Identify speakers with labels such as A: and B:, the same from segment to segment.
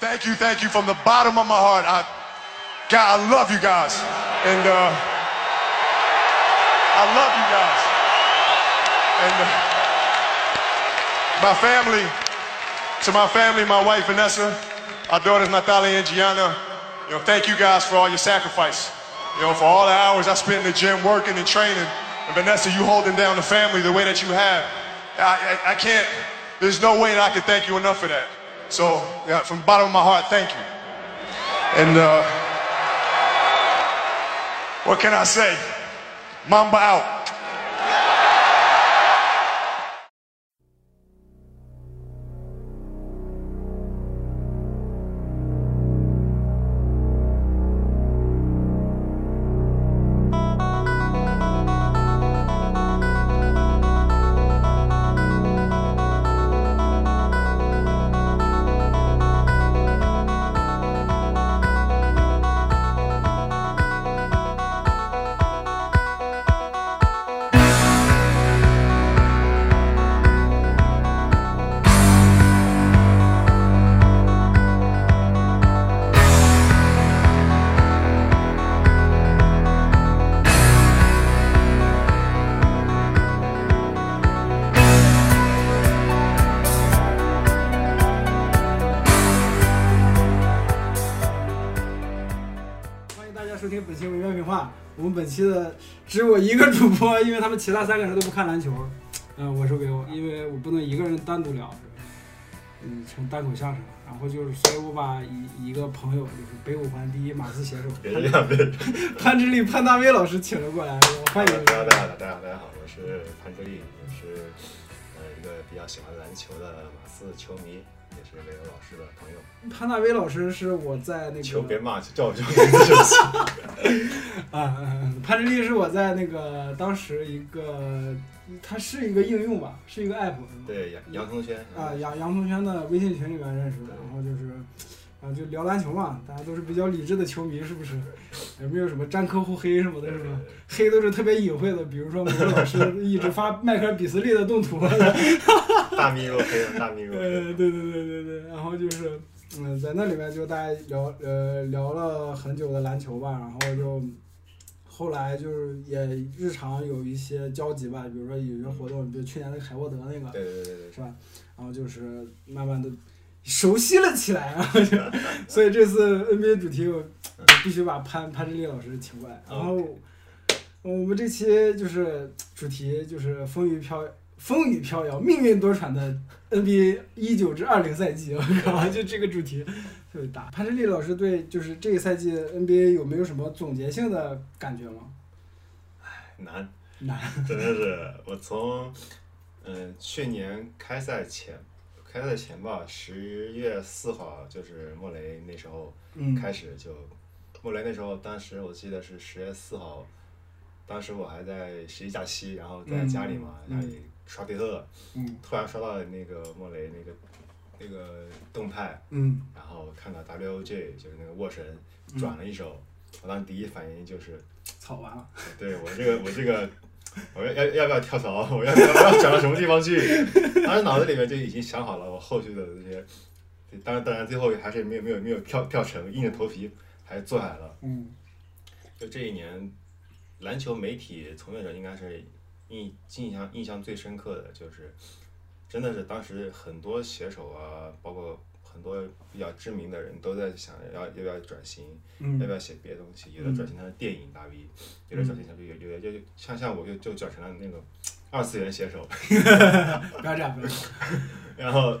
A: Thank you, thank you from the bottom of my heart. I, God, I love you guys, and uh, I love you guys, and uh, my family. To my family, my wife Vanessa, our daughters Natalia and Gianna. You know, thank you guys for all your sacrifice. You know, for all the hours I spent in the gym working and training. And Vanessa, you holding down the family the way that you have. I, I, I can't. There's no way that I can thank you enough for that. So, yeah, from the bottom of my heart, thank you. And uh, what can I say? Mamba out.
B: 欢迎大家收听本期《文乐评话》。我们本期的只有我一个主播，因为他们其他三个人都不看篮球。嗯、我是给我，因为我不能一个人单独聊，嗯，成单口相声。然后就是，所以我把一一个朋友，就是北五环第一马斯写手
C: 别这样，别这样。
B: 潘之力潘大威老师请了过来，我欢迎
C: 大家，大家好，大家好，大家好，我是潘之力，也是呃一个比较喜欢篮球的马刺球迷，也是韦德老师的朋友。
B: 潘大威老师是我在那个
C: 球别骂，叫我叫名字就行。
B: 啊，嗯潘之力是我在那个当时一个，它是一个应用吧，是一个 app 是吗？
C: 对，杨杨腾轩
B: 啊，杨杨同轩的微信群里面认识的，然后就是，啊，就聊篮球嘛，大家都是比较理智的球迷，是不是？也没有什么沾科互黑什么的，
C: 对
B: 是
C: 对
B: 吧？
C: 对
B: 黑都是特别隐晦的，比如说某个老师一直发迈克尔比斯利的动图， 呃，
C: 大咪若黑了，大 咪若
B: 对
C: 黑。
B: 对对对对，然后就是，嗯，在那里面就大家聊呃聊了很久的篮球吧，然后就后来就是也日常有一些交集吧，比如说有些活动，比如去年那个海沃德那个，
C: 对对对对对，
B: 是吧？然后就是慢慢的熟悉了起来，然后就，所以这次 NBA 主题我必须把潘潘振利老师请过来。然后我们这期就是主题就是风雨飘风雨飘摇、命运多舛的 NBA 一九至二零赛季， 我靠，就这个主题特别大。潘振利老师对就是这个赛季 NBA 有没有什么总结性的感觉吗？
C: 难。
B: 难，
C: 真的是，我从嗯、呃去年开赛前，开赛前吧，十月四号就是莫雷那时候
B: 嗯
C: 开始就，莫雷那时候当时我记得是十月四号，当时我还在十一假期，然后在家里嘛，
B: 嗯嗯
C: 家里刷推特，
B: 嗯
C: 突然刷到了那个莫雷那个那个动态，
B: 嗯
C: 然后看到 WOJ 就是那个沃神转了一手，我当时第一反应就是。
B: 草完了，
C: 对我这个，我这个，我要要要不要跳槽？ 我要不要要转到什么地方去？当时脑子里面就已经想好了，我后续的这些，当然当然最后还是没有没有没有跳跳成，硬着头皮还是做下来了。
B: 嗯
C: 就这一年，篮球媒体从业者应该是印印象印象最深刻的就是，真的是当时很多写手啊，包括很多比较知名的人都在想要要不要转型，要不
B: 嗯
C: 要写别的东西？有的转型成了电影大 V，、有的转型成了有有的就就像像我就就转成了那种二次元写手，
B: 不要这样，不要这样，
C: 然后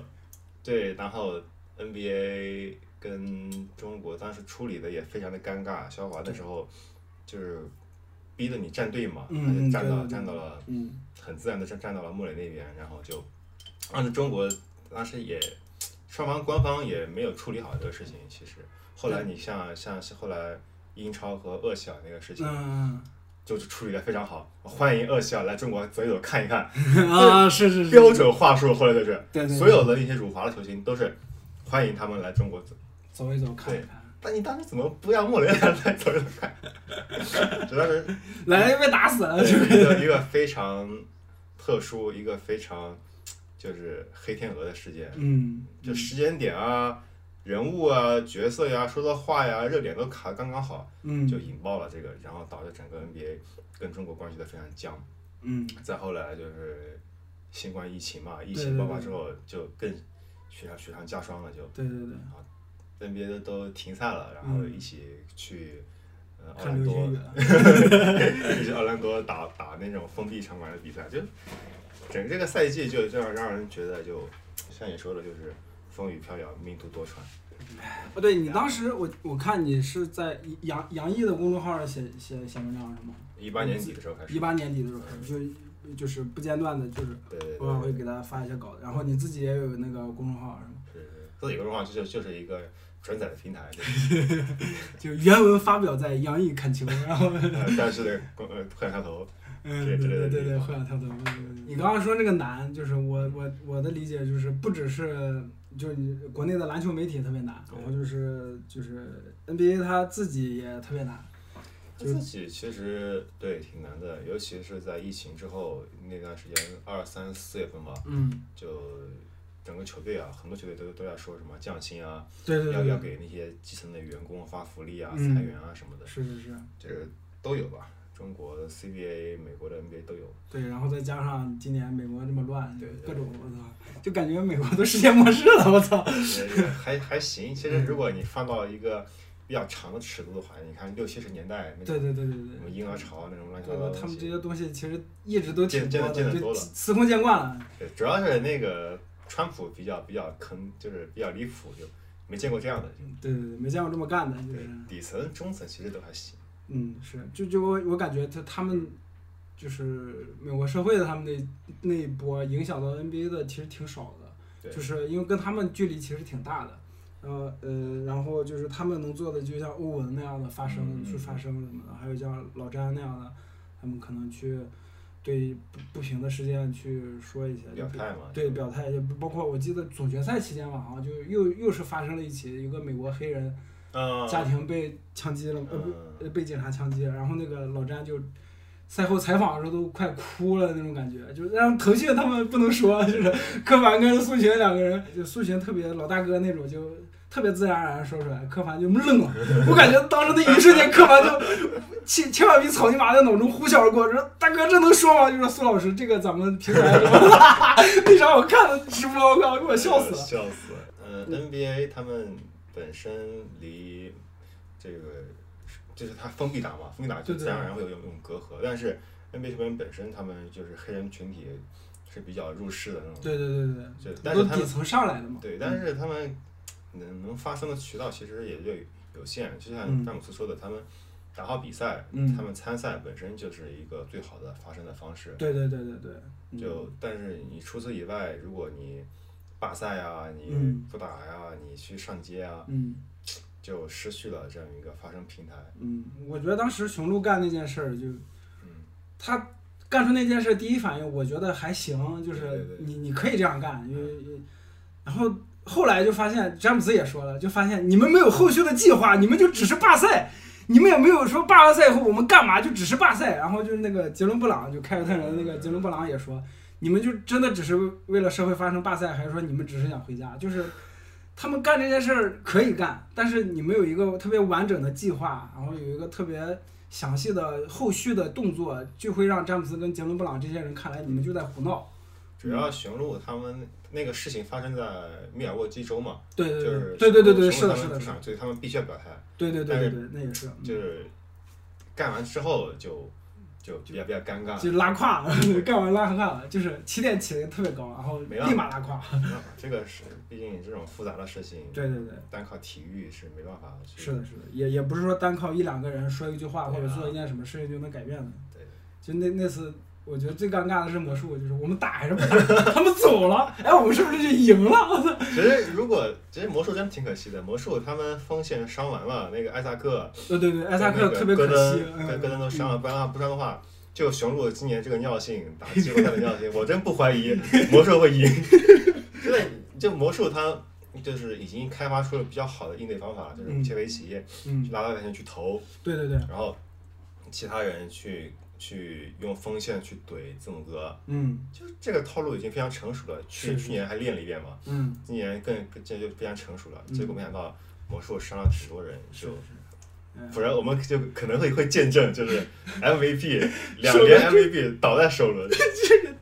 C: 对，然后 NBA 跟中国当时处理的也非常的尴尬，肖华那时候就是逼着你站队嘛，
B: 嗯
C: 他
B: 嗯
C: 就站
B: 对
C: 到
B: 对
C: 站到了
B: 嗯。
C: 很自然的站站到了穆雷那边，然后就当时中国当时也双方官方也没有处理好这个事情，其实后来你像像像后来英超和厄齐尔那个事情，
B: 嗯
C: 就是处理的非常好，欢迎厄齐尔来中国走一走看一看，
B: 啊，是是是，
C: 标准话术后来就是
B: 对对对
C: 所有的那些辱华的球星都是欢迎他们来中国走，
B: 走一走看一看，
C: 但你当时怎么不让穆雷来来走一走看？ 就当时
B: 来被打死了，
C: 对一个一个非常特殊，一个非常就是黑天鹅的事件，
B: 嗯，
C: 就时间点啊，人物啊、角色呀、说的话呀、热点都卡得刚刚好，
B: 嗯
C: 就引爆了这个，然后导致整个 NBA 跟中国关系都非常僵。
B: 嗯
C: 再后来就是新冠疫情嘛，疫
B: 对
C: 情
B: 对
C: 爆发
B: 对
C: 之后就更雪上雪上加霜了，就
B: 对对对，
C: NBA 都都停赛了，然后
B: 嗯
C: 一起去、呃奥
B: 看
C: 兰
B: 刘
C: 多
B: 俊宇，
C: 一起奥兰多打 打那种封闭场馆的比赛，就整个这个赛季就就让让人觉得就像你说的，就是风雨飘摇，命途多舛。
B: 哦，对你当时我我看你是在杨杨毅的公众号上写写写文章是吗？
C: 一八年底的时候开始，
B: 一八年底的时候就就是不间断的，就是
C: 对对对
B: 偶尔会
C: 对
B: 给大家发一些稿子，然后你自己也有那个公众号是吗？
C: 对，自己的话就是就是一个转载的平台，对
B: 就原文发表在杨毅看球，然后
C: 呃但是呢，呃，换下头，
B: 嗯，
C: 这
B: 对
C: 之类
B: 对
C: 的
B: 对
C: 地
B: 对，
C: 方
B: 会有跳动。你刚刚说那个难，就是我我我的理解就是，不只是就是你国内的篮球媒体特别难，
C: 对
B: 然后就是就是 NBA 他自己也特别难。
C: 他
B: 就
C: 自己其实对挺难的，尤其是在疫情之后那段时间，二三四月份吧，
B: 嗯，
C: 就整个球队啊，很多球队都都在说什么降薪啊，
B: 对对
C: 要
B: 对
C: 要
B: 对，
C: 给那些基层的员工发福利啊、
B: 嗯
C: 裁员啊什么的，
B: 是是是，
C: 这个都有吧。中国的 CBA、美国的 NBA 都有，
B: 对，然后再加上今年美国这么乱
C: 对，对
B: 各种我操，就感觉美国都世界末日了，我 操。
C: 也还还行。其实如果你放到一个比较长的尺度的话，你看六七十年代那
B: 对
C: 种
B: 对对对对
C: 什么婴儿潮那种乱七八
B: 对
C: 糟
B: 吧？
C: 的
B: 他
C: 东
B: 们这
C: 西，
B: 些东西其实一直都挺
C: 见见得
B: 多
C: 见
B: 的，
C: 得
B: 就
C: 多了
B: 司司空见惯了。
C: 对，主要是那个川普比较比较坑，就是比较离谱，就没见过这样的。就
B: 对对对，没见过这么干的，就
C: 对
B: 是。，
C: 底层、中层其实都还行。
B: 嗯，是，就就我我感觉他他们就是美国社会的他们那那一波影响到 NBA 的其实挺少的，
C: 对
B: 就是因为跟他们距离其实挺大的，呃呃，然后就是他们能做的就像欧文那样的发声、
C: 嗯嗯
B: 去发
C: 嗯
B: 声什么的，还有像老詹那样的，他们可能去对不不平的事件去说一下，就
C: 表
B: 比
C: 态嘛
B: 嗯对表态，就包括我记得总决赛期间吧，好像就又又是发生了一起一个美国黑人。
C: 嗯，
B: 家庭被枪击了，呃不，
C: 嗯
B: 呃被警察枪击了，然后那个老詹就赛后采访的时候都快哭了那种感觉，就是让腾讯他们不能说，就是呃柯凡跟苏群两个人，就苏群特别老大哥那种，就特别自然而然说出来，柯凡就愣了，我感觉当时那一瞬间，柯凡就嗯千千万匹草泥马在脑中呼啸而过，说大哥这能说吗？就说苏老师这个咱们平台什么的，那啥我看了直播，我靠给我笑死了，
C: 呃笑死了。嗯、n b a 他们本身离这个就是它封闭打嘛，封闭打就
B: 对对
C: 自然而然会有一种隔阂，但是 NBA 这边本身他们就是黑人群体是比较入世的那种，
B: 对对对对
C: 就
B: 对，
C: 但
B: 都
C: 是他
B: 底
C: 们
B: 层上来的嘛，
C: 对，但是他们能能发声的渠道其实也就有限，就
B: 嗯
C: 像詹姆斯说的，他们打好比赛，
B: 嗯
C: 他们参赛本身就是一个最好的发声的方式。
B: 对对对对对，嗯
C: 就但是你除此以外，如果你罢赛啊，你
B: 嗯
C: 不打呀、你去上街啊，
B: 嗯。
C: 就失去了这样一个发声平台。
B: 嗯，我觉得当时雄鹿干那件事儿，就
C: 嗯，
B: 他干出那件事，第一反应我觉得还行，就
C: 对对
B: 是
C: 对嗯
B: 你你可以这样干，因为然后后来就发现詹姆斯也说了，就发现你们没有后续的计划，你们就只是罢赛。你们也没有说罢完赛以后我们干嘛，就只是罢赛。然后就是那个杰伦布朗，就凯尔特人那个杰伦布朗也说，你们就真的只是为了社会发生罢赛，还是说你们只是想回家？就是他们干这件事儿可以干，但是你没有一个特别完整的计划，然后有一个特别详细的后续的动作，就会让詹姆斯跟杰伦布朗这些人看来你们就在胡闹。
C: 主要雄鹿他们那个事情发生在密尔沃基州嘛，
B: 对
C: 就
B: 对
C: 是
B: 呃对对对对
C: 雄鹿
B: 对，是的，
C: 他
B: 是的，是
C: 们主
B: 的嗯
C: 场，所以他们必须要表态，
B: 对对对对对，那也是，
C: 就是干完之后就就比较比较尴尬，
B: 就拉胯，干完拉胯了，就是起点起的特别高，然后
C: 没办法
B: 立马拉胯。
C: 没办法 这个是毕竟这种复杂的事情，
B: 对对对，
C: 单靠体育是没办法去。
B: 是的，是的，也也不是说单靠一两个人说一句话
C: 对
B: 或
C: 啊
B: 者做一件什么事情就能改变的。
C: 对，
B: 就那那次，我觉得最尴尬的是魔术，就是我们打还是不打， 他们走了，哎，我们是不是就赢了？ 我操！
C: 其实如果其实魔术真的挺可惜的，魔术他们锋线伤完了，那个艾萨克、
B: 对对对，艾萨
C: 那
B: 克
C: 个
B: 特别可
C: 戈
B: 惜，
C: 登跟
B: 嗯，
C: 戈登都伤了，不然不然的话。就雄鹿今年这个尿性， 打季后赛的尿性，我真不怀疑魔术会赢。 真的，就魔术他就是已经开发出了比较好的应对方法，就是
B: 嗯
C: 切维奇
B: 嗯，
C: 拉到外线去投，
B: 对对对，
C: 然后其他人去去用锋线去怼字母哥，
B: 嗯
C: 就这个套路已经非常成熟了。去
B: 是
C: 去年还练了一遍嘛，
B: 嗯，
C: 今年更更这就非常成熟了。
B: 嗯
C: 结果没想到魔术伤了挺多人，就
B: 嗯
C: 不然我们就可能会会见证，就是 MVP 两
B: 首
C: 连
B: 轮
C: MVP 倒在首轮，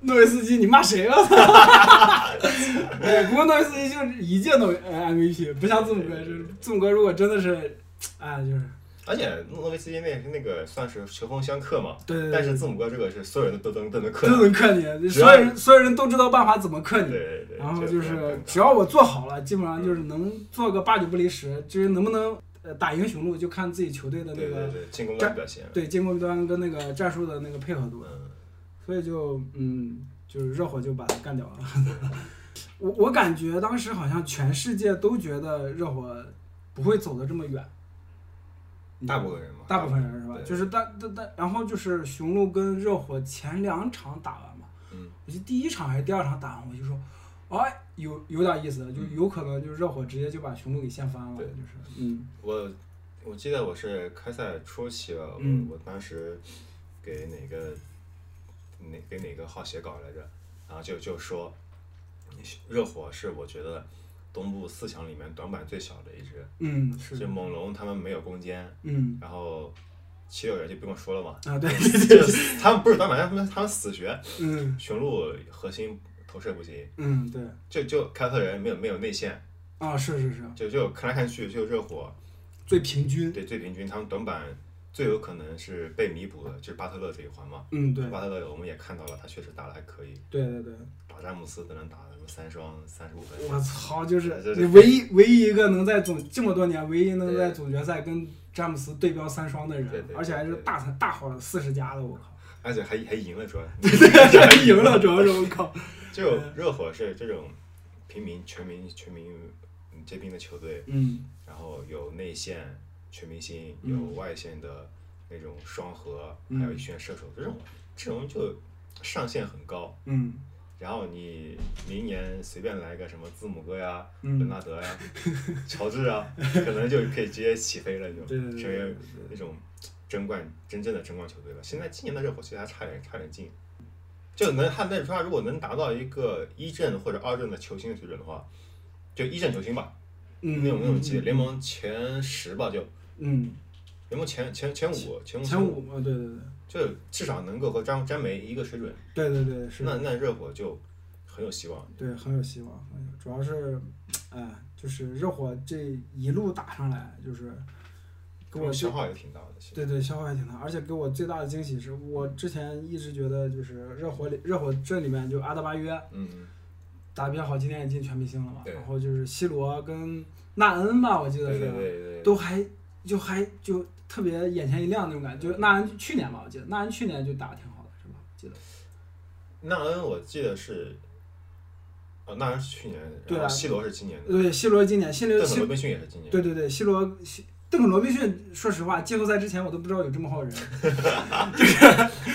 B: 诺维斯基，你骂谁了？ 哎，不过诺维斯基就是一届诺维呃 MVP，不像字母哥，就是字母哥如果真的是，啊，就是
C: 而且诺维斯基那那个算是球风相克嘛，
B: 对对对，
C: 但是字母哥这个是所有人都都能都能克
B: 真
C: 的，
B: 能克你，
C: 只
B: 所
C: 要
B: 有人所有人都知道办法怎么克
C: 对
B: 你。
C: 对对，
B: 然后
C: 这个
B: 就
C: 非常
B: 是
C: 尴尬
B: 只要我做好了，基本上就是能做个八九不离十，至于能不能呃打赢雄鹿，就看自己球队的那
C: 对对
B: 个
C: 对进攻端表现，
B: 对进攻端跟那个战术的那个配合度。
C: 嗯，
B: 所以就嗯，就是热火就把他干掉了。 我我感觉当时好像全世界都觉得热火不会走得这么远，
C: 大部分人嘛，
B: 大部分人是吧？
C: 对
B: 就是大大大，然后就是雄鹿跟热火前两场打完嘛，
C: 嗯
B: 我记得第一场还是第二场打完，我就说，哎，有有点意思，就有可能就是热火直接就把雄鹿给掀翻了，
C: 嗯对
B: 就是嗯
C: 我我记得我是开赛初期啊，我、
B: 嗯
C: 我当时给哪个哪给哪个号写稿来着，然后就就说热火是我觉得东部四强里面短板最小的一支，
B: 嗯是
C: 就猛龙他们没有攻坚，
B: 嗯，
C: 然后七六人就不用说了嘛
B: 啊对
C: 就
B: 对对
C: 是他们不是短板，他们他们死绝，
B: 嗯
C: 雄鹿核心投射不行，
B: 嗯对
C: 就就开拓人没有没有内线，
B: 啊是是是
C: 就就看来看去就热火。
B: 最平均
C: 对，最平均，他们短板最有可能是被弥补的，就是巴特勒这一环嘛。
B: 嗯对
C: 巴特勒我们也看到了，他确实打得还可以，
B: 对对对。
C: 打詹姆斯都能打什么三双三十五分。
B: 我操，就是
C: 这
B: 你唯一唯一一个能在总这么多年唯一能在总决赛跟詹姆斯对标三双的人，
C: 对对对
B: 而且还是大三大号四十加的，我靠，
C: 而且还还赢了，主要
B: 还赢了，主要是我靠，
C: 就热火是这种平民全民全民皆兵的球队，
B: 嗯
C: 然后有内线全明星，有
B: 嗯
C: 外线的那种双核，
B: 嗯
C: 还有一圈射手，这种这种就上限很高。
B: 嗯
C: 然后你明年随便来个什么字母哥呀、伦
B: 嗯，
C: 纳德呀、 乔治啊，可能就可以直接起飞了，就
B: 对对对
C: 成为
B: 对对
C: 那种争冠真正的争冠球队了。现在今年的热火其实还差点差点近，就能他那他如果能达到一个一阵或者二阵的球星的水准的话，就一阵球星吧，
B: 嗯
C: 那种那种级别，联盟前十吧，就
B: 嗯
C: 联盟前前前五前五
B: 前，五啊，对对对
C: 就至少能够和詹詹梅一个水准，
B: 对对对是，
C: 那那热火就很有希望。
B: 对很有希望，很有主要是，哎，就是热火这一路打上来，就是给我
C: 消耗也挺大的，其实
B: 对对，消耗还挺大，而且给我最大的惊喜是我之前一直觉得就是热火里热火这里面就阿德巴约
C: 嗯，
B: 打得比较好，今年也进全明星了嘛，
C: 对
B: 然后就是 C 罗跟纳恩吧，我记得
C: 对
B: 是
C: 对对对，
B: 都还就还就特别眼前一亮那种感觉，就是纳恩去年吧，我记得纳恩去年就打得挺好的是吧？记得
C: 纳恩我记得是，呃，纳恩是去年的，
B: 对啊
C: 然后 C 罗是今年的，
B: 对，C 罗今年 C 罗
C: 邓肯罗
B: C
C: 宾逊也是今年的。
B: 对对对，C 罗 C- 邓肯罗宾逊，说实话，季后赛之前我都不知道有这么好的人，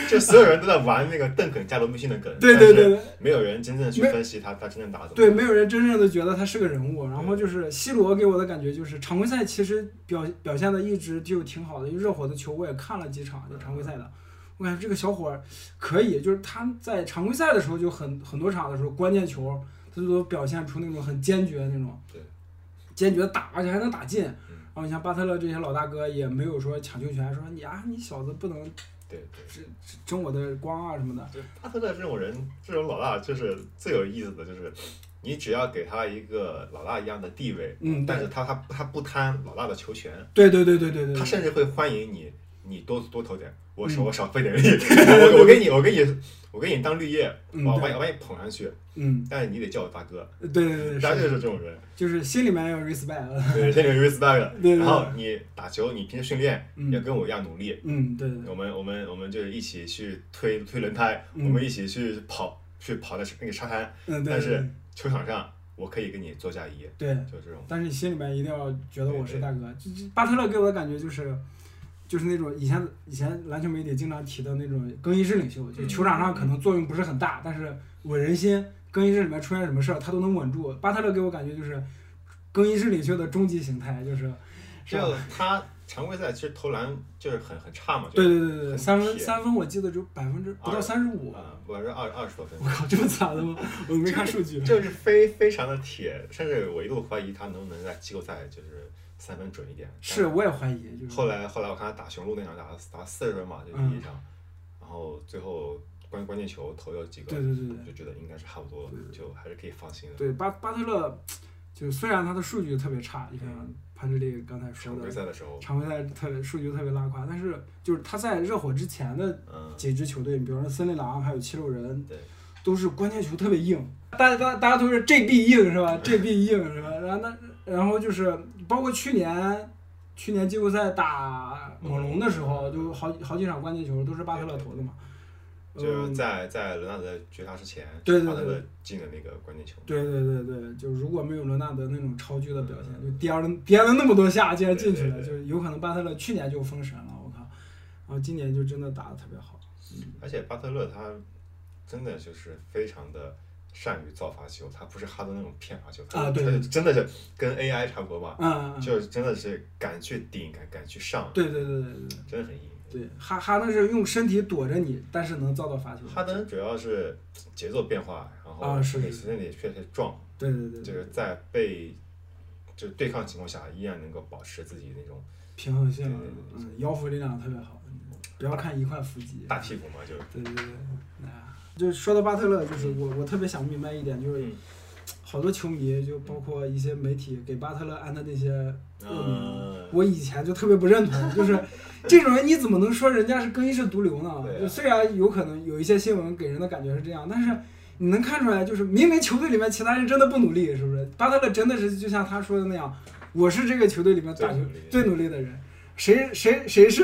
C: 就所有人都在玩那个邓肯加罗宾逊的梗，
B: 对对对，对。
C: 没有人真正去
B: 没
C: 分析他他真正打得怎么
B: 对，
C: 样。
B: 没有人真正的觉得他是个人物。然后就是 C 罗给我的感觉就是常规赛其实表表现的一直就挺好的，因为热火的球我也看了几场，就常规赛
C: 嗯
B: 的，我感觉这个小伙儿可以，就是他在常规赛的时候就很很多场的时候关键球，他都表现出那种很坚决那种，
C: 对，嗯
B: 坚决打，而且还能打进。然后你像巴特勒这些老大哥也没有说抢球权，说你啊你小子不能
C: 对对，
B: 争我的光啊什么的。
C: 就巴特勒这种人，这种老大就是最有意思的，就是你只要给他一个老大一样的地位，
B: 嗯，
C: 但是他他他不贪老大的球权，
B: 对对对对对对
C: 他
B: 对，
C: 甚至会欢迎你，你多多投点，我少
B: 嗯
C: 我少分点力，我我给你我给你我给你当绿叶，
B: 嗯
C: 我把
B: 对
C: 你我把你捧上去，
B: 嗯，
C: 但是你得叫我大哥，
B: 对对对对，
C: 他就是是这种人，
B: 就是心里面要有 respect。
C: 对，这种 respect
B: 对对对
C: 然后你打球，你平时训练
B: 嗯
C: 也跟我一样努力，
B: 嗯，对对对，
C: 我们我们我们就是一起去推推轮胎，
B: 嗯
C: 我们一起去跑去跑在那个沙滩，
B: 嗯，对
C: 但是
B: 对
C: 球场上我可以跟你做嫁衣，
B: 对，
C: 就这种，
B: 但是你心里面一定要觉得我是大哥。就就巴特勒给我的感觉就是，就是那种以前以前篮球媒体经常提的那种更衣室领袖，
C: 嗯
B: 就球场上可能作用不是很大，但是稳人心，更衣室里面出现什么事儿他都能稳住。巴特勒给我感觉就是更衣室领袖的终极形态，就是啊
C: 这个他常规赛其实投篮就是很很差嘛，就
B: 对
C: 是
B: 对对对对，
C: 很
B: 三分
C: 撇
B: 三分我记得只有百分之不到
C: 二
B: 三十五。
C: 啊，百分之二二十多分
B: 我，靠，这么惨的吗？我没看数 据。
C: 就是非非常的铁，甚至我一度怀疑他能不能在季后赛就是三分准一点。
B: 是，我也怀疑，就是
C: 后来后来我看他打雄鹿那场打打四十分嘛，就
B: 嗯
C: 第一场，然后最后关关键球投有几个，
B: 对对对对
C: 就觉得应该是差不多，就还是可以放心的。
B: 对巴巴特勒，就是虽然他的数据特别差，你看潘志利刚才说
C: 常规
B: 的，
C: 赛的时候，
B: 常规赛特别数据特别拉胯，但是就是他在热火之前的
C: 嗯，
B: 几支球队，比方说森林狼还有七六人，
C: 对，
B: 都是关键球特别硬，大家大家大家都是 JB 硬是吧？JB 硬是吧？然后那然后就是包括去年去年季后赛打猛龙的时候，就好好几场关键球都是巴特勒投的嘛。
C: 就是
B: 嗯，
C: 在在伦纳德绝杀之前，
B: 对对
C: 巴特
B: 对
C: 勒进的那个关键球，
B: 对对对对，就如果没有伦纳德那种超巨的表现，就颠了颠了那么多下，竟然进去了，
C: 嗯对对对
B: 就是有可能巴特勒去年就封神了，我靠！然后今年就真的打得特别好。
C: 而且巴特勒他真的就是非常的善于造罚球，他不是哈登那种骗罚球，他
B: 啊对
C: 他就真的是跟 AI 差不多吧，
B: 嗯，嗯嗯
C: 就是真的是敢去顶，敢敢去上，
B: 对对对对对
C: 真的很硬。
B: 对，哈哈登是用身体躲着你，但是能造到罚球。
C: 哈登主要是节奏变化，然后
B: 啊是
C: 每次那里确实撞，
B: 对对对，
C: 就
B: 对
C: 是在被就对抗情况下依然能够保持自己那种
B: 平衡性
C: 对对对，
B: 嗯，腰腹力量特别好，不要看一块腹肌。
C: 大屁股嘛，就是
B: 对对对，哎呀，就是说到巴特勒，就是我我特别想明白一点，就是
C: 嗯
B: 好多球迷就包括一些媒体给巴特勒安的那些恶名，
C: 嗯，
B: 我以前就特别不认同，就是这种人你怎么能说人家是更衣室毒瘤呢？
C: 对啊
B: 就虽然有可能有一些新闻给人的感觉是这样，但是。你能看出来，就是明明球队里面其他人真的不努力，是不是？巴特勒真的是就像他说的那样，我是这个球队里面打球最
C: 最
B: 努力的人，谁谁谁是？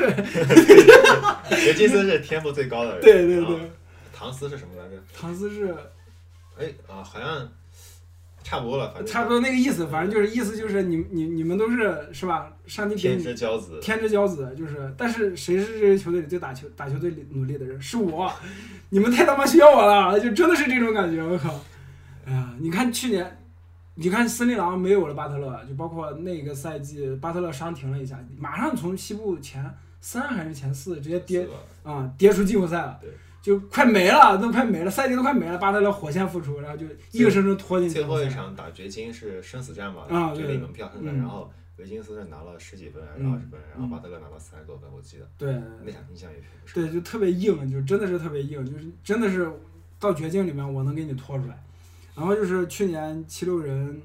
C: 杰金森是天赋最高的人，
B: 对对
C: 然后
B: 对，
C: 唐斯是什么来着？
B: 唐斯是
C: 哎啊，好像差不多了，反正
B: 差不多那个意思，反正就是意思就是你你你们都是是吧？上帝给
C: 天
B: 你
C: 之骄子，
B: 天之骄子，就是，但是谁是这个球队里最打球打球队里努力的人？是我，你们太他妈需要我了，就真的是这种感觉，我靠！哎呀，你看去年，你看森林狼没有了巴特勒，就包括那个赛季巴特勒伤停了一下，马上从西部前三还是前四直接跌
C: 是吧
B: 啊、跌出季后赛了
C: 对，
B: 就快没了，都快没了，赛季都快没了，巴特勒火线复出，然后就硬生生拖进季
C: 最
B: 后
C: 后
B: 赛
C: 一场打掘金是生死战嘛，
B: 啊
C: 决
B: 对
C: 定门票生死战，
B: 嗯
C: 然后维金斯是拿了十几分还是
B: 嗯
C: 二十分，然后
B: 嗯
C: 巴特勒拿了三十多分，我记得
B: 对
C: 那场印象也挺不深。
B: 对，就特别硬，就真的是特别硬，就是真的是到绝境里面我能给你拖出来。然后就是去年七六人，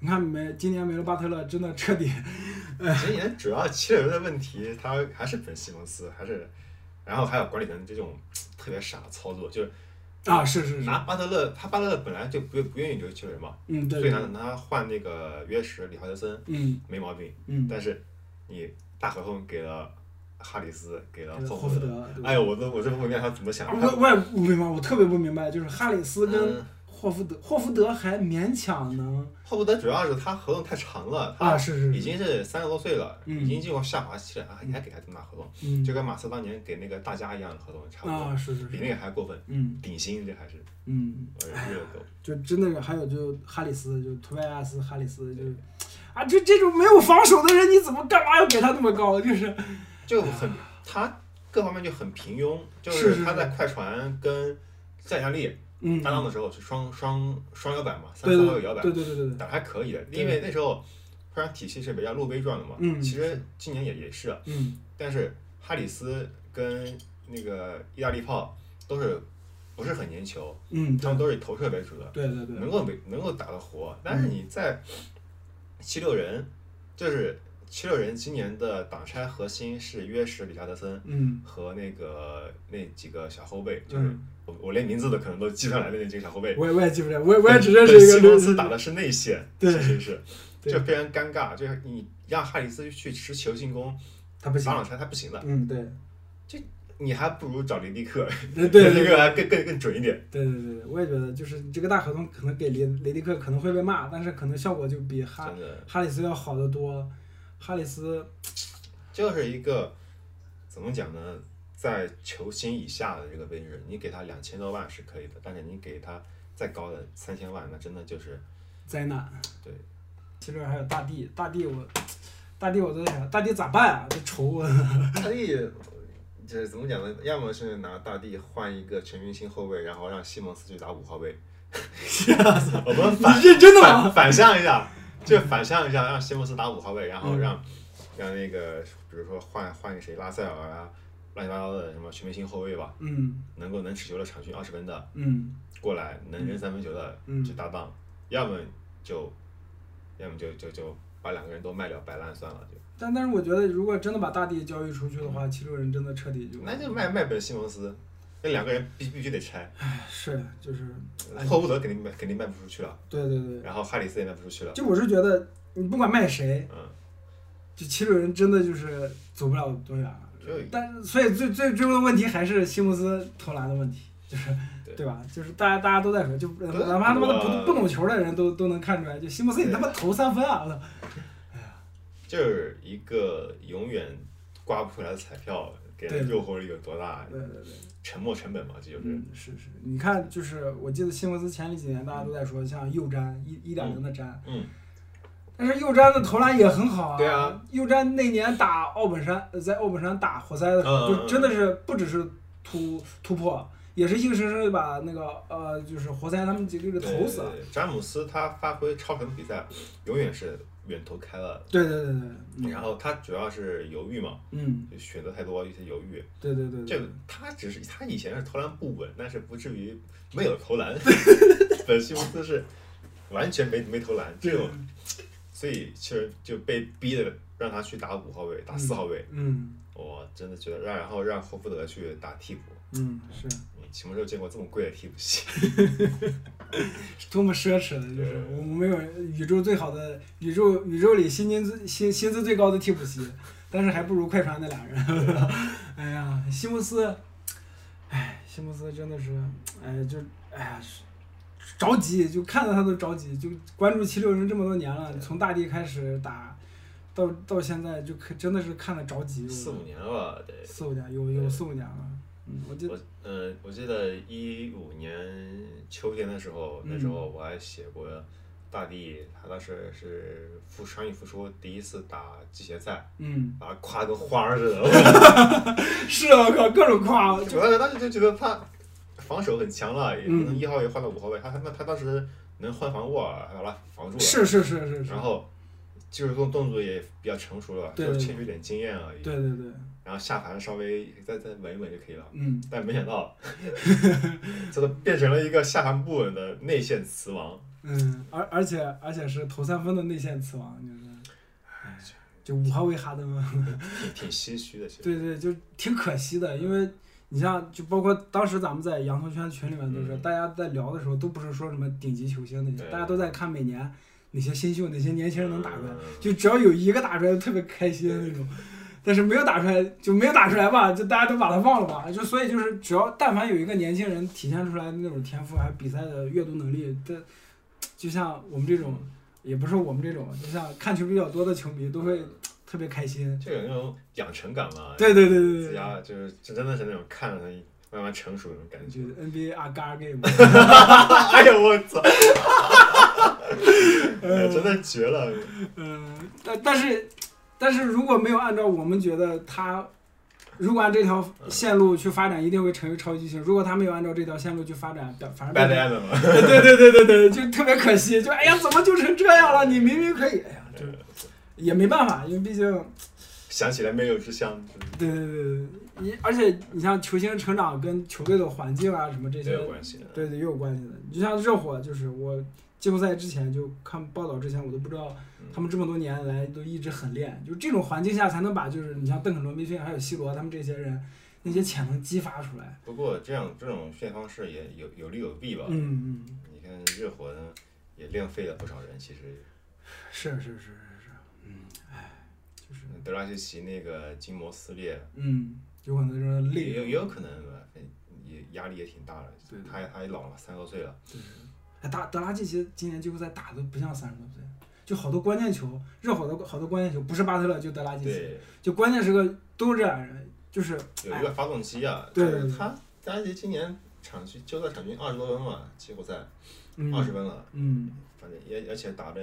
B: 你看没，今年没了巴特勒，真的彻底
C: 今年主要七六人的问题，他还是本西蒙斯，还是然后还有管理层这种特别傻的操作，就是
B: 啊，是是是，
C: 拿巴特勒，他巴特勒本来就不不愿意留球员嘛，
B: 嗯
C: 所
B: 对对
C: 以拿，拿他换那个约什、里华德森
B: 嗯
C: 没毛病，
B: 嗯，
C: 但是你大合同给了哈里斯，给了霍
B: 霍福
C: 福德，
B: 德，对
C: 哎呦，我都我真不明白他怎么想的。
B: 我我也不明白，我特别不明白，就是哈里斯跟
C: 嗯
B: 霍福德，霍福德还勉强能
C: 霍福德主啊要是他合同太长了，
B: 啊，
C: 他
B: 是是
C: 已
B: 是，
C: 经是三十多岁了，
B: 嗯
C: 已经进入下滑期了，啊，你还给他这么大合同，
B: 嗯
C: 就跟马刺当年给那个大家一样的合同差不多，
B: 啊是是
C: 比
B: 是，
C: 那个还过分，
B: 嗯
C: 顶薪这还是
B: 嗯，
C: 我热狗。
B: 就真的是还有就哈里斯，就图维亚斯哈里斯，就是啊，就这种没有防守的人，你怎么干嘛要给他那么高？就是
C: 就很他各方面就很平庸，就是
B: 哎是
C: 他在快船跟匈牙利
B: 嗯，
C: 搭档的时候是双双双摇摆嘛，三
B: 对对
C: 三六
B: 对
C: 摇摆
B: 对对对对对，
C: 打得还可以的，
B: 对
C: 因为那时候快船体系是围绕路飞转的嘛，
B: 嗯
C: 其实今年也也是，啊
B: 嗯，
C: 但是哈里斯跟那个意大利炮都是不是很粘球，
B: 嗯，
C: 他
B: 对
C: 们都是以投射为主的，
B: 对对对，
C: 能够没能够打得活。但是你在七六人，就是七六人今年的挡拆核心是约什、里查德森
B: 嗯
C: 和那个那几个小后卫，就是
B: 嗯，
C: 我我连名字都可能都记不上来的那几个小后卫。
B: 我也我也记不了，我也我也只认识
C: 本
B: 一个
C: 西蒙斯
B: 对
C: 打的是内线，
B: 对
C: 其实是，
B: 对
C: 就非常尴尬。就是你让哈里斯去持球进攻
B: 他不行
C: 打，挡拆，他不行的。
B: 嗯对，
C: 你还不如找林迪克，
B: 对 对
C: 林
B: 对
C: 迪克还更更更准一点。
B: 对对对，我也觉得就是这个大合同可能给雷雷迪克可能会被骂，但是可能效果就比哈
C: 真的，
B: 哈里斯要好得多，哈里斯
C: 就是一个怎么讲呢，在球星以下的这个位置，你给他两千多万是可以的，但是你给他再高的三千万，那真的就是
B: 灾难，
C: 对，
B: 其实还有大地，大地我。大帝我都在想，大帝咋办啊？这愁啊！
C: 大帝，这怎么讲呢？要么是拿大帝换一个全明星后卫，然后让西蒙斯去打五号位。 我们反
B: 你认真的吗
C: 反反向一下，就反向一下，让西蒙斯打五号位，然后让、让那个比如说换换谁拉塞尔啊，乱七八糟的什么全明星后卫吧，
B: 嗯
C: 能够能持球的场均二十分的
B: 嗯
C: 过来，能扔三分球的
B: 嗯
C: 去搭档，要么就要么就就就把两个人都卖掉摆烂算了，就
B: 但但是我觉得，如果真的把大帝交易出去的话，七六人真的彻底就
C: 那就卖卖本西蒙斯，那两个人必必须得拆，
B: 是的，就是哎
C: 霍福德肯定卖肯定卖不出去了，
B: 对对对，
C: 然后哈里斯也卖不出去了，
B: 就我是觉得你不管卖谁，
C: 嗯，
B: 就七六人真的就是走不了多远了。
C: 只有一
B: 但是所以最最最终的问题还是西蒙斯投篮的问题，就是
C: 对
B: 对吧？就是大家大家都在说，就呃
C: 对
B: 哪怕他妈的
C: 我
B: 不不懂球的人都都能看出来，就西蒙斯你他妈投三分啊！我操，
C: 就是一个永远刮不回来的彩票，给人
B: 对
C: 诱惑力有多大？
B: 对对对。
C: 沉没成本嘛，这就是。
B: 嗯，是是，你看，就是我记得西蒙斯前几年大家都在说，像右詹一一点零的詹，
C: 嗯，
B: 但是右詹的投篮也很好啊。
C: 对啊，
B: 右詹那年打奥本山，呃在奥本山打活塞的时候，
C: 嗯嗯
B: 就真的是不只是突突破，也是硬生生地把那个呃，就是活塞他们几个给
C: 对
B: 投死了。
C: 对对詹姆斯他发挥超神比赛，永远是远投开了，
B: 对对对对，
C: 然后他主要是犹豫嘛，
B: 嗯，
C: 就选择太多，有些犹豫。
B: 对对对对
C: 这个，他只是他以前是投篮不稳，但是不至于没有投篮。本西蒙斯是完全没没投篮，这种，所以其实就被逼的让他去打五号位，打四号位。
B: 嗯
C: 我真的觉得让然后让霍福德去打替补，
B: 嗯，是
C: 你什么时候见过这么贵的替补席？
B: 是多么奢侈的，就是
C: 嗯
B: 我们没有宇宙最好的宇宙宇宙里薪金最薪薪资最高的替补席，但是还不如快船那俩
C: 嗯
B: 人。 哎呀，西蒙斯，哎，西蒙斯真的是，哎，就哎呀，是着急，就看到他都着急，就关注七六人这么多年了，从大地开始打，到到现在就可真的是看得着急。我
C: 四五年了吧，得。
B: 四五年有有四五年了，嗯，我记得
C: 我呃，我记得一五年秋天的时候，那时候我还写过大地，他当时是复伤愈复出，第一次打季前赛，
B: 嗯，
C: 把他夸得跟花儿似的。我
B: 是啊，我靠，各种夸，
C: 主要是当时就觉得他防守很强了，也
B: 嗯
C: 能一号也换到五号位，他他那他当时能换防沃尔，还把他防住了，
B: 是是是是是
C: 然，后技术动动作也比较成熟了，
B: 对
C: 就是欠缺点经验而已。
B: 对对对，
C: 然后下盘稍微再再稳一稳就可以了。
B: 嗯，
C: 但没想到，这都变成了一个下盘不稳的内线词王。
B: 嗯，而而且而且是投三分的内线词王，就是，哎，就五号位哈登嘛，
C: 挺挺唏嘘的，其实。
B: 对对，就挺可惜的，因为你像就包括当时咱们在洋葱圈群里面都是，
C: 嗯
B: 大家在聊的时候都不是说什么顶级球星那些，
C: 对
B: 大家都在看每年哪些新秀、哪些年轻人能打出来
C: 嗯，
B: 就只要有一个打出来就特别开心的那种。但是没有打出来就没有打出来吧，就大家都把他忘了吧，就所以就是只要但凡有一个年轻人体现出来那种天赋，还有比赛的阅读能力，这就像我们这种，也不是我们这种，就像看球比较多的球迷都会特别开心。
C: 就有那种养成感嘛。
B: 对对对对对
C: 自家就是真真的是那种看着他慢慢成熟的那种感
B: 就
C: 觉。
B: 是 NBA 阿啊嘎 game，
C: 哎呦我 操！哎呀真的绝了！
B: 嗯，但但是但是如果没有按照我们觉得他，如果按这条线路去发展，一定会成为超级巨星。如果他没有按照这条线路去发展，表反而
C: 白
B: 变成
C: 呆了嘛。
B: 对对对对对，就特别可惜，就哎呀，怎么就成这样了？你明明可以，哎呀，就也没办法，因为毕竟，
C: 想起来没有之乡，
B: 对对对对，你而且你像球星成长跟球队的环境啊什么这
C: 没
B: 些，
C: 有关系的。
B: 对对也有关系的。你就像热火，就是我季后赛之前就看报道之前，我都不知道他们这么多年来都一直很练，就这种环境下才能把就是你像邓肯、罗宾逊还有 C 罗他们这些人那些潜能激发出来。
C: 不过这样这种训练方式也有有利有弊吧。
B: 嗯嗯，
C: 你看热火呢，也浪费了不少人。其实
B: 是是是是是，嗯，哎，就是
C: 德拉西奇那个筋膜撕裂，
B: 嗯，有可能就是
C: 也
B: 累
C: 有也有可能吧，哎也压力也挺大的
B: 对。
C: 他也他也老了，三十多岁了。
B: 哎，打德拉季奇今年季后赛打的不像三十多岁，就好多关键球，热火的好多关键球不是巴特勒就德拉季奇，
C: 对，
B: 就关键时刻都是这俩人，就是
C: 有一个发动机啊。
B: 对
C: 但是
B: 对
C: 他德拉西奇今年场均就在场均二十多分嘛，季后赛二十
B: 嗯
C: 分了，
B: 嗯
C: 反正也而且打的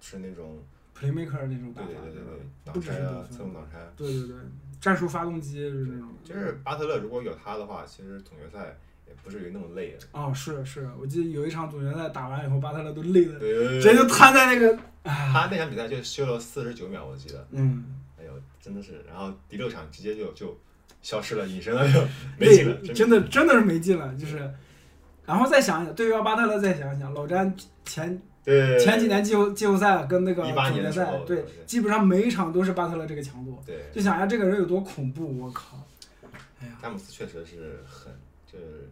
C: 是那种
B: ，playmaker 那种打
C: 对
B: 法，
C: 对对对对，挡
B: 不只
C: 拆
B: 是得
C: 啊，
B: 分
C: 侧重挡拆。
B: 对对对，战术发动机就是那种。
C: 就是巴特勒如果有他的话，其实总决赛也不至于那么累啊了。
B: 哦，是是，我记得有一场总决赛打完以后，巴特勒都累的，
C: 对
B: 直接就瘫在那个，啊，
C: 他那场比赛就休了四十九秒，我记得。
B: 嗯，
C: 哎呦，真的是，然后第六场直接就就消失了，隐身了，就没
B: 累
C: 劲了，
B: 真的真的是没劲了，就是，然后再想想，对标巴特勒再想想，老詹前
C: 对
B: 前几年季后季后赛跟那个
C: 18
B: 总
C: 年
B: 决
C: 的时
B: 赛
C: 候，
B: 对
C: 对，
B: 基本上每一场都是巴特勒这个强度，
C: 对
B: 就想一下这个人有多恐怖，我靠，哎呀，
C: 詹姆斯确实是很就是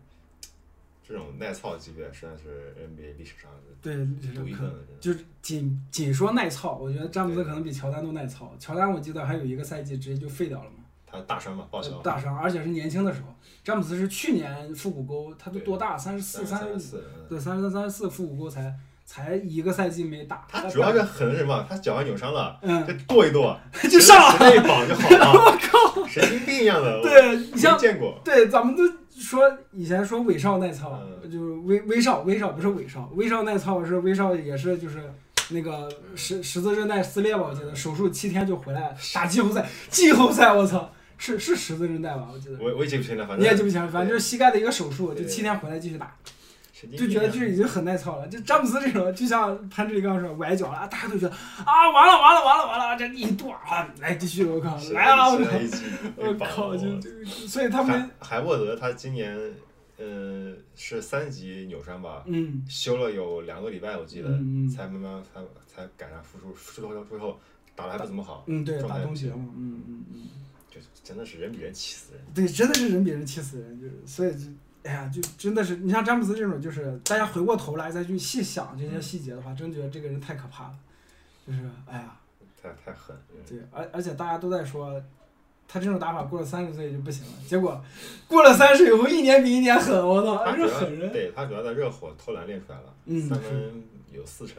C: 这种耐操级别，实在是 NBA 历史上是
B: 对，
C: 独一份的，
B: 就
C: 真的。
B: 是仅仅说耐操，我觉得詹姆斯可能比乔丹都耐操。乔丹我记得还有一个赛季直接就废掉了嘛，
C: 他大伤嘛，报销。
B: 大伤，而且是年轻的时候。詹姆斯是去年腹股沟，他都
C: 对
B: 多大？三十四、三
C: 三
B: 十
C: 十
B: 五，
C: 四，嗯
B: 对，三十三、三十四腹股沟才才一个赛季没打。
C: 他主要是很什么，他脚腕扭伤了，
B: 嗯，
C: 就跺一跺，
B: 就上
C: 了，
B: 了。
C: 那一绑就好 了。我靠，神经病一样的。我
B: 对你像
C: 没见过。
B: 对，咱们都说以前说威少耐操，
C: 嗯
B: 就是威威少，威少不是威少，威少耐操是威少也是就是那个十十字韧带撕裂吧，我记
C: 嗯
B: 得手术七天就回来打季后赛，季后赛我操，是是十字韧带吧，我记得。
C: 我我也记不清了，反正
B: 你也记不清，反正就是膝盖的一个手术，
C: 对
B: 就七天回来继续打，
C: 神经
B: 就
C: 病
B: 觉得
C: 一
B: 这
C: 样
B: 已经很耐操了。就詹姆斯这种，就像潘志刚说崴脚了，啊大家都觉得啊，完了完了完了完了，这一跺啊，来继续，我靠，
C: 是
B: 来啊，我
C: 是
B: 靠，
C: 一记被
B: 我
C: 绑
B: 靠，
C: 了
B: 就就所以他们
C: 海海沃德他今年呃是三级扭伤吧，
B: 嗯
C: 休了有两个礼拜，我记得、
B: 嗯嗯
C: 才慢慢才才赶上复出，复出后之后打的还不怎么好，
B: 嗯对，
C: 状态
B: 打东西嘛，嗯嗯嗯。
C: 就是真的是人比人气死人。
B: 对，真的是人比人气死人，就是所以就，哎呀，就真的是你像詹姆斯这种，就是大家回过头来再去细想这些细节的话，真觉得这个人太可怕了，就是哎呀，
C: 太太狠，
B: 对，而而且大家都在说。他这种打法过了三十岁就不行了，结果过了三十以后，一年哦比一年狠，我操，
C: 他
B: 这
C: 主
B: 是
C: 要
B: 狠人。
C: 对他主要在热火投篮练出来了，
B: 嗯
C: 三分有四成，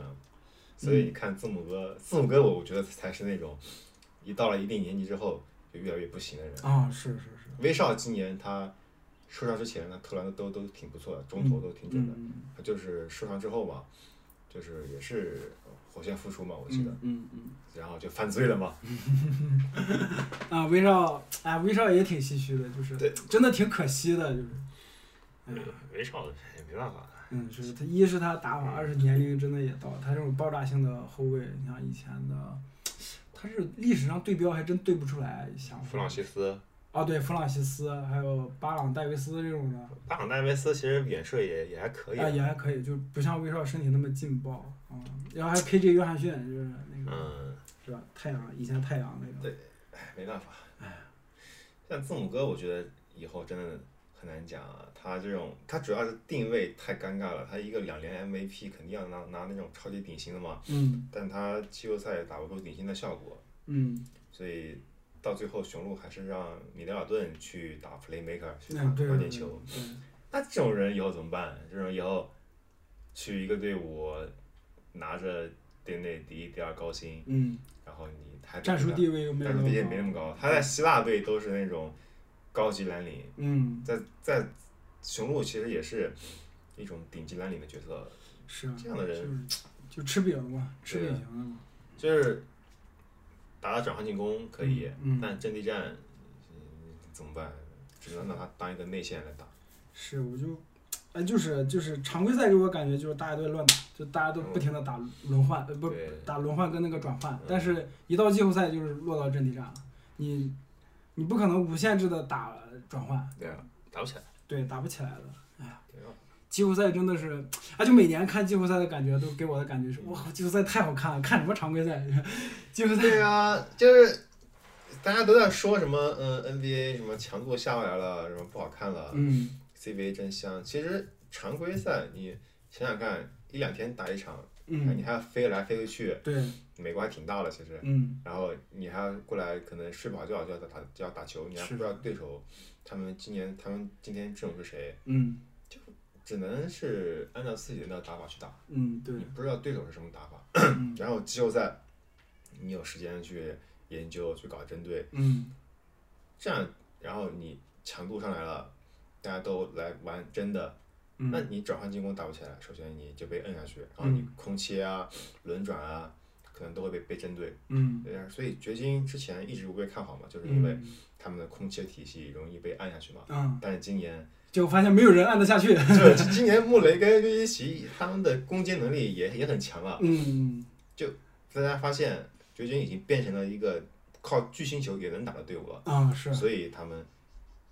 C: 所以你看字母哥，字母哥我我觉得才是那种一到了一定年纪之后就越来越不行的人。
B: 啊、是是是，
C: 威少今年他受伤之前呢，投篮都都挺不错的，中投都挺准的。
B: 嗯
C: 他就是受伤之后嘛，就是也是火线复出嘛，我记得，
B: 嗯嗯嗯
C: 然后就犯罪了嘛。
B: 嗯啊，威少，哎，威少也挺唏嘘的，就是
C: 对
B: 真的挺可惜的，就是，哎呀，
C: 嗯威少也没办法，
B: 嗯，是他一是他打法，二是年龄真的也到了，他这种爆炸性的后卫，你像以前的，他是历史上对标还真对不出来，想
C: 弗朗西斯、
B: 啊，对弗朗西斯，还有巴朗戴维斯这种的，啊、
C: 巴朗戴维斯其实远射也也还可以，
B: 也还可以，就不像威少身体那么劲爆啊、然后还有 KJ 约翰逊，就是那个、
C: 嗯，
B: 是吧？太阳以前太阳那个，
C: 对哎没办法。像字母哥，我觉得以后真的很难讲啊。他这种，他主要是定位太尴尬了。他一个两连 MVP 肯定要拿拿那种超级顶薪的嘛，
B: 嗯
C: 但他季后赛打不出顶薪的效果，
B: 嗯，
C: 所以到最后雄鹿还是让米德尔顿去打 playmaker 去打
B: 那嗯对
C: 关
B: 对
C: 键
B: 对
C: 球。那这种人以后怎么办？这种以后去一个队伍，拿着队内第一、第二高薪，
B: 嗯，
C: 然后你还得
B: 战术
C: 跟他
B: 地位又没有
C: 战术地位没那么
B: 高，
C: 高。他在希腊队都是那种高级蓝领，
B: 嗯，
C: 在在雄鹿其实也是一种顶级蓝领的角色。
B: 是啊，
C: 这样的人
B: 就是就吃饼嘛，吃
C: 对
B: 饼
C: 啊
B: 型的嘛，
C: 就是打打转换进攻可以，
B: 嗯嗯
C: 但阵地战、嗯、怎么办？只能拿他当一个内线来打。
B: 是，我就，哎，就是就是常规赛给我感觉就是大家都在乱打，就大家都不停的打轮换，呃，不
C: 嗯对
B: 打轮换跟那个转换
C: 嗯，
B: 但是一到季后赛就是落到阵地战了，你你不可能无限制的打转换，
C: 对啊，打不起来。
B: 对，打不起来的。哎呀
C: 对啊，
B: 季后赛真的是，哎，就每年看季后赛的感觉都给我的感觉是，哇，季后赛太好看了，看什么常规赛， 季后赛，
C: 对啊，就是大家都在说什么，嗯、n b a 什么强度下来了，什么不好看了、
B: 嗯，
C: c b a 真香。其实常规赛你想想看，一两天打一场，哎你
B: 嗯，
C: 还要飞来飞去，
B: 对，
C: 美国还挺大的其实。
B: 嗯，
C: 然后你还要过来，可能睡不好觉就要打就要打球，你还
B: 是
C: 不知道对手，他们今年他们今天阵容是谁，
B: 嗯，
C: 只能是按照自己的打法去打，
B: 嗯，对
C: 你，不知道对手是什么打法。
B: 嗯
C: 然后季后赛，你有时间去研究去搞针对，
B: 嗯，
C: 这样，然后你强度上来了，大家都来玩真的，
B: 嗯
C: 那你转换进攻打不起来，首先你就被摁下去，然后你空切啊、轮转啊、可能都会被被针对。
B: 嗯，
C: 对啊，所以掘金之前一直不被看好嘛，就是因为
B: 嗯，
C: 他们的空切体系容易被按下去嘛。
B: 嗯，
C: 但是今年，
B: 结果发现没有人按得下去，
C: 这 今年穆雷跟约基奇他们的攻坚能力也也很强了。
B: 嗯，
C: 大家发现掘金已经变成了一个靠巨星球也能打的队伍了，
B: 啊是，
C: 所以他们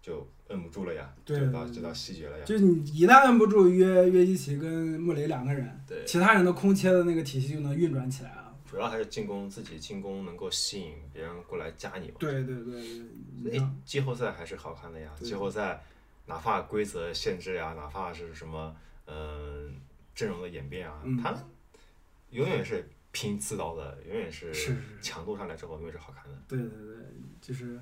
C: 就摁不住了呀，
B: 对
C: 就到就到西决了呀。
B: 就是你一旦摁不住约约基奇跟穆雷两个人，
C: 对，
B: 其他人的空切的那个体系就能运转起来啊了。
C: 主要还是进攻，自己进攻能够吸引别人过来加你嘛。
B: 对对嗯对对，
C: 所以季后赛还是好看的呀。
B: 对
C: 季后赛哪怕规则限制呀，哪怕是什么嗯、呃阵容的演变啊，
B: 嗯
C: 他们永远是拼刺刀的，永远是
B: 是是
C: 强度上来之后永远是好看的。
B: 对对对，就是，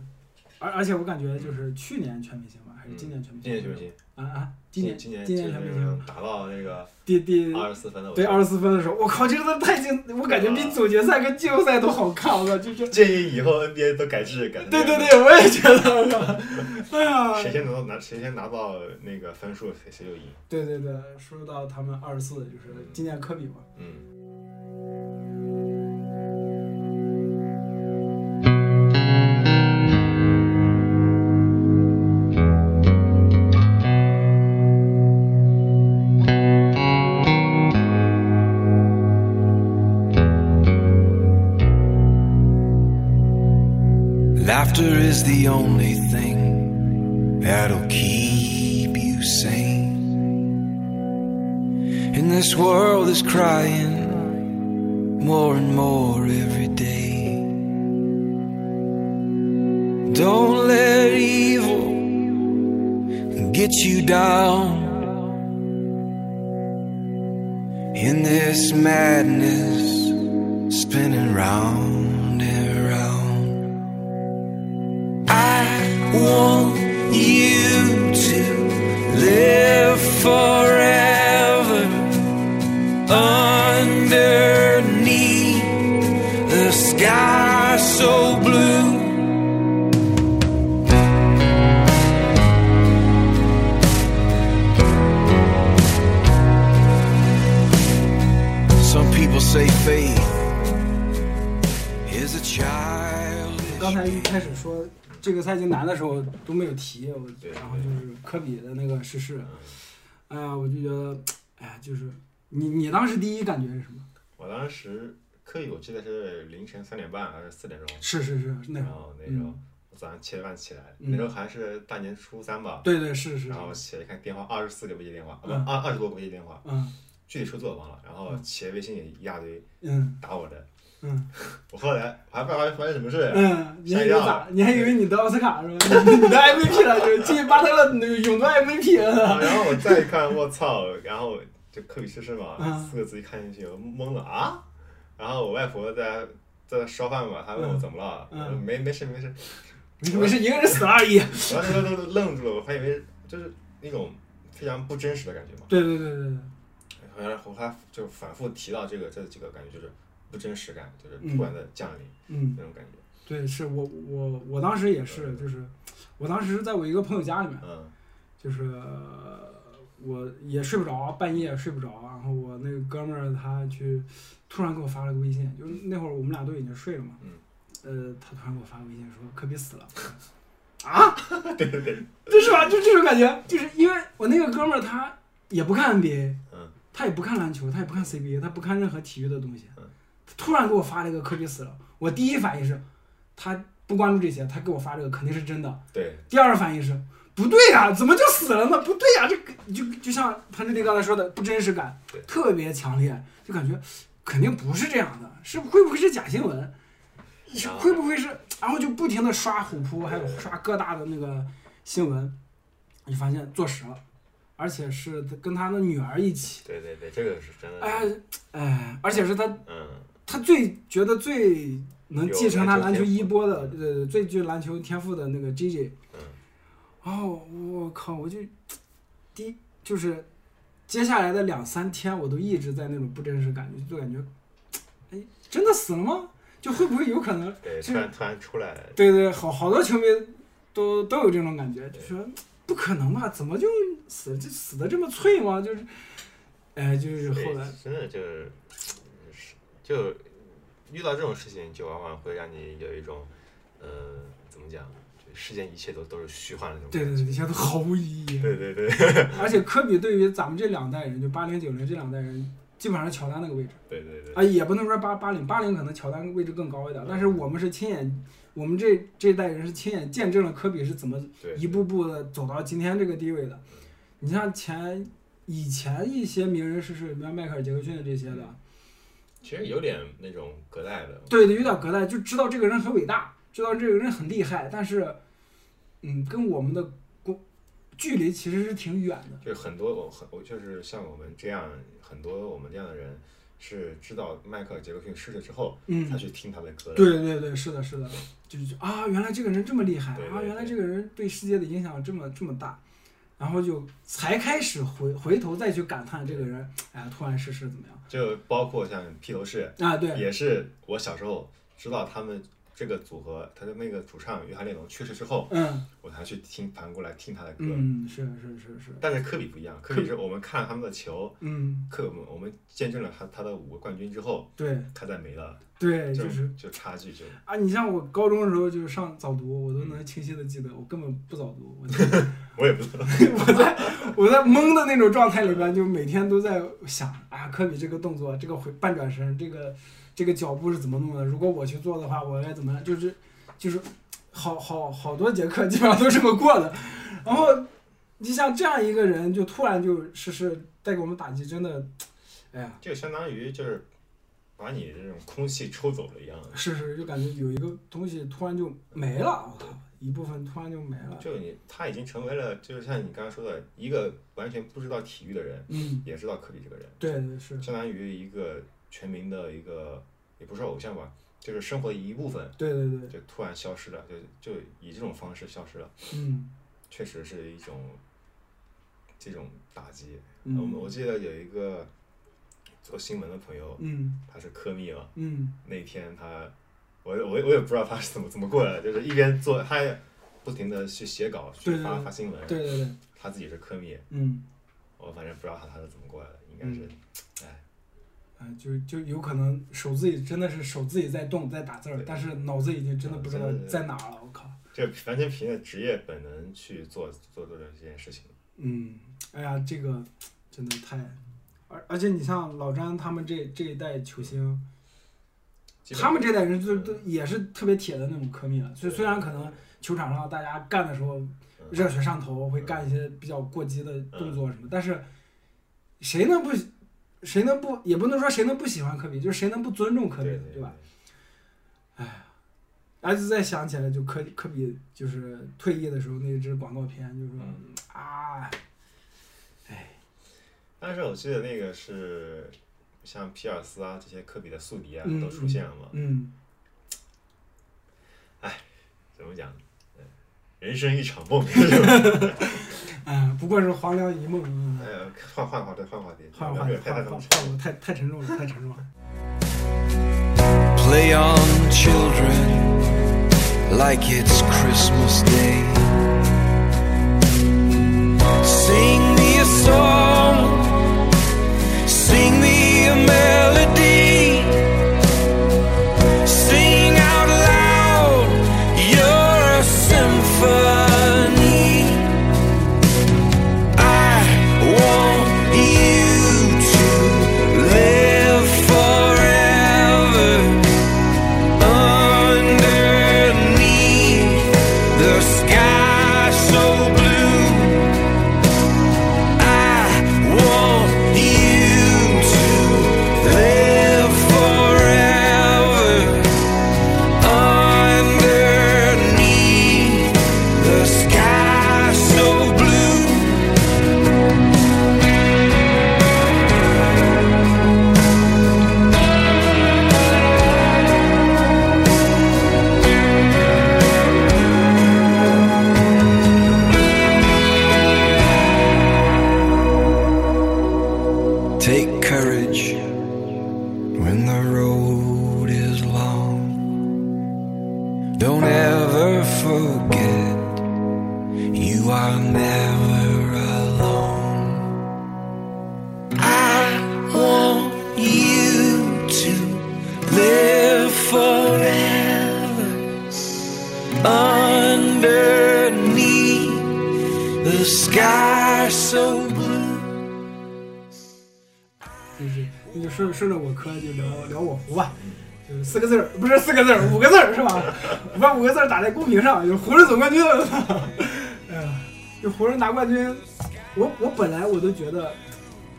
B: 而而且我感觉就是去年全明星吧，还
C: 嗯
B: 是今年全明
C: 今
B: 星？
C: 年行不行？
B: 啊啊！今年
C: 今年
B: 今年
C: 就是
B: 全明星
C: 达到那个
B: 第第
C: 二十四分的，
B: 对二十四分的时候，我靠，这个太精，我感觉比总决赛跟季后赛都好看，我靠，就就。
C: 建议以后 NBA 都改制改成这
B: 对
C: 样
B: 对
C: 的。
B: 对，我也觉得，我靠 哎呀，
C: 谁先拿到拿谁先拿到那个分数，谁谁就赢。
B: 对对对，说到他们二十四，就是今年科比嘛，
C: 嗯，
D: Laughter is the only thing that'll keep you sane. And this world is crying more and more every day. Don't let evil get you down. In this madness, spinning round and round. I want you to live forever underneath the sky so blue. Some people say faith is a child.
B: 刚才一开始说这个赛季难的时候都没有提，我
C: 对嗯
B: 然后就是科比的那个逝世，哎呀，我就觉得，哎呀，就是你你当时第一感觉是什么？
C: 我当时科比我记得是凌晨三点半还是四点钟，
B: 是是是，那
C: 然
B: 时候，
C: 后那时候我早上七点半起来，
B: 嗯
C: 那时候还是大年初三吧。
B: 对对是是，
C: 然后起来看电话，二十四个未接电话，啊不
B: 嗯
C: 二二十多个未接电话，
B: 嗯
C: 具体数字我忘了。然后企业微信也一大堆
B: 嗯
C: 打我的，
B: 嗯
C: 我后来我还不知道发生什么事，
B: 嗯，你还以为
C: 吓一跳
B: 咋？你还以为你得奥斯卡是吧？你你得 MVP 了，就是进巴特勒勇夺 MVP 了。
C: 啊然后我再一看，我操！ 然后就科比逝世嘛，
B: 嗯
C: 四个字一看进去，我懵了啊！然后我外婆在在烧饭嘛，她问我
B: 嗯
C: 怎么了，
B: 嗯
C: 我说没没事没事，
B: 没事，一 个人死了而已。
C: 然后都都愣住了，我还以为就是那种非常不真实的感觉嘛。
B: 对对对对对，
C: 后来后来就反复提到这个这几个感觉，就是不真实感，就是突然的降临、
B: 嗯，
C: 那种感觉。
B: 对，是我我我当时也是，就是我当时是在我一个朋友家里面，
C: 嗯
B: 就是呃我也睡不着，半夜也睡不着，然后我那个哥们儿他去突然给我发了个微信，就是那会儿我们俩都已经睡了嘛，
C: 嗯
B: 呃，他突然给我发微信说科比死了，啊，对对对，就是吧，就这种感觉，就是因为我那个哥们儿他也不看 NBA，
C: 嗯
B: 他也不看篮球，他也不看 CBA，他不看任何体育的东西
C: 嗯，
B: 他突然给我发了一个科比死了，我第一反应是他不关注这些，他给我发这个肯定是真的，
C: 对，
B: 第二反应是不对呀、怎么就死了呢？不对呀、这个就就像潘志迪刚才说的，不真实感
C: 对
B: 特别强烈，就感觉肯定不是这样的，是会不会是假新闻？是
C: 然后
B: 会不会是？然后就不停的刷虎扑，还有刷各大的那个新闻，你发现坐实了，而且是跟他的女儿一起。
C: 对对对，这个是真的。
B: 哎哎，而且是他
C: 嗯，
B: 他最觉得最能继承他
C: 有
B: 篮
C: 篮球
B: 球
C: 天
B: 衣
C: 赋
B: 钵的，呃，最具篮球天赋的那个 JJ，
C: 嗯
B: 哦，我靠，我就第一就是接下来的两三天，我都一直在那种不真实感觉，就感觉，哎，真的死了吗？就会不会有可能？
C: 对，
B: 这
C: 突然突然出来，
B: 对对，好好多球迷都都有这种感觉，就说不可能吧？怎么就死这死的这么脆吗？就是，哎，就是
C: 对
B: 后来，
C: 真的就是，就遇到这种事情，就往往会让你有一种，呃，怎么讲，就世间一切都都是虚幻的那种
B: 对
C: 感
B: 对
C: 觉。
B: 对，一切都毫无意义。
C: 对对对
B: 而且科比对于咱们这两代人，就八零九零这两代人，基本上是乔丹那个位置
C: 对对对
B: 啊，也不能说八八零，八零可能乔丹位置更高一点，但是我们是亲眼，我们这这代人是亲眼见证了科比是怎么
C: 对，
B: 一步步的走到今天这个地位的。你像前以前一些名人逝世，比如迈克尔杰克逊这些的，
C: 其实有点那种隔代的。
B: 对对，有点隔代，就知道这个人很伟大，知道这个人很厉害，但是，嗯，跟我们的公距离其实是挺远的。
C: 就是很多我很我就是像我们这样很多我们这样的人是知道迈克尔杰克逊逝世之后，
B: 嗯
C: 才去听他的歌的。
B: 对对对，是的，是的，就是啊，原来这个人这么厉害
C: 对对
B: 啊，
C: 对
B: 原来这个人对世界的影响这么这么大，然后就才开始回回头再去感叹这个人，哎呀，突然逝世怎么样
C: 就包括像披头士，
B: 啊？对，
C: 也是我小时候知道他们这个组合，他的那个主唱约翰列侬去世之后，
B: 嗯
C: 我才去听反过来听他的歌。
B: 嗯，是是是是，
C: 但是科比不一样，科比是我们看他们的球，
B: 嗯，
C: 科我们我们见证了他他的五个冠军之后，
B: 对
C: 他再没了，
B: 对，
C: 就
B: 就是
C: 就差距就
B: 啊，你像我高中的时候就是上早读，
C: 嗯
B: 我都能清晰的记得，我根本不早读， 我就
C: 我也不知道。
B: 我在我在懵的那种状态里边，就每天都在想啊，科比这个动作，这个回半转身，这个这个脚步是怎么弄的？如果我去做的话，我该怎么样？就是就是好好好多节课基本上都是这么过的。然后你像这样一个人，就突然就逝世，带给我们打击，真的，哎呀，
C: 就相当于就是把你这种空气抽走了一样，
B: 是是，就感觉有一个东西突然就没了，我靠，一部分突然就没了。
C: 就你他已经成为了，就是像你刚刚说的，一个完全不知道体育的人，
B: 嗯，
C: 也知道科比这个人，
B: 对对是，
C: 相当于一个全民的一个，也不是偶像吧，就是生活的一部分，
B: 对对对，
C: 就突然消失了，就就以这种方式消失了，
B: 嗯
C: 确实是一种这种打击。
B: 嗯
C: 我们我记得有一个做新闻的朋友，
B: 嗯
C: 他是科密嘛，
B: 嗯
C: 那天他，我我也我也不知道他是怎么怎么过来的，就是一边做，他也不停的去写稿，去
B: 对对
C: 发
B: 对
C: 发新闻。
B: 对对对，
C: 他自己是科密，
B: 嗯。
C: 我反正不知道他他是怎么过来的，应该是，哎，
B: 啊，就就有可能手自己真的是手自己在动在打字儿
C: 对，
B: 但是脑子已经真的不知道
C: 嗯真的是
B: 在哪儿了。我靠，
C: 这完全凭着职业本能去做做做这件事情。
B: 嗯，哎呀，这个真的太，而而且你像老詹他们这这一代球星，
C: 基本
B: 他嗯们这代人就
C: 嗯
B: 都也是特别铁的那种科密了。所以虽然可能球场上大家干的时候
C: 嗯
B: 热血上头，会干一些比较过激的动作什么，但是谁能不谁能不也不能说谁能不喜欢科比，就是谁能不尊重科比
C: 对，
B: 对吧？？然后就再想起来，就科科比就是退役的时候那支广告片，就是说、
C: 嗯
B: 啊，
C: 但是我记得那个是像皮尔斯啊这些科比的宿敌啊
B: 嗯
C: 都出现了嘛，
B: 嗯，
C: 怎么讲？嗯人生一场梦，是吧
B: 哎，不过是黄粱一梦。嗯
C: 哎呀，换换话题，换话题，
B: 换
C: 聊
B: 换
C: 这
B: 换
C: 个太
B: 换
C: 太他们
B: 换，我太太沉重了，太沉重了。
D: Play on, children, like it's Christmas Day. Sing me a song, sing me a melody. Sing out loud your symphony. I want you to live forever underneath the sky so blue. I want you to live forever underneath the sky so blue. Take courage when the road is long. Don't ever forget you are never alone. I want you to live underneath the sky so blue.
B: 就是那就顺顺着我科就聊聊我湖吧，就是四个字儿，不是四个字儿，五个字儿是吧？把五个字儿打在公屏上，就是湖人总冠军。我操！哎呀，就湖人拿冠军，我我本来我都觉得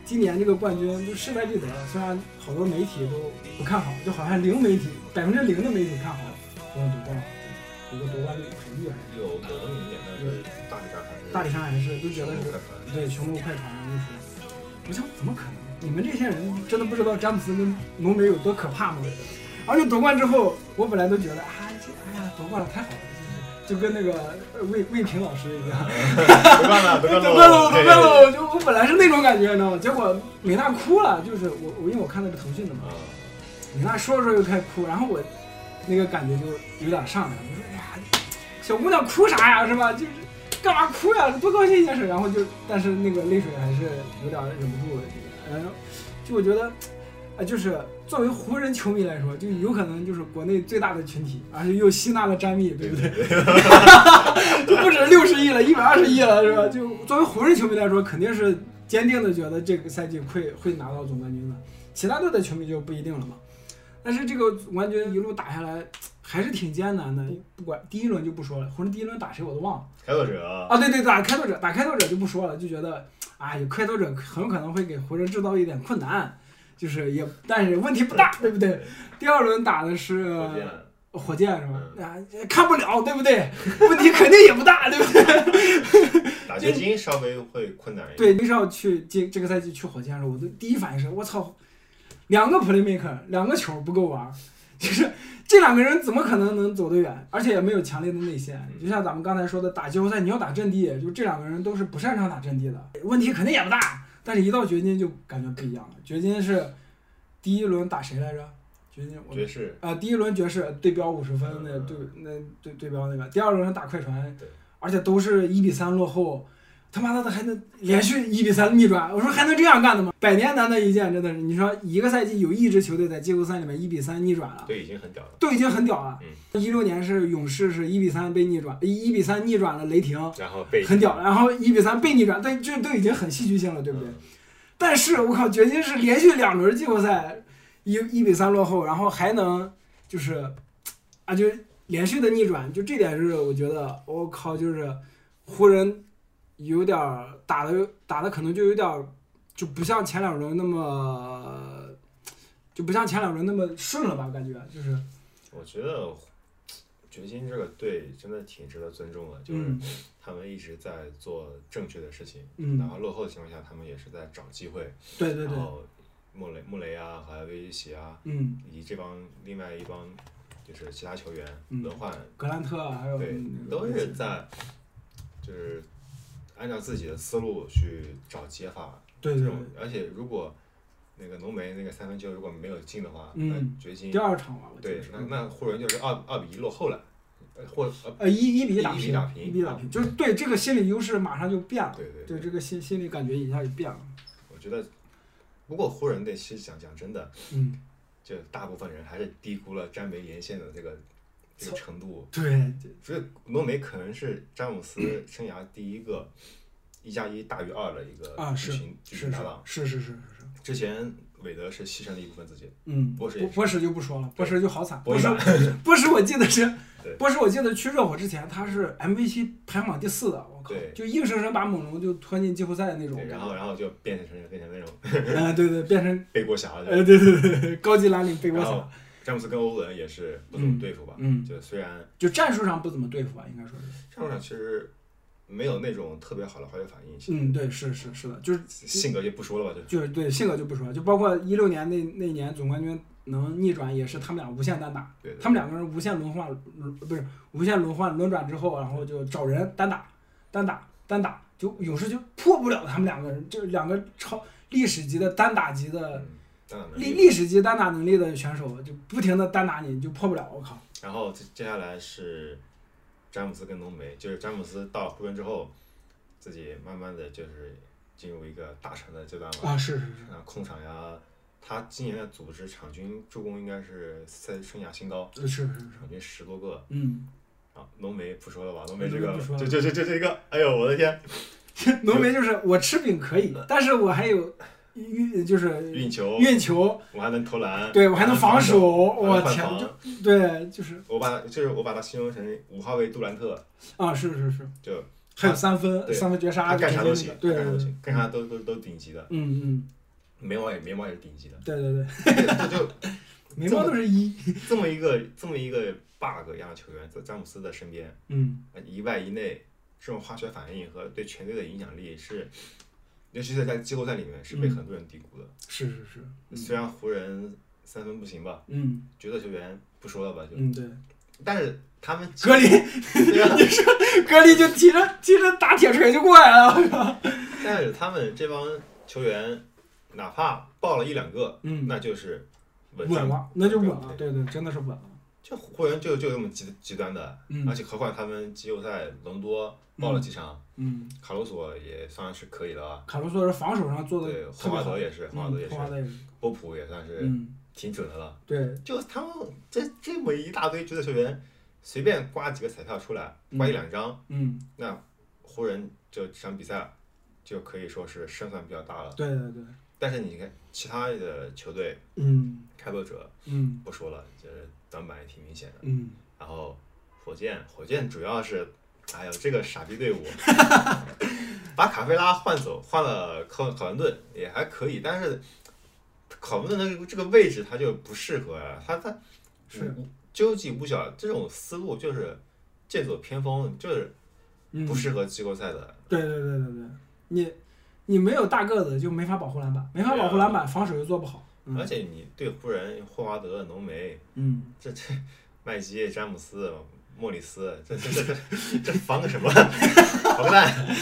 B: 今年这个冠军就势在必得，虽然好多媒体都不看好，就好像零媒体百分之零的媒体看好湖人夺冠，有个夺冠率很厉害，
C: 有有那么一点，但是大体上还是
B: 大体上还是就觉得是
C: 快传
B: 对，全国快船就是，我想怎么可能？你们这些人真的不知道詹姆斯跟浓眉有多可怕吗？而且夺冠之后，我本来都觉得啊，这哎呀夺冠了太好了，就是就跟那个呃魏魏平老师一样，
C: 夺冠了，夺冠了，
B: 夺冠了，夺冠了！我就我本来是那种感觉，你知道吗？结果美娜哭了，就是我我因为我看那个腾讯的嘛，
C: 啊，
B: 美娜说着说着就开始哭，然后我那个感觉就有点上来了，我说哎呀，小姑娘哭啥呀，是吧？就是干嘛哭呀？多高兴一件事。然后就，但是那个泪水还是有点忍不住。然后呃就我觉得，啊，就是作为湖人球迷来说，就有可能就是国内最大的群体，而且又吸纳了詹密，对不对？ 就不止六十亿了，一百二十亿了，是吧？就作为湖人球迷来说，肯定是坚定的觉得这个赛季会会拿到总冠军的。其他队的球迷就不一定了嘛。但是这个总冠军一路打下来，还是挺艰难的。不管第一轮就不说了，湖人第一轮打谁我都忘了。
C: 开拓者，
B: 啊，对对，打开拓者，打开拓者就不说了，就觉得，哎，有开拓者很有可能会给湖人制造一点困难，就是也，但是问题不大，对不对？第二轮打的是
C: 火箭，
B: 火箭是吧？啊，看不了，对不对？ 问题肯定也不大，对不对？
C: 打掘金稍微会困难一点，
B: 对，威少去这这个赛季去火箭的时候，我的第一反应是，我操，两个 playmaker，两个球不够玩儿，就是这两个人怎么可能能走得远？而且也没有强烈的内线，就像咱们刚才说的，打季后赛你要打阵地，就这两个人都是不擅长打阵地的，问题肯定也不大。但是，一到掘金就感觉不一样了。掘金是第一轮打谁来着？掘金，我
C: 爵士
B: 啊，第一轮爵士对标五十分那
C: 嗯
B: 对那对对标那个，第二轮打快船
C: 对，
B: 而且都是一比三落后，他妈的还能连续一比三逆转，我说还能这样干的吗？百年难得一见，真的是，你说一个赛季有一支球队在季后赛里面一比三逆转了。
C: 对已嗯经很屌了，
B: 都已经很屌了。一六年是勇士是一比三被逆转，一比三逆转了雷霆，
C: 然后被
B: 很屌。然后一比三被逆转，但这都已经很戏剧性了，对不对？
C: 嗯
B: 但是我靠，掘金是连续两轮季后赛一一比三落后，然后还能就是啊，就是连续的逆转，就这点是我觉得我靠，就是湖人有点儿打的打的可能就有点儿就不像前两轮那么就不像前两轮那么顺了吧，感觉就是
C: 我觉得掘金这个队真的挺值得尊重的，就是
B: 嗯
C: 他们一直在做正确的事情，哪
B: 嗯，
C: 怕落后的情况下，他们也是在找机会，
B: 对对
C: 然
B: 对，
C: 后穆雷穆雷啊，还有威奇啊，
B: 嗯，
C: 以及这帮另外一帮就是其他球员
B: 嗯
C: 轮换，
B: 格兰特啊还有
C: 对，都是在就是按照自己的思路去找解法。
B: 对
C: 这
B: 对
C: 种，而且如果那个浓眉那个三分球如果没有进的话，
B: 嗯
C: 那掘
B: 对，
C: 金
B: 第二场吧，我记
C: 对
B: 得是
C: 那那湖人就是二二比一落后了，呃或呃
B: 呃，一一比一打
C: 一比打平
B: 一比一打平，就是对这个心理优势马上就变了，
C: 对对
B: 对这个心心理感觉一下就变了，
C: 我觉得，不过湖人队其实讲讲真的，
B: 嗯，
C: 就大部分人还是低估了詹梅连线的这个这个程度。
B: 对，
C: 所以浓眉可能是詹姆斯生涯第一个一加一大于二的一个
B: 啊
C: 巨
B: 是
C: 型巨
B: 是
C: 型
B: 是
C: 搭档。
B: 是是是是是，
C: 之前韦德是牺牲了一部分自己，
B: 嗯，
C: 波士也
B: 波
C: 是
B: 波什就不说了，波什就好惨，
C: 波
B: 波
C: 士
B: 什 波什我记得是
C: 对，
B: 波什我记得去热火之前他是 MVP 排行榜第四的，我靠
C: 对，
B: 就硬生生把猛龙就拖进季后赛的那种
C: 对，
B: 感
C: 然
B: 觉，
C: 后然后就变成变成那种
B: 嗯，对对，变成
C: 背锅侠了。
B: 呃对对对对高级蓝领背锅
C: 然
B: 侠
C: 后，詹姆斯跟欧文也是不怎么
B: 嗯
C: 对付吧，
B: 嗯
C: 就虽然
B: 就战术上不怎么对付吧，应该说是，
C: 上场其实没有那种特别好的化学反应，
B: 嗯，对，是是是的，就是
C: 性格就不说了吧，就
B: 就是对性格就不说，了，就包括一六年那那年总冠军能逆转，也是他们俩无限单打，
C: 对对
B: 他们两个人无限轮换，轮不是无限轮换轮转之后，然后就找人单打，单打，单打，就勇士就破不了他们两个人，就是两个超历史级的单打级的
C: 嗯，当然能
B: 历
C: 力
B: 历史级单打能力的选手，就不停的单打你，你就破不了，我靠，
C: 然后接接下来是詹姆斯跟浓眉，就是詹姆斯到湖人之后，自己慢慢的就是进入一个大成的阶段嘛，
B: 啊是是是，
C: 啊，控场呀，他今年的组织场均助攻应该是赛生涯新高，
B: 是是是，
C: 场均十多个，
B: 嗯
C: 啊，浓眉不说了吧，浓眉这
B: 浓
C: 个
B: 眉不说
C: 这
B: 了
C: 这这这这个，哎呦我的天，
B: 浓眉就是我吃饼可以，但是我还有运就是
C: 呃运球，
B: 嗯运球，
C: 我还能投篮，
B: 对我还能防守，
C: 我
B: 我
C: 还能
B: 天
C: 换，
B: 就
C: 防啊
B: 对，就是
C: 我把就是我把他形容成五号位杜兰特，
B: 啊，是是是，
C: 就
B: 还有三分
C: 对
B: 三分绝杀，
C: 他干啥
B: 就
C: 都
B: 直接
C: 行
B: 那，个对
C: 干
B: 对
C: 啥都
B: 对，
C: 行，干啥都都都顶级的，
B: 嗯嗯，
C: 眉毛也眉毛也是顶级的，
B: 对对 对，
C: 这就
B: 眉毛都是 一，
C: 这么一个这么一个 bug 一样的球员在詹姆斯的身边，
B: 嗯，
C: 呃一外一内这种化学反应和对全队的影响力是，尤其是在季后赛里面是被
B: 嗯
C: 很多人低估的。
B: 是是是，
C: 虽然湖人三分不行吧，
B: 嗯
C: 角色球员不说了吧，就、
B: 嗯对，
C: 但是他们
B: 格林，
C: 对啊
B: 你说格林就提着提着大铁锤就过来了，我靠，
C: 但是他们这帮球员哪怕爆了一两个，
B: 嗯，
C: 那就是稳
B: 稳
C: 上
B: 了，那就稳了，
C: 对，
B: 对对，真的是稳了，
C: 就湖人就就这么极极端的，
B: 嗯
C: 而且何况他们季后赛隆多爆了几场，
B: 嗯，
C: 卡鲁索也算是可以了啊。
B: 卡罗索是防守上做
C: 对，
B: 的
C: 霍
B: 特
C: 华
B: 别
C: 德
B: 好，
C: 也是，霍华
B: 嗯
C: 德也，是
B: 霍，华德也是，
C: 波普也算是
B: 嗯，
C: 挺准的了。
B: 对，
C: 就他们这这么一大堆职业球员，随便刮几个彩票出来，刮一两张，
B: 嗯，
C: 那湖人就这场比赛就可以说是胜算比较大了。
B: 对嗯对对，
C: 但是你看其他的球队，
B: 嗯
C: 开拓者
B: 嗯
C: 不说了，就是短板也挺明显的。
B: 嗯，
C: 然后火箭，火箭主要是，哎呦这个傻逼队伍，把卡佩拉换走，换了考考文顿也还可以，但是考文顿的这个位置他就不适合呀、他他
B: 是
C: 无究己无小这种思路就是剑走偏锋，就是
B: 嗯
C: 不适合季后赛的。
B: 对对对对对，你你没有大个子就没法保护篮板，没法
C: 啊
B: 保护篮板，防守又做不好。嗯
C: 而且你对湖人霍华德、浓眉、
B: 嗯，
C: 这这麦基、詹姆斯、莫里斯，这这这这这防个什么？防个蛋！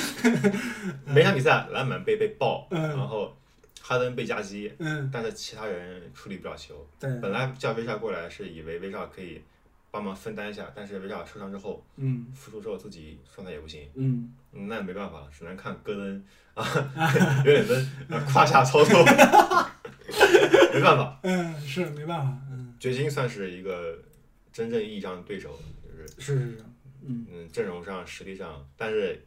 C: 每场比赛篮板被被爆，
B: 嗯
C: 然后哈登被夹击，
B: 嗯，
C: 但是其他人处理不了球。
B: 对，
C: 本来叫威少过来是以为威少可以帮忙分担一下，但是威少受伤之后
B: 嗯
C: 复出之后自己状态也不行，
B: 嗯，
C: 那没办法，只能看戈登啊， 有点登呃胯下操作， 没办法。
B: 嗯，是没办法，嗯，
C: 掘金算是一个真正意义上的对手，就是
B: 是是是，嗯，
C: 嗯，阵容上、实力上，但是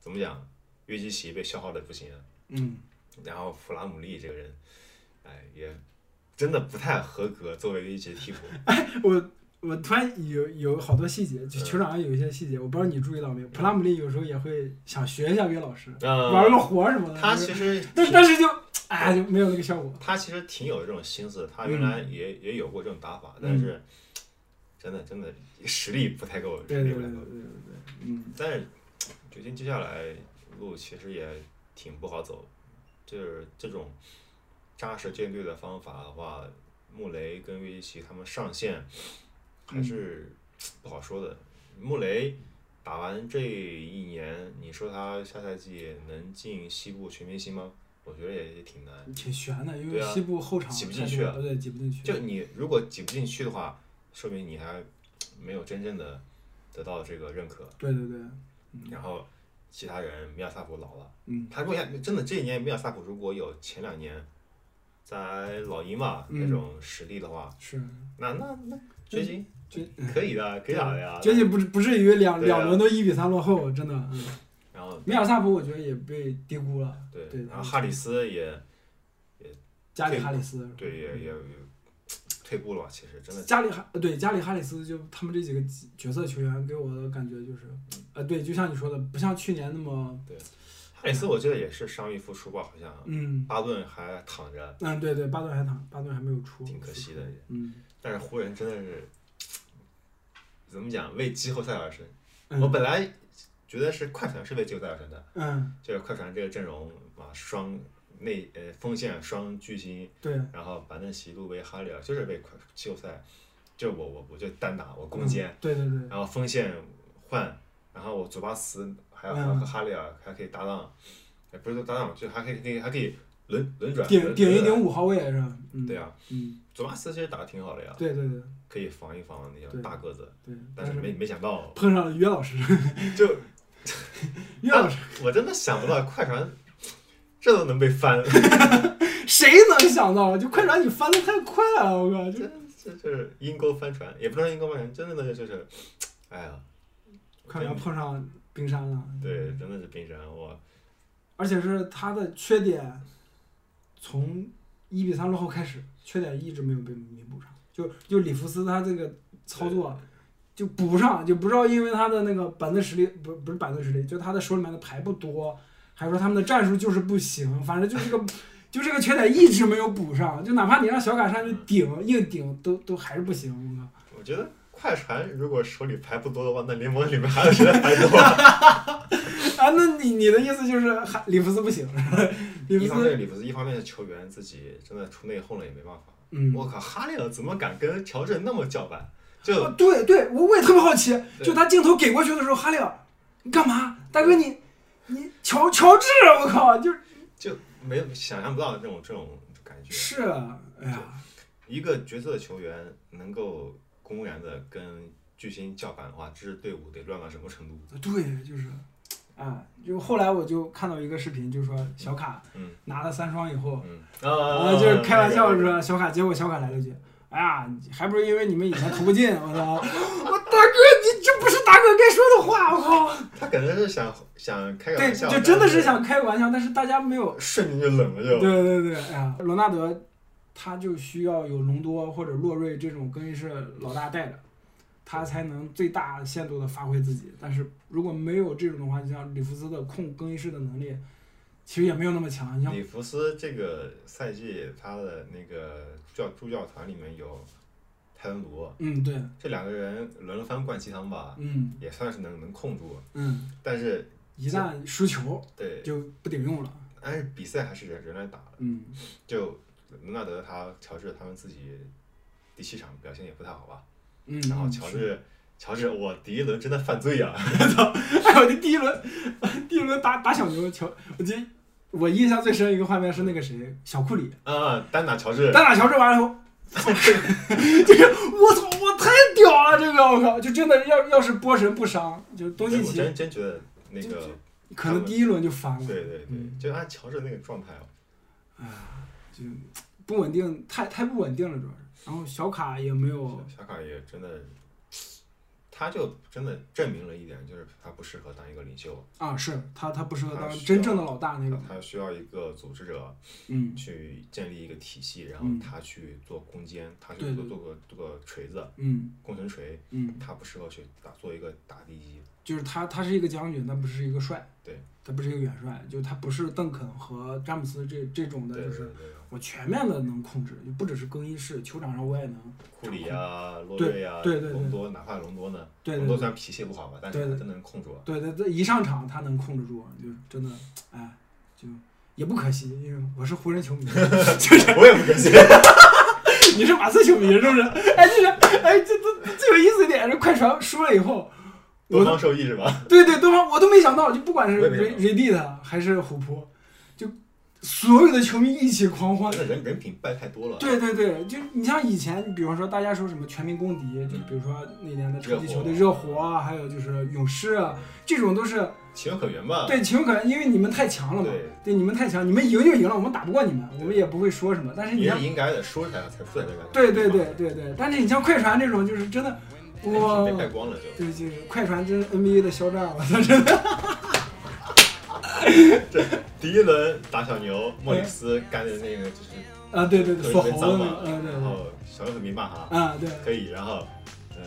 C: 怎么讲，约基奇被消耗的不行啊，
B: 嗯，
C: 然后弗拉姆利这个人，哎，也真的不太合格作为一节替补。
B: 我我突然有有好多细节，就
C: 嗯
B: 球场上有一些细节，我不知道你注意到没有，普拉姆利有时候也会想学一下岳老师
C: 嗯
B: 玩个活什么的，
C: 他
B: 就是
C: 其实
B: 但
C: 挺
B: 但是就哎就没有那个效果，
C: 他其实挺有这种心思，他
B: 嗯
C: 原来也、也有过这种打法，但是真的真的实力不太够，实
B: 对
C: 力
B: 对
C: 不
B: 对
C: 太
B: 对
C: 够
B: 对。对，对嗯
C: 但是掘金接下来路其实也挺不好走，就是这种扎实建队的方法的话，穆雷跟约基奇他们上线还是不好说的。穆雷打完这一年，你说他下赛季能进西部全明星吗？我觉得也也挺难。
B: 挺悬的，因为
C: 对啊
B: 西部后场
C: 挤不
B: 太
C: 进去
B: 多
C: 啊
B: 了对，挤不进去，
C: 就你如果挤不进去的话，说明你还没有真正的得到这个认可。
B: 对对对，
C: 然后其他人，米尔萨普老了。
B: 嗯
C: 他如果想真的这一年米尔萨普如果有前两年在老鹰嘛
B: 嗯
C: 那种实力的话，
B: 是。
C: 那那那掘金
B: 掘
C: 可以的，可以打的呀。
B: 掘金不至不至于两
C: 啊对啊
B: 两轮都一比三落后，真的。 嗯，
C: 然后
B: 米尔萨普我觉得也被低估了，
C: 对
B: 对
C: 然后哈里斯也
B: 加里哈里斯。
C: 对也也也退步了，其实真的
B: 加里哈呃对加里哈里斯就他们这几个角色球员给我的感觉就是，呃对，就像你说的，不像去年那么，
C: 哈里斯我记得也是伤愈复出吧，好像
B: 嗯
C: 巴顿还躺着，
B: 嗯对对，巴顿还躺，巴顿还没有出，
C: 挺可惜的。
B: 嗯。
C: 但是湖人真的是怎么讲为季后赛而生，
B: 嗯，
C: 我本来觉得是快船是为季后赛而生的。
B: 嗯
C: 就是快船这个阵容啊，双内呃锋线双巨星，
B: 对
C: 然后板凳席路为哈里尔，就是为快季后赛，就我我我就单打我攻坚，
B: 嗯对对对
C: 然后锋线换，然后我祖巴茨还有
B: 嗯
C: 和哈里尔还可以搭档，也不是说搭档，就还可以可以还可以轮轮转，
B: 顶
C: 轮
B: 顶一
C: 轮转
B: 顶五号位是吧？嗯
C: 对，啊，
B: 嗯
C: 祖巴茨其实打的挺好的呀，
B: 对对对
C: 可以防一防那种
B: 对
C: 大个子，
B: 对，
C: 但是没没 想到，
B: 碰上了约老师，
C: 就
B: 约
C: 啊
B: 老师
C: 我真的想不到快船这都能被翻。
B: 谁能想到？就快船你翻的太快 了，我靠，就
C: 这这就是阴沟翻船，也不能说阴沟翻船，真的呢就是，哎呀，
B: 快要碰上冰山了。
C: 对，真的是冰山，我
B: 而且是他的缺点，从一比三落后开始，缺点一直没有被弥补上。就就里弗斯他这个操作就补不上，就不知道因为他的那个板凳实力不不是板凳实力，就他的手里面的牌不多，还是说他们的战术就是不行，反正就这个就这个缺点一直没有补上。就哪怕你让小卡上去顶硬顶，都都还是不行。我靠
C: 我觉得快船如果手里牌不多的话，那联盟里面还有谁的牌多？
B: 啊，那你你的意思就是还里弗斯不行，是吧里弗
C: 一方面
B: 斯
C: 是里弗斯，一方面是球员自己真的出内讧了也没办法。
B: 嗯，
C: 我靠，哈利尔怎么敢跟乔治那么叫板？
B: 哦
C: 就，
B: 对对，我我也特别好奇，
C: 对嗯
B: 就他镜头给过去的时候，哈利尔，你干嘛？大哥你，你乔乔治，啊我靠，就是
C: 就没有想象不到这种这种感觉。
B: 是啊，哎呀，
C: 一个角色的球员能够公然的跟巨星叫板的话，这支队伍得乱到什么程度？
B: 对，就是，啊，就后来我就看到一个视频，就说小卡
C: 嗯
B: 拿了三双以后，
C: 嗯，
B: 然后
C: 啊
B: 就是开玩笑说小卡，结果小卡来了一句。哎呀，还不是因为你们以前投不进，我 操！我大哥，你这不是大哥该说的话，我靠！
C: 他可能是想想开个
B: 对，
C: 玩笑，
B: 就真的
C: 但
B: 是想开个玩笑，但是大家没有
C: 瞬间就冷了 就。
B: 对对对，哎呀，罗纳德他就需要有隆多或者洛瑞这种更衣室老大带着，他才能最大限度的发挥自己。但是如果没有这种的话，就像里弗斯的控更衣室的能力，其实也没有那么强。你像
C: 里弗斯这个赛季他的那个助教助教团里面有泰伦卢，
B: 嗯对，
C: 这两个人轮番灌鸡汤吧，
B: 嗯
C: 也算是能能控住，
B: 嗯，
C: 但是
B: 一旦输球
C: 对，
B: 就不顶用了。
C: 但是比赛还是人人来打的。
B: 嗯
C: 就伦纳德他乔治他们自己第七场表现也不太好吧，
B: 嗯，
C: 然后
B: 嗯
C: 乔，
B: 是
C: 治。乔治，我第一轮真的犯罪呀、啊
B: 哎我的第一轮， 第一轮打打小牛，乔，我记得我印象最深一个画面是那个谁，小库里，
C: 啊！啊，单打 乔治，
B: 单打乔治完了以后，就是我操，我太屌了！这个我靠，就真的要要是波神不伤，就东契
C: 我
B: 奇
C: 真真觉得那个，
B: 可能第一轮就翻了，
C: 对对对
B: 嗯，
C: 就按乔治那个状态哦，
B: 就不稳定，太太不稳定了主要是。然后小卡也没有，
C: 小卡也真的，他就真的证明了一点，就是他不适合当一个领袖，
B: 啊，是他他不适合
C: 他
B: 当
C: 需要
B: 真正的老大那
C: 他
B: 种，
C: 他需要一个组织者
B: 嗯，
C: 去建立一个体系，然后
B: 嗯
C: 他去做攻坚，他去
B: 对
C: 做
B: 对
C: 做个做个锤子，
B: 嗯
C: 工程锤，
B: 嗯，
C: 他不适合去打做一个打地基，
B: 就是他他是一个将军，他不是一个帅，
C: 对，
B: 他不是一个元帅，就他不是邓肯和詹姆斯这这种的，
C: 对
B: 就
C: 对
B: 是
C: 对，
B: 我全面的能控制，就不只是更衣室，球场上我也能，
C: 库里啊，洛
B: 对
C: 瑞啊，
B: 嗯对对对
C: 隆多，哪怕隆多呢，
B: 对
C: 隆
B: 对
C: 多
B: 对
C: 虽。然脾气不好吧，但是
B: 对
C: 他
B: 对
C: 真能 控住啊。
B: 对对对，一上场他能控制住，就是真的，哎，就也不可惜，因为我是湖人球迷， 就是
C: 我也 不可惜，
B: 你是马刺球迷是不是？哎，就是哎，这这最有意思一点是快船输了以后，
C: 多
B: 我
C: 方
B: 都
C: 受益 是吧？
B: 对对东方我都没想到，就不管是
C: 我也没想
B: 瑞
C: 到
B: 瑞蒂的还是虎扑，就所有的球迷一起狂欢
C: 真。的人人品败太多了。
B: 对对对，就你像以前，你比方说大家说什么全民公敌，就比如说那年的超级球队
C: 嗯热
B: 热
C: 火
B: 火啊，还有就是勇士啊，这种都是
C: 情有可原 吧？
B: 对情有可原，因为你们太强了嘛。
C: 对，
B: 对，你们太强，你们赢就赢了，我们打不过你们，我们也不会说什么。但是你
C: 也
B: 像
C: 是，应该的，输才才出来这个。
B: 对对对，对对，但是你像快船这种，就是真的，哇，
C: 哎被败光了就。
B: 对，就是快船真是 NBA 的肖战了， 真的。
C: 第一轮打小牛，莫里斯干的那个就是
B: 啊，对对
C: 特
B: 对，
C: 别特
B: 锁
C: 别
B: 喉
C: 脏
B: 的
C: 嘛
B: 那，个，嗯对
C: 然
B: 对，
C: 后小牛很迷骂哈，
B: 啊对，
C: 可以，然后呃，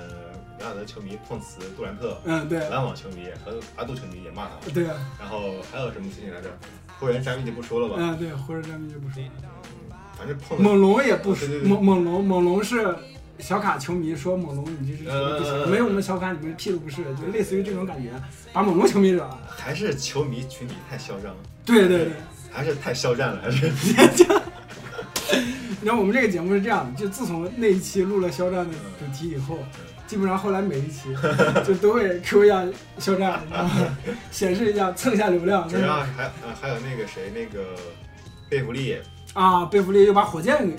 C: 莱昂德球迷碰瓷杜兰特，
B: 嗯对，
C: 篮网球迷和阿杜球迷也骂他，
B: 对，啊
C: 然后还有什么事情来着？湖人詹姆斯就不说了吧，
B: 嗯对，湖人詹姆斯就不说了，
C: 反正碰了。
B: 猛龙也不
C: 对对
B: 说，
C: 对
B: 猛猛龙猛龙是。小卡球迷说猛龙，你这是球迷不
C: 嗯嗯嗯
B: 行，没有我们小卡，你们屁都不是，就类似于这种感
C: 呃
B: 觉，把猛龙球迷惹了。
C: 还是球迷群体太嚣张，
B: 对对对，
C: 还是太肖战了，还是
B: 你知道我们这个节目是这样的，就自从那一期录了肖战的主题以后，基本上后来每一 期就都会 Q 一下肖战，然后显示一下蹭一下流量。
C: 主要还呃还有那个谁那个贝弗利，
B: 啊，贝弗利又把火箭给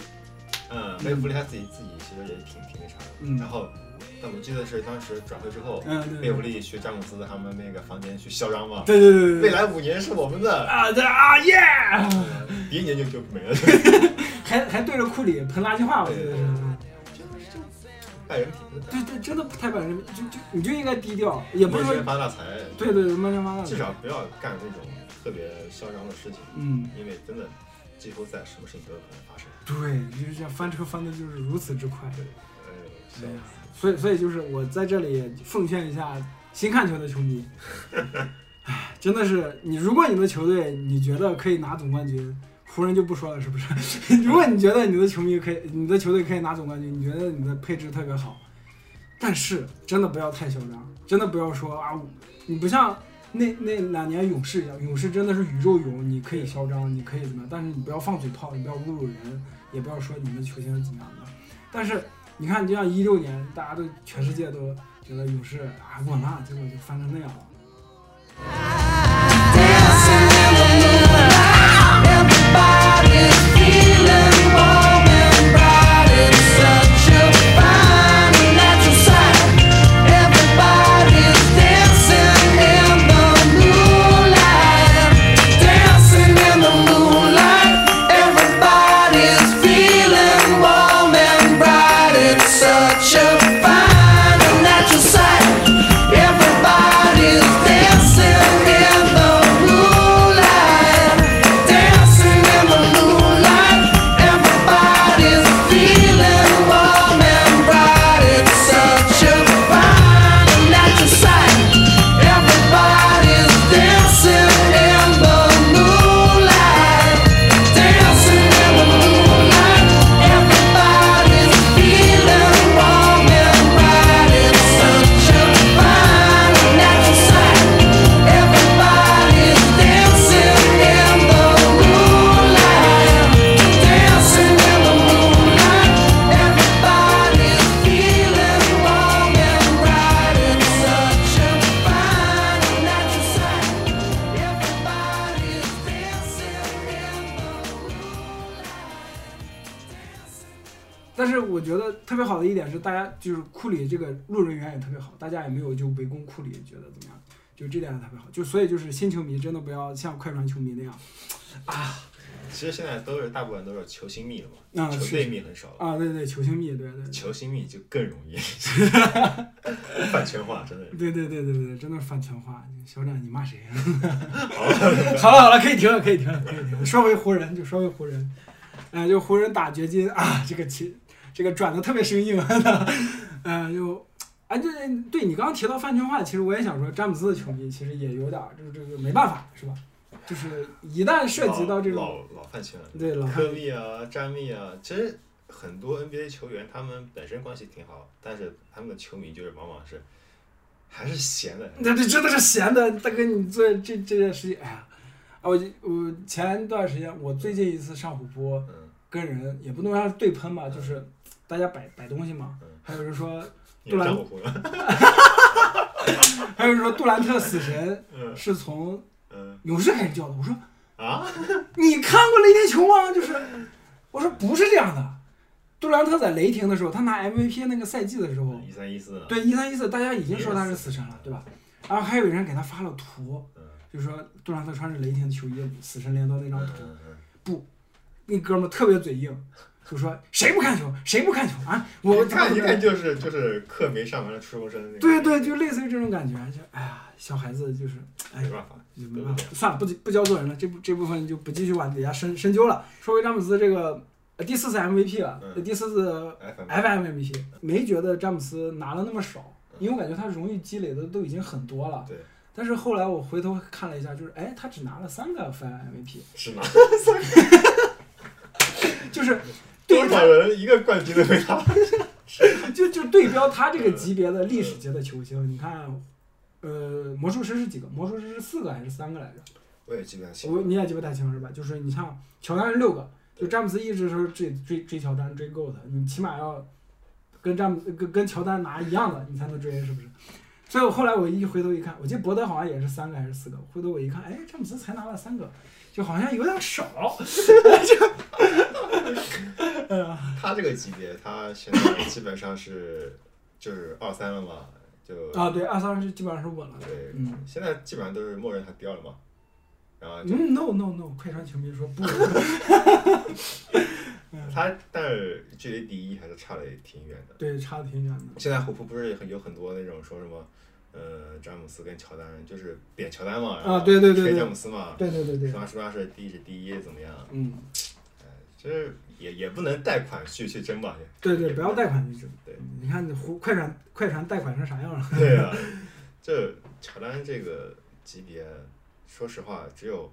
C: 嗯，贝弗利他自己自己其实也挺挺那啥的。
B: 嗯
C: 然后，但我记得是当时转会之后，
B: 嗯对
C: 贝弗利去詹姆斯他们那个房间去嚣张嘛，
B: 对对对对
C: 未
B: 对
C: 来五年是我们的，
B: 啊对啊耶，
C: 第一年就 就没了。
B: 还还对着库里喷垃圾话，我记得是
C: 对对。拜人品，真
B: 对
C: 的
B: 对，真的太把人民就就你就应该低调，也不是
C: 闷
B: 说
C: 声发大财，
B: 对对闷声发大财
C: 至少不要干那种特别嚣张的事情，
B: 嗯，
C: 因为真的季后赛什么事情都有可能发生。
B: 对，就是这样翻车翻的就是如此之快。
C: 对，
B: 哎
C: 呃
B: 呀，所以所以就是我在这里也奉劝一下新看球的球迷， 哎，真的是你，如果你的球队你觉得可以拿总冠军，湖人就不说了，是不是？ 如果你觉得你的球迷可以，你的球队可以拿总冠军，你觉得你的配置特别好，但是真的不要太嚣张，真的不要说啊，我你不像。那那两年勇士一样，勇士真的是宇宙勇，你可以嚣张，你可以怎么样，但是你不要放嘴炮，你不要侮辱人，也不要说你们球星是怎么样的。但是你看，就像一六年，大家都全世界都觉得勇士啊稳了，结果就翻成那样了。
E: Such a fine and natural sight. Everybody's dancing in the moonlight, dancing in the moonlight. Everybody's feeling warm and bright. It's such a fine and natural sight. Everybody's dancing in the moonlight, dancing in the moonlight. Everybody's feeling warm and bright. It's such a fine and natural sight. Everybody's dancing in the moonlight, dancing in the moonlight. Everybody's feeling warm and bright. It's such a fine and natural sight. Everybody's dancing in the
B: 但是我觉得特别好的一点是，大家就是库里这个路人缘也特别好，大家也没有就围攻库里，觉得怎么样？就这点也特别好。就所以就是新球迷真的不要像快船球迷那样
C: 其实现在都是大部分都是球星蜜了嘛，
B: 啊
C: 球
B: 是
C: 队蜜很少了，
B: 啊，对对，球星蜜，对对对
C: 球星蜜就更容 易 饭圈化，真的。
B: 对对对对对，真的是饭圈话。小展，你骂谁 呀、 好了好了，可以停了，可以停了，可以停了。说回湖人，就说回湖人，哎、就湖人打掘金啊，这个其这个转的特别生硬， 呃，就哎，对对，你刚刚提到饭圈化，其实我也想说，詹姆斯的球迷其实也有点儿，就是这个没办法，是吧？就是一旦涉及到这种，
C: 老老老饭圈了，
B: 对老
C: 科比啊、詹密啊，其实很多 NBA 球员他们本身关系挺好，但是他们的球迷就是往往是还是闲的，
B: 那这真的是闲的，大哥，你做这这件事情，哎呀，啊，我我前段时间我最近一次上虎扑，
C: 嗯，
B: 跟人也不能让对喷吧，就是大家摆摆东西嘛
C: 嗯。
B: 还有人说，
C: 你
B: 杜兰
C: 战火锅，
B: 还有人说杜兰特死神
C: 嗯
B: 是从
C: 嗯
B: 勇士开始叫的。我说
C: 啊，
B: 你看过雷霆球吗？就是我说不是这样的。杜兰特在雷霆的时候，他拿 MVP 那个赛季的时候，
C: 一三一四，
B: 对一三一四大家已经说他是死神了，对吧？然后还有人给他发了图，
C: 嗯，
B: 就说杜兰特穿着雷霆球衣，死神镰刀那张
C: 嗯
B: 图，
C: 嗯嗯，
B: 那哥们儿特别嘴硬，就说谁不看球，谁不看球啊？我
C: 我看一看就是就是课没上完了初中生那个，
B: 对对，就类似于这种感觉，就哎呀，小孩子就是，哎
C: 没，办法，
B: 也没办法，算了，不不教做人了，这部这部分就不继续往底下深深究了。说回詹姆斯这个呃第四次 MVP 了，
C: 嗯
B: 呃第四次
C: FM
B: FM MVP，没觉得詹姆斯拿了那么少，因为我感觉他荣誉积累的都已经很多了。
C: 嗯对。
B: 但是后来我回头看了一下，就是哎，他只拿了三个 FM MVP，
C: 是 吗？
B: 就是对
C: 多
B: 于
C: 少人一个冠军都没 拿？
B: 就就对标他这
C: 嗯
B: 个级别的历史级的球星，你看，呃，魔术师是几个？魔术师是四个还是三个来着？
C: 我也记不太清
B: 我
C: 了，
B: 你也记不太清了是吧？就是你像乔丹是六个，就詹姆斯一直说追追追乔丹追够的，你起码要跟詹姆跟跟乔丹拿一样的，你才能追，是不是？所以我后来我一回头一看，我记得伯德好像也是三个还是四个，回头我一看，哎，詹姆斯才拿了三个，就好像有点少，
C: 他这个级别，他现在基本上是就是二三了嘛，就
B: 啊，对，二三是基本上是稳了的，
C: 对，
B: 嗯。
C: 现在基本上都是默认他第二了嘛，然后就
B: 嗯嗯，no no no，快船球迷说不，
C: 他但是距离第一还是差的挺远的。
B: 对，差的挺远的。
C: 现在虎扑不是也很有很多那种说什么，呃，詹姆斯跟乔丹就是贬乔丹嘛，然后
B: 啊对对对
C: 吹
B: 对
C: 詹姆斯嘛，
B: 对对对对
C: 说，他说他是第一是第一怎么样？
B: 嗯，
C: 就是也也不能贷款去去争吧，
B: 对对，不要贷款去整。
C: 对
B: 你看你胡快船快船贷款成啥样了？
C: 对啊，这乔丹这个级别，说实话，只有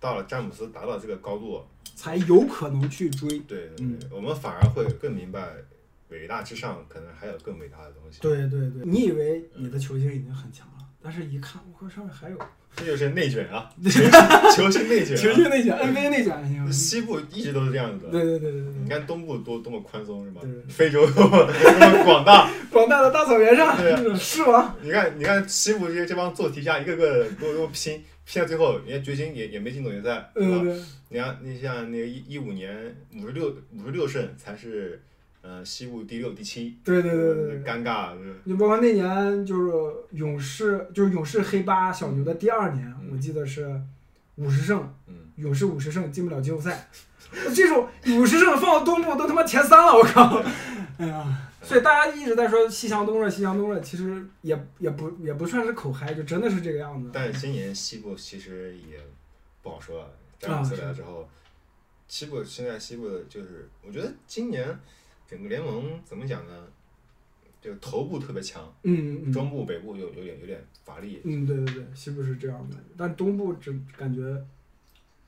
C: 到了詹姆斯达到这个高度，
B: 才有可能去追。
C: 对对对，
B: 嗯
C: 我们反而会更明白，伟大之上可能还有更伟大的东西。，
B: 对对对，你以为你的球星已经很强了，但是一看，我靠，上面还有
C: 这就是内 卷啊，球星球星内卷、啊。
B: 球星内卷、NBA 内卷，你知
C: 西部一直都是这样子
B: 道吗
C: 的。
B: 对对对对对
C: 你看东部多多么宽松是吧
B: 对？
C: 非洲多么 多么广大，
B: 对，广大的大草原上
C: 对啊
B: 是吧狮王，
C: 你看，你看西部这些这帮做题家，一个个都都拼，拼到最后，人家掘金也也没进总决赛，对吧
B: 嗯，？对
C: 你看，你像那个一一五年五十六五十六胜才是，呃，西部第六第七，
B: 对对对对对。
C: 尴尬，嗯
B: 就包括那年，就是勇士，就是勇士黑八小牛的第二年，
C: 嗯
B: 我记得是五十胜，
C: 嗯，
B: 勇士五十胜进不了季后赛， 这种五十胜放到东部都他妈前三了，我靠！ 哎呀，所以大家一直在说西强东热，西强东热，其实也也不也不算是口嗨，就真的是这个样子。
C: 但是今年西部其实也不好
B: 啊
C: 说，詹姆斯来了之后，西部现在西部的就是，我觉得今年整个联盟怎么讲呢？就头部特别强，
B: 嗯嗯嗯
C: 中部北部有有点有点乏力，
B: 嗯，对对对，西部是这样的，但东部只感觉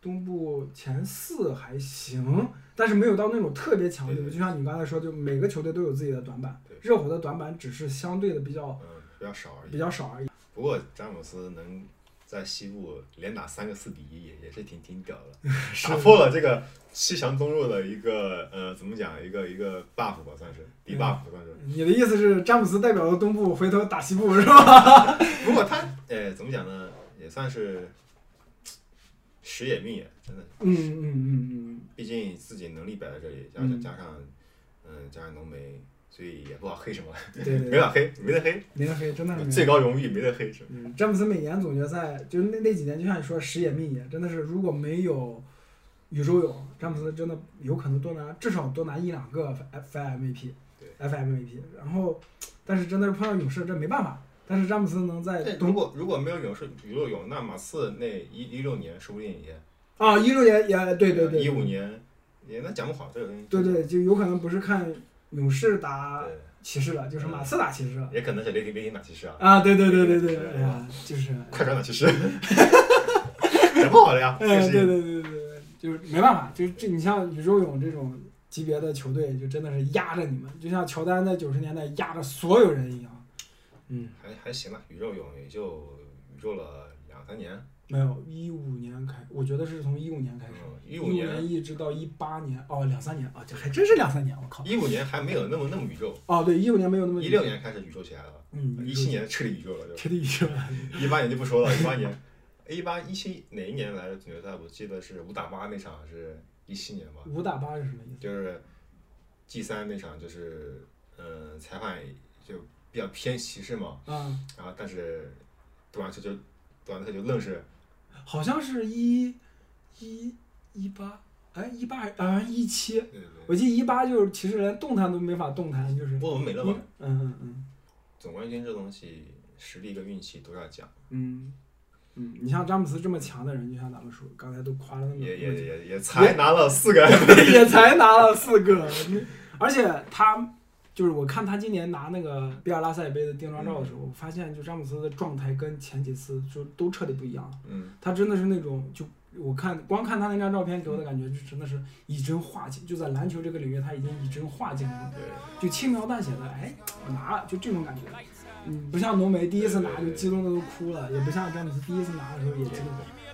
B: 东部前四还行，但是没有到那种特别强的地步。
C: 对对
B: 就像你刚才说，就每个球队都有自己的短板
C: 对，
B: 热火的短板只是相对的比较
C: 嗯，比较少而已。
B: 比较少而已。
C: 不过詹姆斯能在西部连打三个四比一，也也是挺挺屌 的，打破了这个西强东弱的一个呃怎么讲一个一个 buff 吧，算是
B: 嗯
C: d buff 算是。
B: 你的意思是詹姆斯代表了东部，回头打西部是吧？
C: 不过他呃怎么讲呢，也算是时也命也，真的，
B: 嗯嗯嗯
C: 毕竟自己能力摆在这里，加
B: 嗯
C: 上加上嗯加上浓眉，所以也不好黑什么，
B: 嗯，对对
C: 没
B: 对，
C: 法黑，没得黑，
B: 没人黑，真的是没
C: 最
B: 人黑。
C: 高荣誉没得黑是吧？
B: 嗯，詹姆斯每年总决赛就那那几年，就像你说时也命也，真的是如果没有宇宙勇，詹姆斯真的有可能多拿至少多拿一两个 F FMVP，
C: 对
B: FMVP。然后，但是真的是碰到勇士，这没办法。但是詹姆斯能在
C: 对，哎如
B: 东
C: 果如果没有勇士宇宙勇，那马刺那一一六年说不定也
B: 啊，一六年也对对对，
C: 一五年也那讲不好这个东西。
B: 对对，就有可能不是看勇士打
C: 对嗯
B: 骑士了，就是马刺打骑士了。
C: 也可能是雷霆雷霆打骑士啊，
B: 啊，对对对对对，
C: 对
B: 哎呀，就是，
C: 快船打 骑士，讲不好了 呀。
B: 哎，对
C: 这是
B: 对对对对，就是没办法，就是这你像宇宙勇这种级别的球队，就真的是压着你们，就像乔丹在九十年代压着所有人一样。嗯，
C: 还还行吧，宇宙勇也就宇宙了两三年，
B: 没有，一五年开，我觉得是从一五年开始，一
C: 嗯五年
B: 一直到一八年，哦，两三年啊，这还真是两三年，我靠。
C: 一五年还没有那么那么宇宙，
B: 哦，对，一五年没有那么
C: 一六，年开始宇宙起来了，
B: 嗯，
C: 一七年彻底宇宙了，
B: 彻底宇宙了，
C: 就一八年就不说了，一八年，一八一七哪一年来的总决赛？我记得是五打八那场是一七年吧，
B: 五打八是什么意思？
C: 就是 G 三那场就是，嗯，裁判就比较偏歧视嘛，
B: 啊，
C: 然后但是杜兰特就杜兰特就愣是
B: 好像是一一一八，哎，一八啊，一七。
C: 对对
B: 我记得一八就是其实连动弹都没法动弹，就是
C: 对，
B: 嗯
C: 波纹没了嘛。
B: 嗯嗯
C: 总冠军这东西，实力跟运气都要讲，
B: 嗯嗯，你像詹姆斯这么强的人，就像咱们说，刚才都夸了那么
C: 也
B: 多
C: 也
B: 句，
C: 也也才拿了四 个 MVP，
B: 也才拿了四个，而且他就是我看他今年拿那个比尔拉塞杯的定妆照的时候，我发现就詹姆斯的状态跟前几次就都彻底不一样了，
C: 嗯，
B: 他真的是那种就。我看光看他那张照片给我的感觉，就真的是以真化境，就在篮球这个领域，他已经以真化境了。
C: 对，
B: 就轻描淡写的，哎，拿就这种感觉。嗯，不像浓眉第一次拿就激动的都哭了，也不像詹姆斯第一次拿的时候也激动，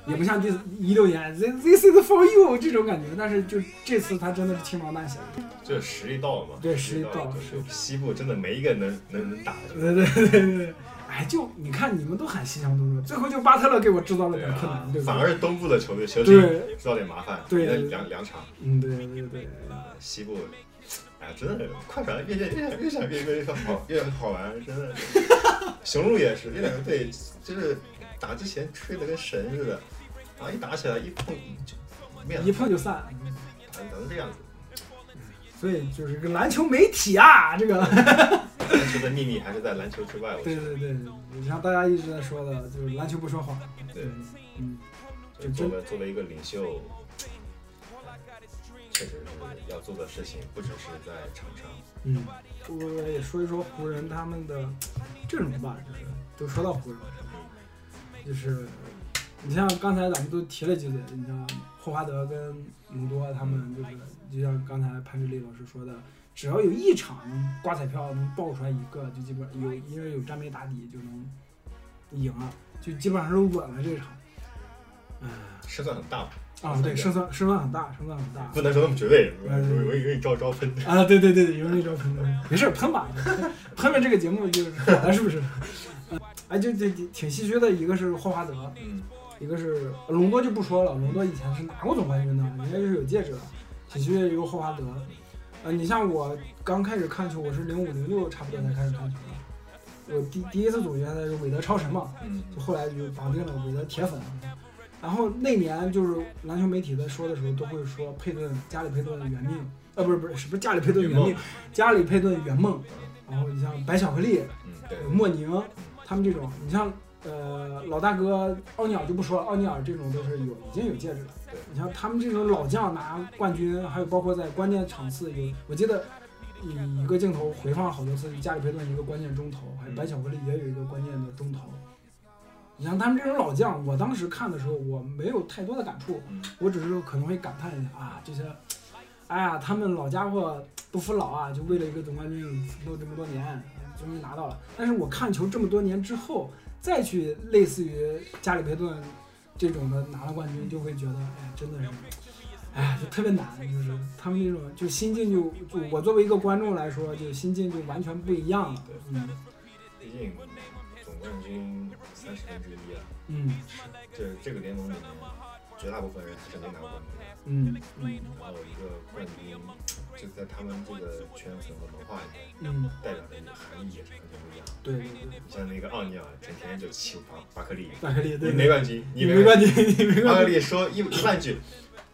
B: 也不像第一六年 this is for you 这种感觉。但是就这次他真的是轻描淡写的，
C: 就是实力到了嘛，
B: 对
C: 实
B: 实力到了
C: 了，就是西部真的没一个能能能打的，
B: 对对对对对。哎，就你看你们都喊西强东弱，最后就巴特勒给我制造了
C: 对
B: 点困难，
C: 啊
B: 对，不
C: 反
B: 对？
C: 而是东部的球队球
B: 对
C: 队制造点麻烦，
B: 对
C: 赢了两两场，
B: 嗯，对对对对。
C: 西部，哎呀，真的快船越越越越想越越越好越好玩，真的。雄鹿也是，这两个队就是打之前吹的跟神似的，然后一打起来一碰就没了
B: 一碰就散，
C: 咱咱们这样子，
B: 所以就是个篮球媒体啊，这个。
C: 篮球的秘密还是在篮球之外，我
B: 对
C: 觉
B: 对
C: 得。
B: 对，就像大家一直在说的，就是篮球不说谎。
C: 对，
B: 嗯，
C: 就作为作为一个领袖，哎确实是要做的事情，不只是在场上。
B: 嗯，我也说一说湖人他们的阵容吧，就是都说到湖人，就是你像刚才咱们都提了几点，你像霍华德跟蒙多他们，就是就像刚才潘志丽老师说的，只要有一场能刮彩票能爆出来一个，就基本有因为有战备打底就能赢了，就基本上是稳了这场。嗯
C: 胜算很大，
B: 啊，对，胜算胜算很大，胜算很大。
C: 不能说那么绝对，我
B: 嗯
C: 我我以为你照招喷。
B: 啊，对对对对，有人给招喷的，没事儿喷吧，喷了这个节目就是火了，是不是？嗯哎，就就就挺唏嘘的，一个是霍华德，
C: 嗯，
B: 一个是隆多就不说了，隆多以前是拿过总冠军的，人家就是有戒指的，挺唏嘘的一个霍华德。呃，你像我刚开始看球，我是零五零六差不多才开始看球的，我第第一次总决赛是韦德超神嘛，
C: 嗯
B: 就后来就绑定了韦德铁粉。啊然后那年就是篮球媒体在说的时候，都会说佩顿加里佩顿原命，呃，不是不是，是不是加里佩顿原
C: 圆
B: 命，加里佩顿圆梦。然后你像白巧克力、
C: 嗯，对，
B: 莫宁他们这种，你像呃老大哥奥尼尔就不说了，奥尼尔这种都是有已经有戒指了
C: 对。
B: 你像他们这种老将拿冠军，还有包括在关键场次有，我记得一个镜头回放了好多次，加里佩顿一个关键中投，还
C: 嗯
B: 有白巧克力也有一个关键的中投。你像他们这种老将，我当时看的时候，我没有太多的感触，
C: 嗯
B: 我只是可能会感叹一下啊，这些，哎呀，他们老家伙不服老啊，就为了一个总冠军奋斗这么多年，终于拿到了。但是我看球这么多年之后，再去类似于加里佩顿这种的拿了冠军，就会觉得，哎，真的是，哎，就特别难，就是他们这种就心境就就我作为一个观众来说，就心境就完全不一样了。嗯
C: 毕竟总冠军三十分之一啊，
B: 嗯
C: 这这个联盟里面绝大部分人还是没拿过冠军的。
B: 嗯嗯
C: 然后一个冠军就在他们这个圈层和文化里面
B: 嗯，
C: 代表的含义也是完全不一样。
B: 对对对，
C: 你像那个奥尼尔，整天就欺负巴巴克利，
B: 大克力，
C: 你
B: 对
C: 没冠军，
B: 你
C: 你
B: 没
C: 冠
B: 冠军，你没
C: 军。巴克
B: 冠军，
C: 利说一一万句，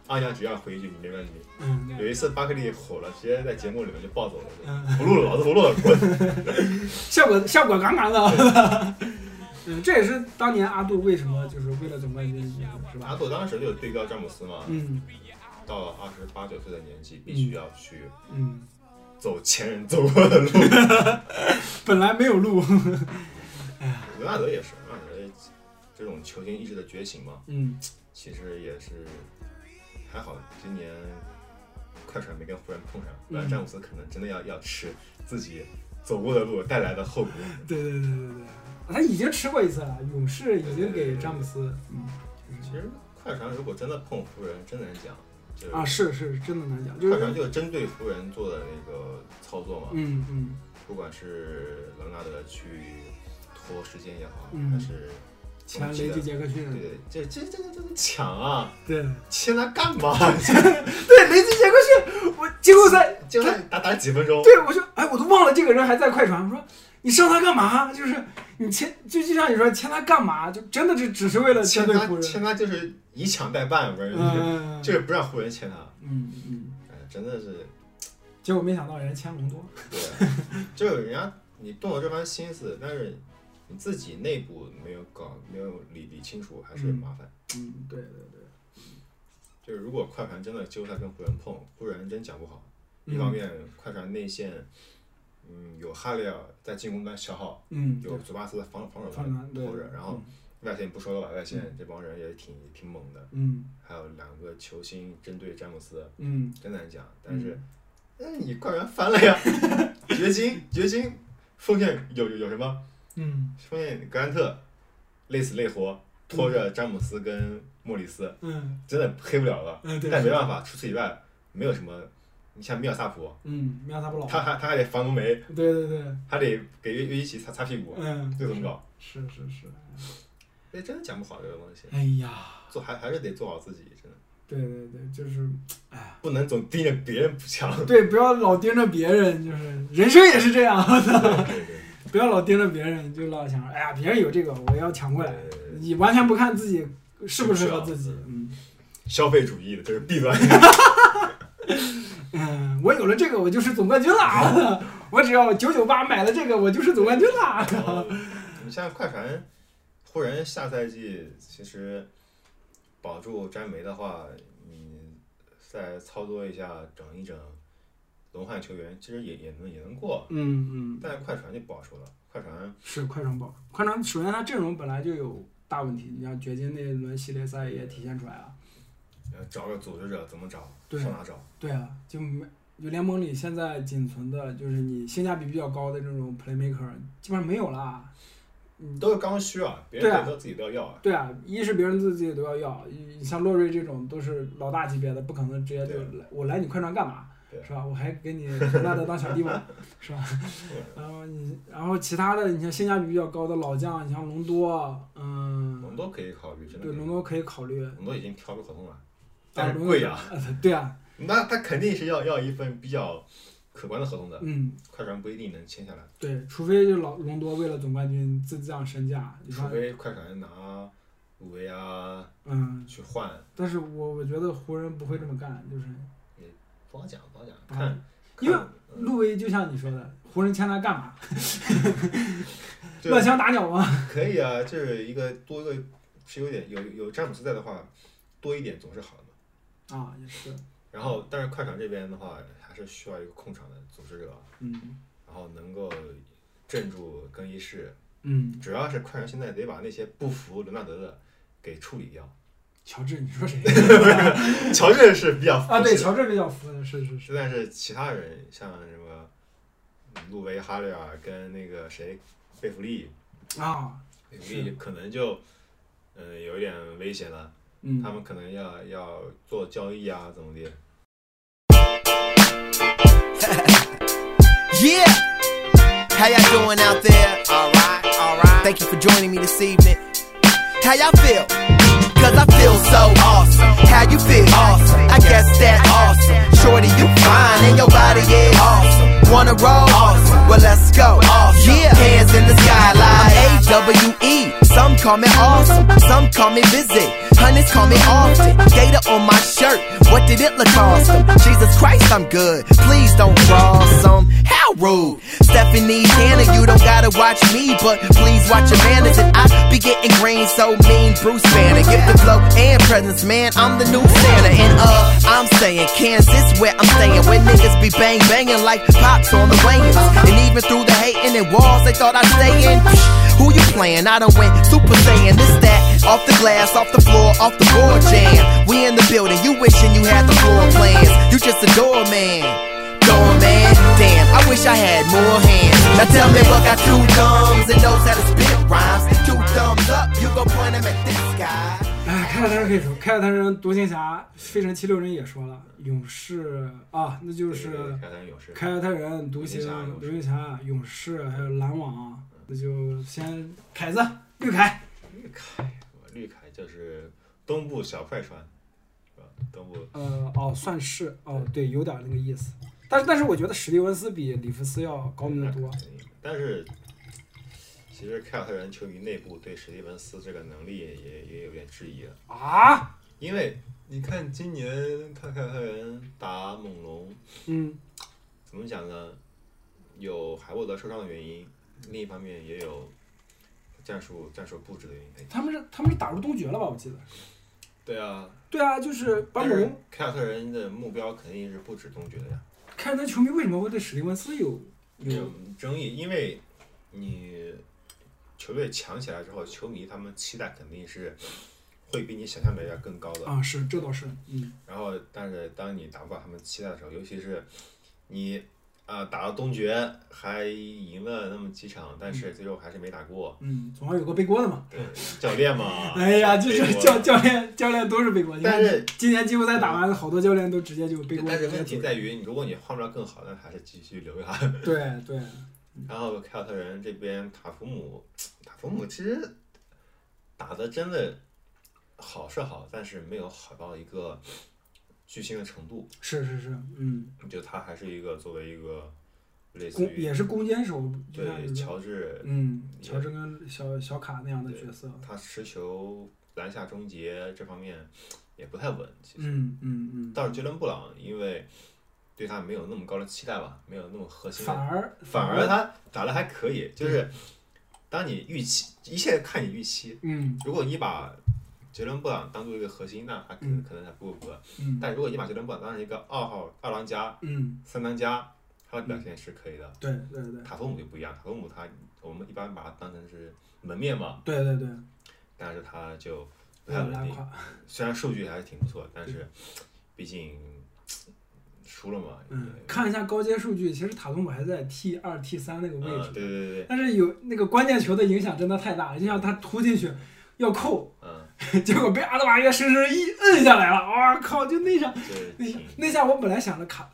C: 奥尼尔只要回一句你没冠军。
B: 嗯。对
C: 有一次巴克利火了，直接在节目里面就暴走了，
B: 嗯
C: 就不录了，老子 不录了，滚！
B: 效果效果杠杠的。 嗯，这也是当年阿杜为什么就是为了总冠军是
C: 阿
B: 吧？
C: 杜当时就对标詹姆斯嘛，
B: 嗯
C: 到了二十八九岁的年纪，必须要去
B: 嗯，
C: 走前人走过的路。
B: 本来没有路。
C: 伦纳德也是，伦纳德这种球星意识的觉醒嘛，
B: 嗯
C: 其实也是还好，今年快船没跟湖人碰上，
B: 嗯
C: 不然詹姆斯可能真的要要吃自己走过的路带来的后果。，
B: 对对对对对，他已经吃过一次了，勇士已经给詹姆斯。嗯
C: 其实快船如果真的碰湖人，真能讲，就是
B: 啊，是是，真的难讲，就
C: 快船
B: 是。
C: 就针对湖人做的那个操作嘛，
B: 嗯嗯
C: 不管是伦纳德去拖时间也好，
B: 嗯
C: 还是
B: 前
C: 攻击
B: 雷
C: 的
B: 吉杰克
C: 对
B: 逊，
C: 对，这这这这这抢啊，
B: 对
C: 签他干 嘛？
B: 对，雷吉杰克逊，我结果在
C: 就他打打几分钟，
B: 对，我就哎，我都忘了这个人还在快船。我说你上他干嘛？就是你签，就就像你说签他干嘛？就真的就只是为了
C: 签
B: 签对湖
C: 他
B: 人。
C: 签他就是以抢代办，不然就是
B: 嗯，
C: 就是不让湖人签他。
B: 嗯嗯，
C: 哎，真的是，
B: 结果没想到人家签隆多。
C: 对，就是人家你动了这番心思，但是你自己内部没有搞没有理理清楚，还是
B: 嗯
C: 麻烦。
B: 嗯，对对对，
C: 就是如果快船真的纠缠跟湖人碰，湖人真讲不好。
B: 嗯
C: 一方面，快船内线，嗯，有哈利尔在进攻端消耗，
B: 嗯，
C: 有祖巴斯在防防守
B: 反
C: 端
B: 正对
C: 拖着，然后外线不说了吧，外线这帮人也挺挺猛的。
B: 嗯
C: 还有两个球星针对詹姆斯，
B: 嗯，
C: 真难讲。但是，那、你快船翻了呀！ 掘金，掘金锋线有有有什么？
B: 嗯
C: 锋线格兰特累死累活拖着詹姆斯跟莫里斯，
B: 嗯
C: 真的黑不了了。
B: 嗯，对，
C: 但没办法，除此以外没有什么。你像米尔萨普，
B: 嗯，妙他不老，
C: 他还他还得防浓眉，
B: 对对对，
C: 还得给约约基奇擦擦屁股，
B: 嗯，
C: 这怎么搞？
B: 是是是，
C: 这真的讲不好这个东西，
B: 哎呀，
C: 做还还是得做好自己，真的
B: 对对对，就是
C: 不能总盯着别人不 强。
B: 对，不要老盯着别人，就是人生也是这样，
C: 对对
B: 不要老盯着别人，就老想，哎呀，别人有这个，我要抢过来，
C: 对，
B: 你完全不看自己适不适合自己，嗯。
C: 消费主义的，这是弊端。
B: 嗯，我有了这个，我就是总冠军啦！ 我只要九九八买了这个，我就是总冠军啦！
C: 然后你像快船、湖人下赛季其实保住詹梅的话，你再操作一下整一整轮换球员，其实也也能也能过。
B: 嗯嗯，
C: 但是快船就不好说了，快船
B: 是快船宝，快船首先它阵容本来就有大问题，你像掘金那一轮系列赛也体现出来了。
C: 呃找个组织者怎么找，
B: 对
C: 上哪找？
B: 对啊，就没就联盟里现在仅存的就是你性价比比较高的这种 playmaker 基本上没有啦。嗯，
C: 都是刚需啊，别
B: 对
C: 人
B: 啊
C: 都自己都要要啊。
B: 对啊，一是别人自己都要要，你像洛瑞这种都是老大级别的，不可能直接就
C: 对
B: 来我来你快船干嘛
C: 对？
B: 是吧？我还给你拉德当小弟 吧，是吧？ 然后你，然后其他的，你像性价比比较高的老将，你像隆多，
C: 隆
B: 嗯，
C: 多可以考虑，真的
B: 对，
C: 可以
B: 隆多可以考虑。
C: 隆多已经跳出合同了，
B: 啊
C: 但，是
B: 隆
C: 贵
B: 多，
C: 呀、
B: 对啊，
C: 那他肯定是要要一份比较可观的合同的，
B: 嗯，
C: 快船不一定能签下来，
B: 对，除非就老隆多为了总冠军自降身价，你
C: 除
B: 看，
C: 非快船拿鲁维亚
B: 嗯，
C: 去换，
B: 但是我我觉得湖人不会这么干，就是
C: 不好讲，不好讲，
B: 不好
C: 看，
B: 嗯因为嗯
C: 看
B: 路威就像你说的，湖人签他干嘛？
C: 对
B: 乱枪打鸟吗？
C: 可以啊，这是一个多一个是有点有有詹姆斯在的话，多一点总是好的嘛。
B: 啊，也是，
C: 然后，但是快船这边的话，还是需要一个控场的组织者，啊
B: 嗯
C: 然后能够镇住更衣室。
B: 嗯，
C: 主要是快船现在得把那些不服伦纳德的给处理 掉。
B: 乔治，你说 谁
C: 乔治是比较服
B: 啊？对，
C: 气的
B: 乔治比较服的，是是是，
C: 实在是其他人像什么路维哈雷尔跟那个谁贝弗利，
B: 啊，
C: 贝弗利可能就嗯、呃有一点危险了，
B: 嗯，
C: 他们可能要要做交易啊，怎么的？
F: Yeah! How y'all doing out there? Alright, alright. Thank you for joining me this evening. How y'all feel? Cause I feel so awesome. How you feel? Awesome. I guess that awesome. Shorty, you fine and your body is awesome. Wanna roll? Awesome. Well, let's go. Awesome. Yeah. Hands in the sky like A-W-E. Some call me awesome. Some call me busy. Hundreds call me often. Gator on my shirt. What did it look awesome? Jesus Christ, I'm good. Please don't cross some. How rude. Stephanie Hannah, you don't gotta watch me, but please watch your manners. And I be getting green, so mean Bruce Banner. Give the flow and presence, man. I'm the new Santa. And uh, I'm saying Kansas where I'm staying. When niggas be bang banging like pops on the wings. And even through the hating and walls, they thought I'd stay in. Who you playing? I done went super saiyan. This, that, off the glass, off the floor, off the board jam. We in the building, you wishing you had the floor plans. You just a doorman going, man. Damn, I wish I had more hands. Now tell me what got two thumbs and knows how to spit rhymes. Two thumbs up, you gon' point them at this guy.
B: 哎，凯尔特人可以说，凯尔特人独行侠，费城七六人也说了，勇士啊，那就
C: 对对
B: 是
C: 对凯尔特人勇士，
B: 凯尔特人、独行
C: 独行侠、
B: 独行侠、勇士还有篮网，那就先凯子、绿凯，
C: 绿凯，我绿凯就是东部小快船，是吧？东部
B: 呃，哦，算是哦，对，有点那个意思。但是，但是我觉得史蒂文斯比里弗斯要高明得多。
C: 但是其实凯尔特人球迷内部对史蒂文斯这个能力也也也有点质疑了，
B: 啊，
C: 因为你看今年看凯尔特人打猛龙，
B: 嗯
C: 怎么讲呢？有海沃德受伤的原因，另一方面也有战术战术布置的原因。哎，
B: 他们是他们是打入东决了吧？我记得。
C: 对啊，
B: 对啊，就是把
C: 但
B: 猛
C: 是
B: 龙
C: 凯尔特人的目标肯定是不止东决的呀。
B: 凯尔特球迷为什么会对史蒂文斯有
C: 有
B: 有
C: 嗯争议，因为你球队强起来之后，球迷他们期待肯定是会比你想象的要更高的。
B: 啊？是，这倒是，嗯
C: 然后，但是当你达不到他们期待的时候，尤其是你啊、打到东决还赢了那么几场，但是最后还是没打过。
B: 嗯，总要有个背锅的嘛。
C: 对，教练嘛，
B: 哎呀，就是
C: 背锅
B: 教教练教练都是背锅，你看
C: 但是
B: 今年季后赛打完，好多教练都直接就背锅。
C: 但是
B: 直接
C: 问题
B: 走
C: 在于，你如果你换不了更好，那还是继续留下。
B: 对对，
C: 然后凯尔特人这边塔图姆，塔图姆其实打的真的好是好，但是没有好到一个巨星的程度。
B: 是是是，嗯，
C: 就他还是一个作为一个类似
B: 攻
C: 于
B: 也是攻坚手，就像
C: 对
B: 你说
C: 乔治，
B: 嗯
C: 也
B: 乔治跟小小卡那样的角色，
C: 他持球、篮下终结这方面也不太稳。其实、
B: 嗯嗯嗯，
C: 啊倒是杰伦布朗，因为对他没有那么高的期待吧，没有那么核心的
B: 反而
C: 反而他打的还可以，就是当你预期，一切看你预期。
B: 嗯
C: 如果你把杰伦布朗当做一个核心，那他可能可能还不够格。
B: 嗯
C: 但如果你把杰伦布朗当成一个二号、二郎加、
B: 嗯，
C: 三当加，他的表现是可以的。
B: 对对对
C: 塔图姆就不一样，塔图姆他我们一般把它当成是门面嘛，
B: 对对对，
C: 但是他就不
B: 不
C: 太
B: 要
C: 稳
B: 拉
C: 定。
B: 垮，
C: 虽然数据还是挺不错，但是毕竟输了嘛。
B: 嗯
C: 也，
B: 看一下高阶数据，其实塔图姆还在 T 二 T 三那个位
C: 嗯，
B: 置，
C: 对对对对，
B: 但是有那个关键球的影响真的太大了，就像他突进去要扣，
C: 嗯，
B: 结果被阿德巴约深深一摁下来了，哇靠！就那下
C: 就是
B: 那下
C: 挺
B: 那下，我本来想着卡，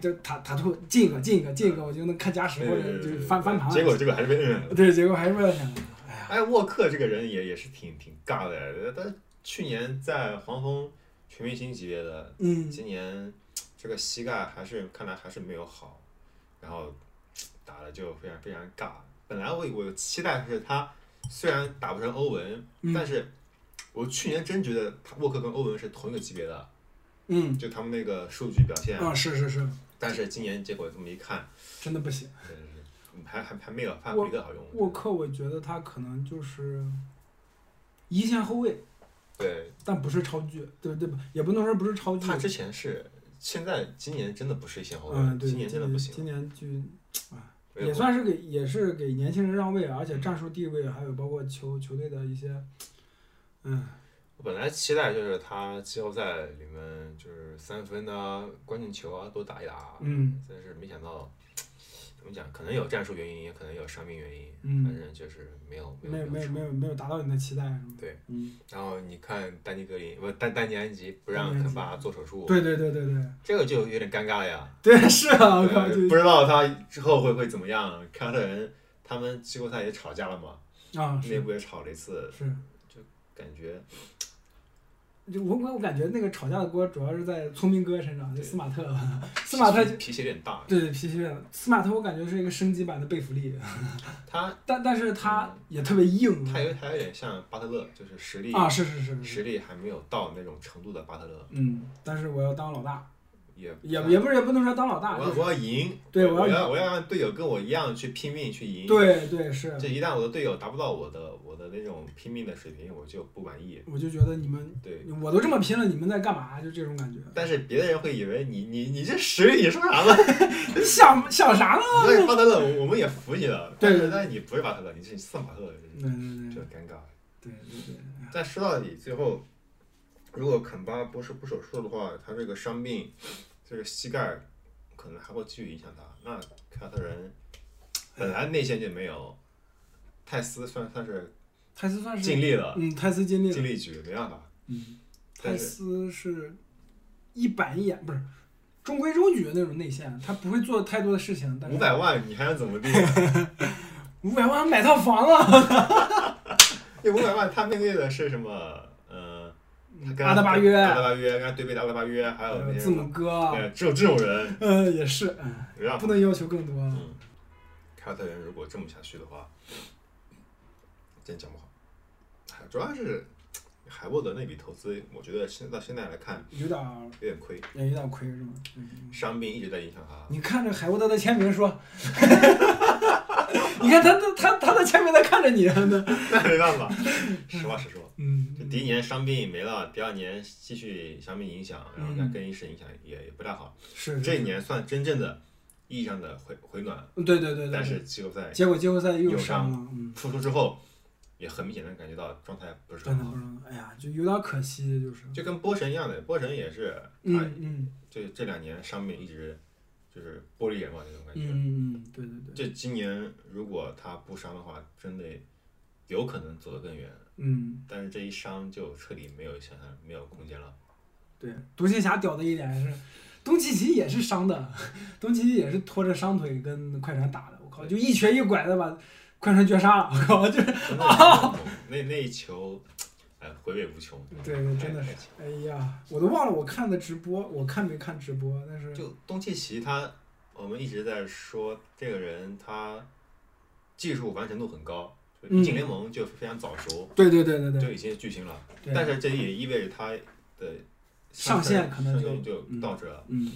B: 就塔塔图进一个进一个进一个，我就能看加时或者就是翻翻盘了。
C: 结果结果还是被摁了。
B: 对，结果还是不要想了。
C: 哎，沃克这个人也也是挺挺尬的，他去年在黄蜂全明星级别的，
B: 嗯，
C: 今年这个膝盖还是看来还是没有好，然后打的就非常非常尬。本来我我有期待是他虽然打不成欧文，
B: 嗯
C: 但是我去年真觉得他沃克跟欧文是同一个级别的，
B: 嗯，
C: 就他们那个数据表现。
B: 啊，是是是，
C: 但是今年结果这么一看，
B: 真的不行。
C: 真是还还还没有范
B: 沃
C: 弗里德好用。
B: 沃克，我觉得他可能就是一线后卫，
C: 对
B: 但不是超巨，对不对？也不能说不是超巨
C: 他。之前是，现在今年真的不是一线后卫，
B: 嗯嗯，对，
C: 今年真的不行，哎
B: 今年就
C: 没有
B: 也算是给也是给年轻人让位，啊而且战术地位还有包括球球队的一些，嗯，
C: 我本来期待就是他季后赛里面就是三分啊、关键球啊多打一打，
B: 嗯，
C: 但是没想到，怎么讲，可能有战术原因，也可能有伤病原因，
B: 嗯
C: 反正就是没有
B: 没有没有
C: 成
B: 没有没有达到你的期待，是吗？
C: 对，
B: 嗯，
C: 然后你看丹尼格林不丹丹尼安吉不让
B: 丹尼安
C: 肯
B: 吉
C: 巴做手术，
B: 对对对对对
C: 这个就有点尴尬了 呀。
B: 对，是啊，我靠，
C: 对
B: 就
C: 不知道他之后会会怎么样。凯尔特人他们季后赛也吵架了嘛，
B: 啊
C: 内
B: 是
C: 部也吵了一次，
B: 是，
C: 感觉
B: 就我我我感觉那个吵架的锅主要是在聪明哥身上，就
C: 对
B: 斯马特，斯马特就
C: 脾气有点大。
B: 对对脾气变了，斯马特我感觉是一个升级版的贝弗利，
C: 他
B: 但但是他也特别硬，
C: 他有他有点像巴特勒，就是实力、
B: 啊是是是是，
C: 实力还没有到那种程度的巴特勒，
B: 嗯，但是我要当老大，
C: 也
B: 也也不是也不能说当老
C: 我
B: 大，
C: 要
B: 就是
C: 我要赢，
B: 对
C: 我
B: 我要
C: 要我要让队友跟我一样去拼命去赢。，
B: 对对是，
C: 这一旦我的队友达不到我的我的那种拼命的水平，我就不满意。
B: 我就觉得你们
C: 对，
B: 我都这么拼了，你们在干嘛？就这种感觉。
C: 但是别的人会以为你你你这实力，你说啥呢？
B: 你想想啥呢？
C: 那你巴特勒，我我们也服你了。
B: 对嗯
C: 但是但是你不是巴特勒，你是圣马特勒，
B: 对对对
C: 就很尴尬。
B: 对对对，
C: 但说到底，最后如果肯巴不是不手术的话，他这个伤病，这个膝盖可能还会继续影响他。那凯尔特人本来内线就没有，泰斯算算是
B: 泰斯算是
C: 尽力了，
B: 嗯，泰斯尽力
C: 尽
B: 了。
C: 力局没办法。
B: 嗯，泰
C: 但是
B: 斯是一板一眼，不是中规中矩的那种内线，他不会做太多的事情。但是
C: 五百万你还想怎么地？
B: 五百万买套房啊了，
C: 这五百万他面对的是什么？呃，他跟
B: 阿德巴约呃
C: 阿德巴约跟他对背的阿德巴约，还 有那些
B: 字母哥，啊
C: 对，只有这种人，
B: 嗯，也是，嗯
C: 没办
B: 不
C: 法。
B: 能要求更多啊了。
C: 嗯，凯尔特人如果这么下去的话，真讲不好。哎主要是海沃德那笔投资，我觉得现到现在来看
B: 有点儿
C: 有点亏，
B: 也有点亏是吗？嗯
C: 伤病一直在影响他。
B: 你看着海沃德的签名 说，你看他他他他的签名在看着你呢。
C: 那没办法，实话实说，
B: 嗯，
C: 这第一年伤病没了，第二年继续伤病影响，然后再
B: 嗯
C: 更衣室影响也也不太好。
B: 是
C: 这一
B: 是
C: 年算真正的意义上的回回暖，
B: 对对对对，
C: 但是季后赛
B: 结果季后赛又
C: 又
B: 伤
C: 伤
B: 了，嗯，
C: 复出之后，也很明显能感觉到状态不是
B: 真
C: 很
B: 的
C: 好
B: 不，能，哎呀，就有点可惜，就是，
C: 就跟波神一样的，波神也是他
B: 嗯嗯
C: 这这两年伤病一直就是玻璃人嘛那种感
B: 嗯嗯
C: 觉。
B: 嗯，对对对，
C: 这今年如果他不伤的话，真的有可能走得更远。
B: 嗯
C: 但是这一伤就彻底没有想象没有空 间了。
B: 对，独行侠屌的一点是，东契奇也是伤的， 东契奇也是拖着伤腿跟快船打的，我靠，就一瘸一拐的把快船绝杀了，我靠， 就是，
C: 真的是看不懂那那一球，哎，回味无穷。
B: 对对，
C: 太
B: 真的
C: 太
B: 是
C: 强，
B: 哎呀，我都忘了我看的直播，我看没看直播，但是
C: 就东契奇他，我们一直在说这个人他技术完成度很高，就
B: 嗯
C: 进联盟就非常早熟，
B: 对对对对
C: 就
B: 对，
C: 已经是巨星了。
B: 对
C: 但是这也意味着他的
B: 上限可能
C: 上
B: 就
C: 限就到这了。
B: 嗯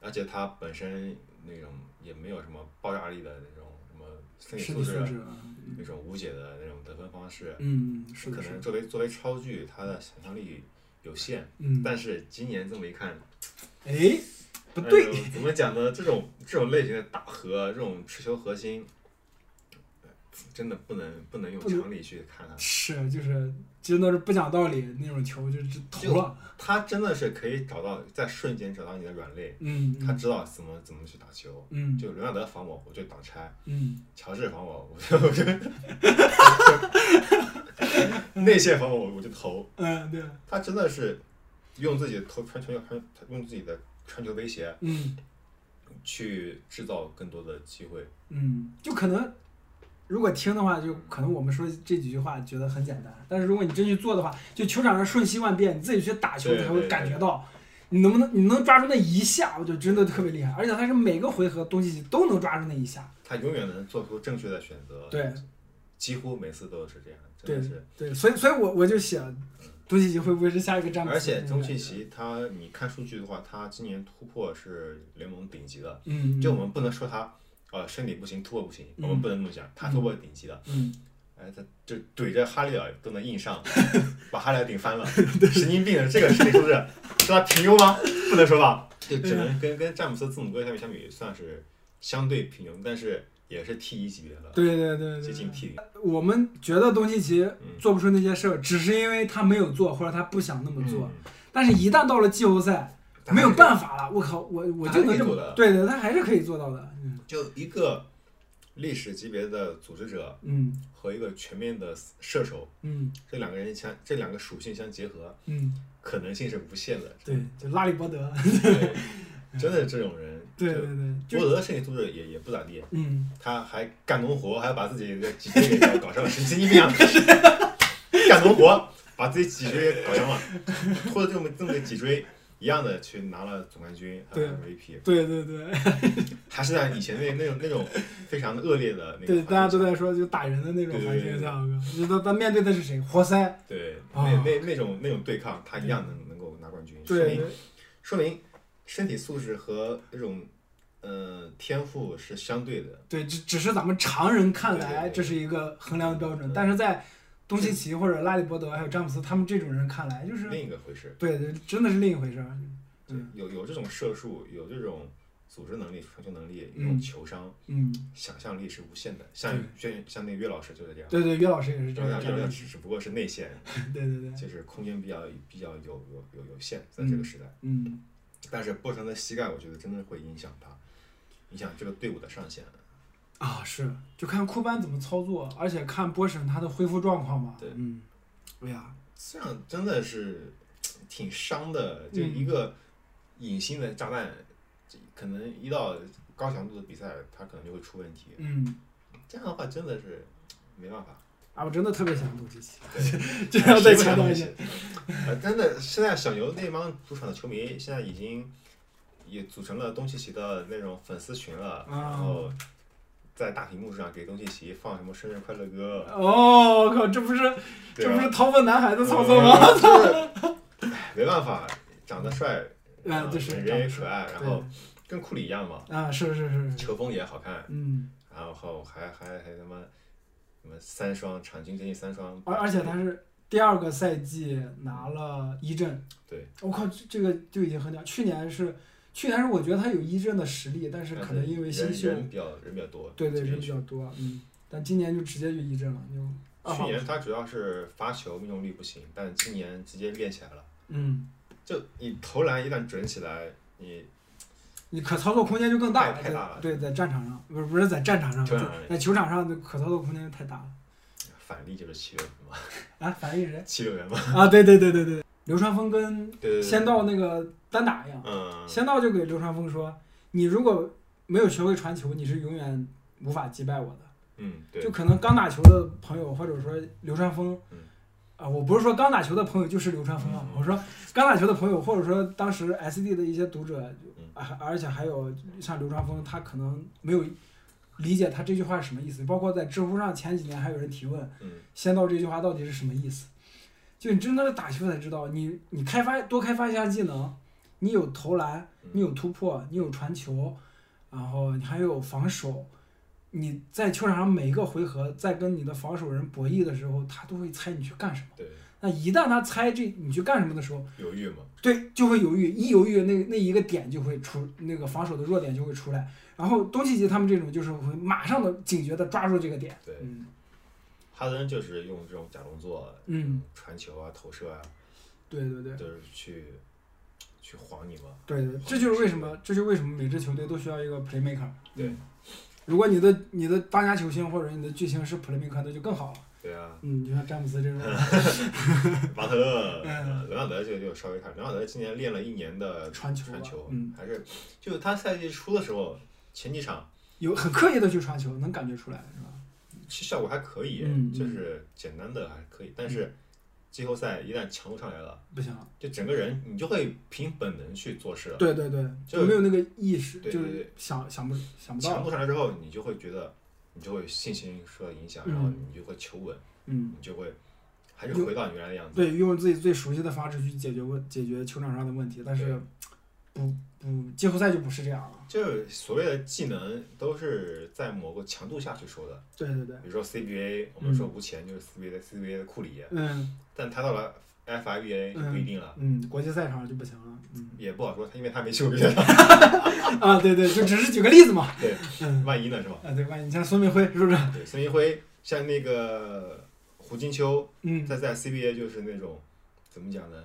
C: 而且他本身那种也没有什么爆炸力的那种什么身体
B: 身
C: 素
B: 体
C: 质
B: 素
C: 啊
B: 质啊，嗯
C: 那种无解的那种得分方式，
B: 嗯，是
C: 可
B: 的，是
C: 能
B: 的，
C: 作为作为超巨，他的想象力有限。
B: 嗯，
C: 但是今年这么一看，
B: 哎，不
C: 哎
B: 对，
C: 呦怎么讲呢？这种这种类型的大核，这种持球核心，呃真的不能不能用
B: 不能
C: 常理去看它。
B: 是就是真的是不讲道理那种球就就投了，
C: 他真的是可以找到在瞬间找到你的软肋，
B: 嗯，
C: 他知道怎么怎么去打球。
B: 嗯
C: 就伦纳德防我，我就挡拆；
B: 嗯
C: 乔治防我，我就我 就内线防我，我就投。
B: 嗯对，
C: 他真的是用自己的投传球传，他用自己的传球威胁
B: 嗯
C: 去制造更多的机会。
B: 嗯，就可能如果听的话，就可能我们说这几句话觉得很简单，但是如果你真去做的话，就球场上瞬息万变，你自己去打球
C: 对
B: 才会
C: 对
B: 感觉
C: 对
B: 到。你能不能你能抓住那一下，我就真的特别厉害，而且他是每个回合东契奇都能抓住那一下，
C: 他永远能做出正确的选择。
B: 对，
C: 几乎每次都是这样，真
B: 对
C: 的是。
B: 对，所以所以我我就写东契奇会不会是下一个詹姆斯？
C: 而且中契，奇他，你看数据的话，他今年突破是联盟顶级的。
B: 嗯，
C: 就我们不能说他，呃，身体不行，突破不行，
B: 嗯
C: 我们不能这么讲，他突破是顶级的。
B: 嗯，
C: 哎，他就怼着哈利尔都能 硬上，把哈利尔顶翻了，神经病的这个身体素质，是他平庸吗？不能说吧，就只能跟跟詹姆斯、字母哥相比相比，算是相对平庸，但是也是 T 一级别的，
B: 对对对
C: 接
B: 对
C: 近 T 零。
B: 我们觉得东契奇做不出那些事儿，只是因为他没有做，或者他不想那么做。
C: 嗯
B: 但是，一旦到了季后赛，没有
C: 法，
B: 办法了，我靠，我我就能这么
C: 他还是可以做的
B: 对对，他还是可以做到的。嗯
C: 就一个历史级别的组织者
B: 嗯
C: 和一个全面的射手，
B: 嗯
C: 这两个人相这两个属性相结合，
B: 嗯，
C: 可能性是无限的。
B: 对，就拉里伯德，
C: 对，真的这种人，
B: 对
C: 就
B: 对对，
C: 博
B: 就
C: 德身体素质也也不咋地，
B: 嗯，
C: 他还干农活，还把自己的脊椎给搞搞伤了，神经病 啊！干农活把自己脊椎给搞伤了，拖着这么这么个脊椎一样的去拿了总冠军，还
B: 对
C: 有 MVP，
B: 对对 对
C: 还是在以前那那种那种非常恶劣的那个环
B: 对，
C: 境
B: 大家都在说就打人的那种环境下，我靠，就他他面对的是谁？活塞，
C: 对
B: 啊
C: 那那那种那种对抗，他一样能能够拿冠军，说
B: 对
C: 明说明身体素质和那种呃天赋是相对的。
B: 对，只只是咱们常人看来
C: 对对对
B: 这是一个衡量的标准
C: 嗯，
B: 但是在东契奇或者拉里伯德还有詹姆斯他们这种人看来，就是
C: 另一个回事。
B: 对对，真的是另一回事儿。
C: 对
B: 嗯，
C: 有有这种射术，有这种组织能力、传球能力，
B: 嗯
C: 有这种球商、
B: 嗯，
C: 想象力是无限的。像像像那个岳老师就是这样，
B: 对对，岳老师也是这
C: 张
B: 样
C: 亮
B: 这样
C: 张亮，只只不过是内线，
B: 对对对，
C: 就是空间比较比较有有有有限，在这个时代。
B: 嗯，
C: 但是波长的膝盖，我觉得真的会影响他，影响这个队伍的上限。
B: 啊是，就看库班怎么操作，而且看波神他的恢复状况吧。
C: 对
B: 嗯，哎呀，
C: 这样真的是挺伤的，就
B: 嗯
C: 一个隐性的炸弹，这可能一到高强度的比赛，他可能就会出问题。
B: 嗯，
C: 这样的话真的是没办法。
B: 啊，我真的特别喜欢东契奇， 这
C: 还
B: 要
C: 是
B: 再
C: 不
B: 强
C: 想
B: 调
C: 东
B: 一
C: 西
B: 下。
C: 呃，真的，现在小牛那帮主场的球迷现在已经也组成了东契奇的那种粉丝群了，
B: 啊
C: 然后在大屏幕上给东契奇放什么生日快乐歌，啊
B: 哦，我靠，这不是
C: 对
B: 这
C: 啊吧
B: 不是掏粪男孩的操作吗？
C: 嗯就是哎没办法，长得帅，
B: 啊，对，是
C: 人也可爱，然
B: 对
C: 后跟库里一样嘛，
B: 啊，是是是是，
C: 球风也好看，
B: 嗯，
C: 然后还还还他妈什么三双，场均连续三双，
B: 而而且他是第二个赛季拿了一阵，
C: 对，
B: 我靠，这这个就已经很屌。去年是去年是我觉得他有一阵的实力，但是
C: 但
B: 可能因为新
C: 啊人
B: 秀，
C: 人比较人比较多，
B: 对对
C: 这
B: 人
C: 边
B: 比较多，嗯，但今年就直接就一阵了，就二
C: 去
B: 话不
C: 年
B: 说
C: 他主要是发球命中率不行，但今年直接练起来了。
B: 嗯，
C: 就你投篮一旦准起来，你
B: 你可操作空间就更大
C: 太太大
B: 在
C: 了
B: 对，在战场上不是不是在战场上，
C: 球场
B: 在
C: 上
B: 在球场上的可操作空间太大了
C: 反例就是七六人嘛，
B: 啊！反应谁
C: 七六人嘛，
B: 啊？对对对对对，流川枫跟
C: 对对对。
B: 仙道那个单打一样，
C: 嗯，
B: 仙道就给流川枫说：“你如果没有学会传球，你是永远无法击败我的。”
C: 嗯，对
B: 就，可能刚打球的朋友，或者说流川枫
C: 嗯，
B: 啊、我不是说刚打球的朋友就是流川枫啊，
C: 嗯
B: 我说刚打球的朋友，或者说当时 SD 的一些读者，
C: 嗯
B: 啊，而且还有像流川枫，他可能没有理解他这句话是什么意思，包括在知乎上前几年还有人提问，
C: 嗯，
B: 仙道这句话到底是什么意思？就你真的是打球才知道，你你开发多开发一下技能，你有投篮，你有突破，你有传球，然后你还有防守。你在球场上每一个回合，在跟你的防守人博弈的时候，他都会猜你去干什么。
C: 对，
B: 那一旦他猜这你去干什么的时候，
C: 犹豫嘛，
B: 对，就会犹豫，一犹豫那那一个点就会出那个防守的弱点就会出来，然后东契奇他们这种就是会马上的警觉的抓住这个点，
C: 对，
B: 嗯
C: 哈登就是用这种假动作、
B: 嗯，
C: 传球啊、投射啊，
B: 对对对
C: 就是去去晃你嘛。
B: 对对，这就是为什么这就是为什么每支球队都需要一个 playmaker，
C: 对
B: 嗯如果你的你的当家球星或者你的巨星是 playmaker，那就更好了，
C: 对啊，
B: 嗯，就像詹姆斯这种，
C: 巴特勒、
B: 嗯
C: 伦瓦德就就稍微看，伦瓦德今年练了一年的
B: 传球吧
C: 传球，
B: 嗯
C: 还是就他赛季初的时候前几场
B: 有很刻意的去传球，能感觉出来是吧？
C: 其实效果还可以，
B: 嗯
C: 就是简单的还可以，但是季后赛一旦强度上来了，
B: 不行，
C: 就整个人你就会凭本能去做事了。
B: 对对对，
C: 就
B: 没有那个意识，
C: 对对
B: 就是
C: 对
B: 想想不想不
C: 强
B: 到，
C: 度上来之后，你就会觉得你就会信心受到影响，
B: 嗯
C: 然后你就会求稳，
B: 嗯。
C: 你就会还是
B: 有
C: 回到你原来的样子。
B: 对，用自己最熟悉的方式去解决问解决球场上的问题，但是不不季后赛就不是这样了。
C: 就是所谓的技能都是在某个强度下去说的，
B: 对对对，
C: 比如说 CBA，我们说无钱就是 CBA 的 CBA 的库里，
B: 嗯
C: 但他到了 FIBA 就不一定了，
B: 嗯，国际赛场就不行了。嗯
C: 也不好说，他因为他没球员，
B: 啊，对对，就只是举个例子嘛。
C: 对，
B: 嗯
C: 万一呢是吧？
B: 啊，对吧？你像孙铭辉是不是？
C: 对，孙一辉像那个胡金秋，
B: 嗯，
C: 他在 CBA 就是那种怎么讲呢？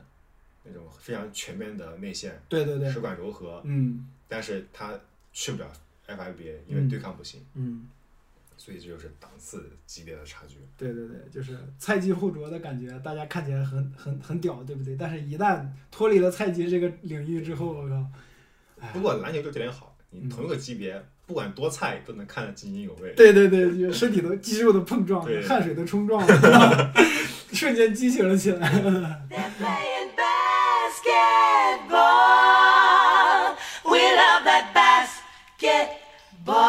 C: 那种非常全面的内线，
B: 对对对
C: 手，感柔和，
B: 嗯
C: 但是他去不了 FIBA，因为对抗不行，
B: 嗯，
C: 所以这就是档次级别的差距。
B: 对对对，就是菜鸡互啄的感觉，大家看起来很很很屌，对不对？但是一旦脱离了菜鸡这个领域之后，我靠，
C: 不过篮球就这点好，你
B: 哎嗯
C: 同一个级别，不管多菜都能看得津津有味。
B: 对对对，就身体都肌肉的碰撞
C: 对，
B: 汗水的冲撞， 然后 瞬间激情了起来。
E: They're playing basketball. We love that basketball.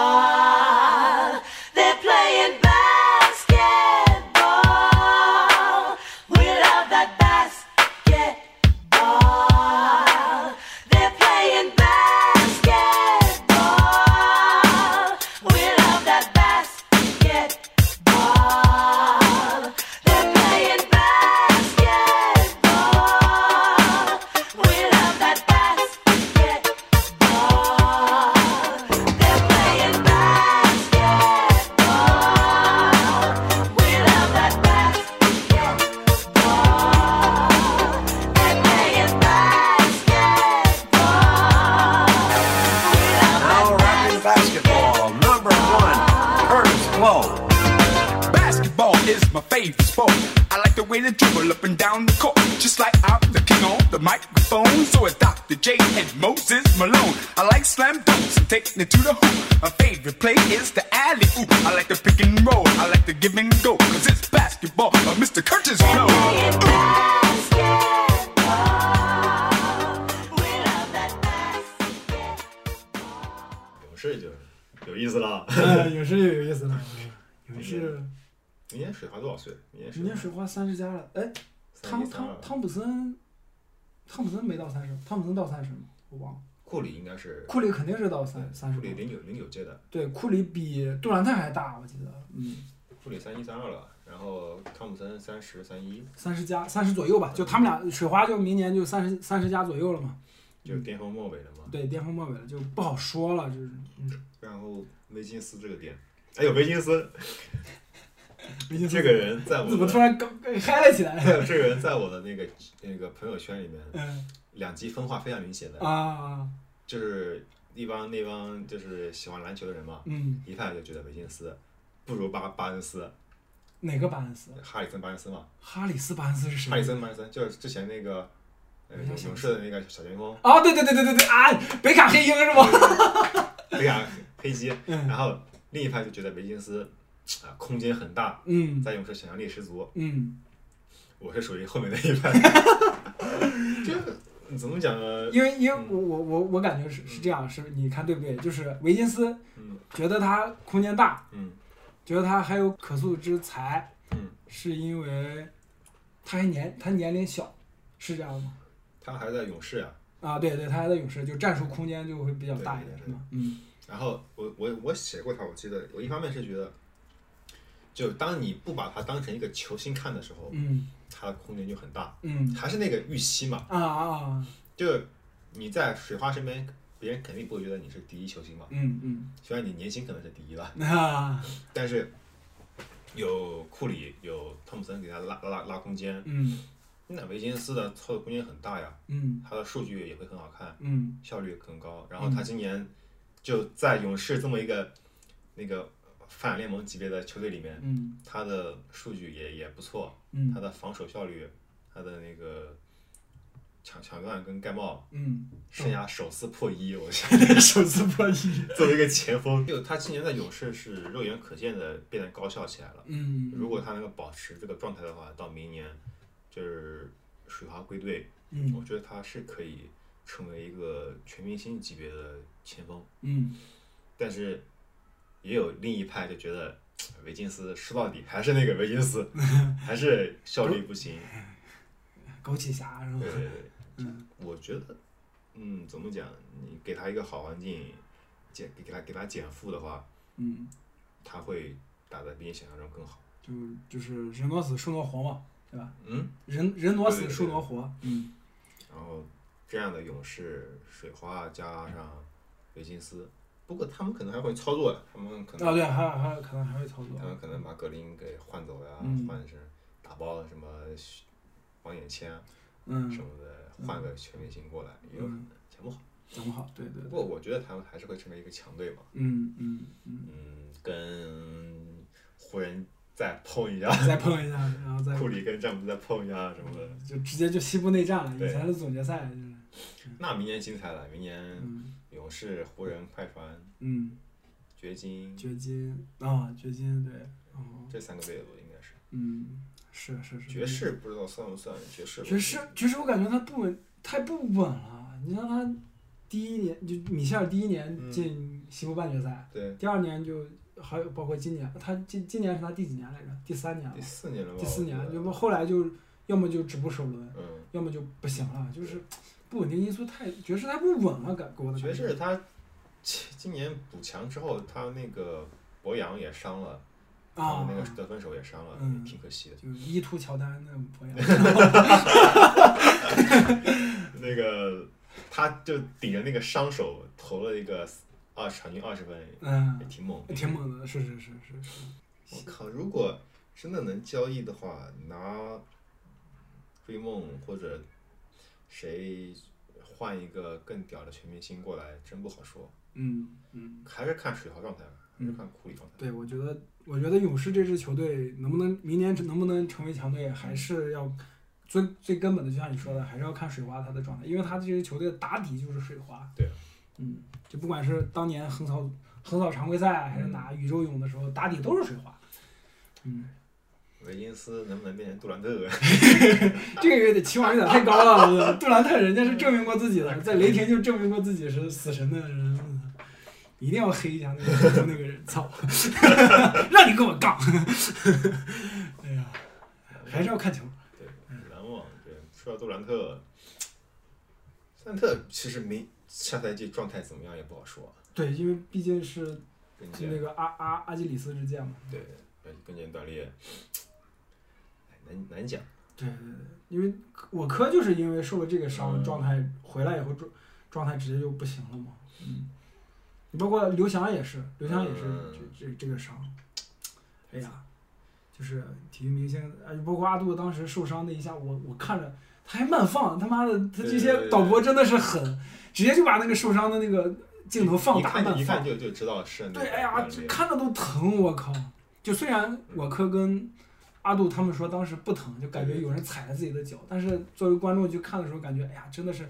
E: They're playing basketball. We love that basketball. They're playing basketball. We love that basketball. They're playing basketball. We love that basketball. They're playing basketball. We love that basketball. They're playing basketball.
D: Now rapping basketball, number one, Curtis Blow.
G: Basketball is my favorite sport. I like the way they dribble up and down the court. Just like I'm the king on the microphone. So it's Dr. J and Moses Malone. I like slam dunks and taking it to the hoop. My favorite play is the alley oop. I like the pick and roll. I like the give and go. Cause it's basketball. Uh, Mr. Curtis Blow.
E: Playing basketball. oh, We love that basketball.
C: 勇士就是有意思了。
B: 哎，也是有意思的，也是。
C: 明年水花多少岁？明年水
B: 人家水花三十加了，哎，汤
C: 33
B: 汤
C: 了
B: 汤普森，汤普森没到三十，汤普森到三十吗？我忘了。
C: 库里应该是
B: 库里肯定是到三
C: 对
B: 三十
C: 库。里零九零九届的，
B: 对，库里比杜兰特还大，我记得，嗯，
C: 库里三一三二了，然后汤普森三十三一，
B: 三十加三十左右吧，就他们俩水花就明年就三十三十加左右了嘛，
C: 就是巅峰末尾了嘛。
B: 对，巅峰末尾了，就不好说了，就是，嗯，
C: 然后维金斯这个点，哎呦，维金斯
B: 毕竟
C: 这个人在我
B: 怎么突
C: 的。
B: 然刚刚嗨了起来？
C: 这个人在我的那个那个朋友圈里面，
B: 嗯
C: 两极分化非常明显的，
B: 啊，
C: 就是一帮那帮就是喜欢篮球的人嘛，
B: 嗯，
C: 一派就觉得维金斯不如巴巴恩斯，
B: 哪个巴恩斯？
C: 哈里森巴恩斯嘛，
B: 哈里斯巴恩斯是谁？
C: 哈里森巴恩斯就是之前那个呃
B: 嗯没
C: 勇
B: 有想
C: 勇士的那个小前锋，
B: 啊，对对对对对对啊，北卡黑鹰是吗？
C: 对呀，黑鸡，
B: 嗯
C: 然后另一派就觉得维金斯啊空间很大，
B: 嗯
C: 在勇士想象力十足，
B: 嗯。
C: 我是属于后面那 一派，这怎么讲呢？
B: 因为因为
C: 嗯
B: 我我我我感觉是是这样，是你看对不对？就是维金斯
C: 嗯
B: 觉得他空间大，
C: 嗯
B: 觉得他还有可塑之才，
C: 嗯，
B: 是因为他还年他年龄小，是这样吗？
C: 他还在勇士啊，
B: 啊，对对，他还在勇士，就战术空间就会比较大一点，
C: 对对
B: 是吧？嗯，
C: 然后我我我写过他，我记得我一方面是觉得，就当你不把他当成一个球星看的时候，
B: 嗯
C: 他的空间就很大。
B: 嗯
C: 还是那个预期嘛，
B: 啊啊啊，
C: 就你在水花身边，别人肯定不会觉得你是第一球星嘛。
B: 嗯嗯，
C: 虽然你年薪可能是第一了，
B: 那、啊、
C: 但是有库里有汤普森给他拉拉拉空间，
B: 嗯
C: 那维金斯的操作空间很大呀，
B: 嗯
C: 他的数据也会很好看，
B: 嗯
C: 效率更高。然后他今年就在勇士这么一个那个反联盟级别的球队里面，
B: 嗯
C: 他的数据也也不错，
B: 嗯
C: 他的防守效率，他的那个抢抢断跟盖帽，
B: 嗯，
C: 生涯首次破一，我觉得
B: 首次破亿，
C: 作为一个前锋，就他今年在勇士是肉眼可见的变得高效起来了。
B: 嗯，
C: 如果他能够保持这个状态的话，到明年就是水花归队，我
B: 嗯
C: 觉得他是可以成为一个全明星级别的前锋。
B: 嗯
C: 但是也有另一派就觉得维金斯说到底还是那个维 金斯，还是效率不行。
B: 枸杞侠是吧？
C: 对对对，
B: 嗯
C: 我觉得，嗯，怎么讲？你给他一个好环境，减给他给他减负的话，
B: 嗯，
C: 他会打得比你想象中更好。
B: 就就是人挪死树挪活嘛，对吧？
C: 嗯，
B: 人人挪
C: 对
B: 死
C: 对
B: 树
C: 对
B: 挪活，嗯
C: 然后这样的勇士、水花加上维金斯，不过他们可能还会操作呀，他们可能、
B: 啊对，还有还有可能还会操作
C: 他，们可能把格林给换走呀，
B: 嗯
C: 换是打包什么王眼签啊
B: 嗯
C: 什，么的，换个全明星过来也有可能，前不好。
B: 整不好，对对对，
C: 不过我觉得他们还是会成为一个强队嘛。
B: 嗯嗯嗯，
C: 嗯，跟湖人再碰一下，
B: 再碰一下，然后再
C: 库里跟詹姆斯再碰一下什么的，
B: 就直接就西部内战了，
C: 对
B: 以前的总决赛就是，
C: 那明年精彩了，明年
B: 嗯
C: 勇士、湖人、快船、
B: 嗯，
C: 掘金
B: 掘金啊，掘金对，哦，
C: 这三个队伍应该是。
B: 嗯，是是是，
C: 爵士不知道算不算爵士？
B: 爵士，爵士，我感觉他不稳，太不稳了。你像他第一年就米切尔第一年
C: 嗯
B: 进西部半决赛，
C: 对，
B: 第二年就还有包括今年，他今今年是他第几年来着？第三年了
C: 第，四哦年了吧？
B: 第四年
C: 我觉，得
B: 要么后来就要么就止步首轮，
C: 嗯，
B: 要么就不行了，就是不稳定因素太，爵士太不稳了，感给我的
C: 爵
B: 感觉。
C: 士他今今年补强之后，他那个博扬也伤了，他
B: 啊
C: 们，那个得分手也伤了，
B: 嗯
C: 挺可惜的。
B: 就是伊图乔丹那种模 样，
C: 那个他就顶着那个伤手投了一个二十场均二十分，也
B: 嗯，
C: 挺猛，
B: 挺。猛的，是是是是是，
C: 我靠！如果真的能交易的话，拿追梦或者谁换一个更屌的全明星过来，真不好说。
B: 嗯嗯。
C: 还是看水豪状态吧，还是看库里状态。
B: 对，我觉得，我觉得勇士这支球队能不能明年能不能成为强队，还是要最最根本的，就像你说的，还是要看水花他的状态，因为他这支球队的打底就是水花。
C: 对，啊
B: 嗯，就不管是当年横扫横扫常规赛，啊还是拿宇宙勇的时候，打底都是水花。嗯，
C: 维金斯能不能变成杜 兰特？
B: 这个有点期望有点太高了。我觉得杜兰特人家是证明过自己的，在雷霆就证明过自己是死神的人，一定要黑一下那个那个人，操！ 让你跟我杠！ 哎呀，还是要看球。
C: 对，篮网对，说到杜兰特，杜兰特其实没下赛季状态怎么样也不好说，啊
B: 对，因为毕竟是
C: 跟
B: 就那
C: 腱
B: 个阿阿阿基里斯之剑嘛。
C: 对，而且跟腱断裂，哎难难讲。
B: 对对对，因为我科就是因为受了这个伤，
C: 嗯
B: 状态回来以后状状态直接就不行了嘛。嗯，你包括刘翔也是，刘翔也是
C: 嗯
B: 这这这个伤，哎呀，就是体育明星，哎，包括阿杜当时受伤那一下，我我看着他还慢放，他妈的，他这
C: 对对
B: 些
C: 对
B: 导播真的是狠，直接就把那个受伤的那个镜头放
C: 一
B: 大
C: 看就
B: 慢
C: 一看
B: 放，
C: 就就知道是那个
B: 对，哎呀，
C: 断
B: 这
C: 裂
B: 看着都疼，我靠！就虽然我科跟阿杜他们说当时不疼，就感觉有人踩了自己的脚，但是作为观众去看的时候，感觉哎呀，真的是，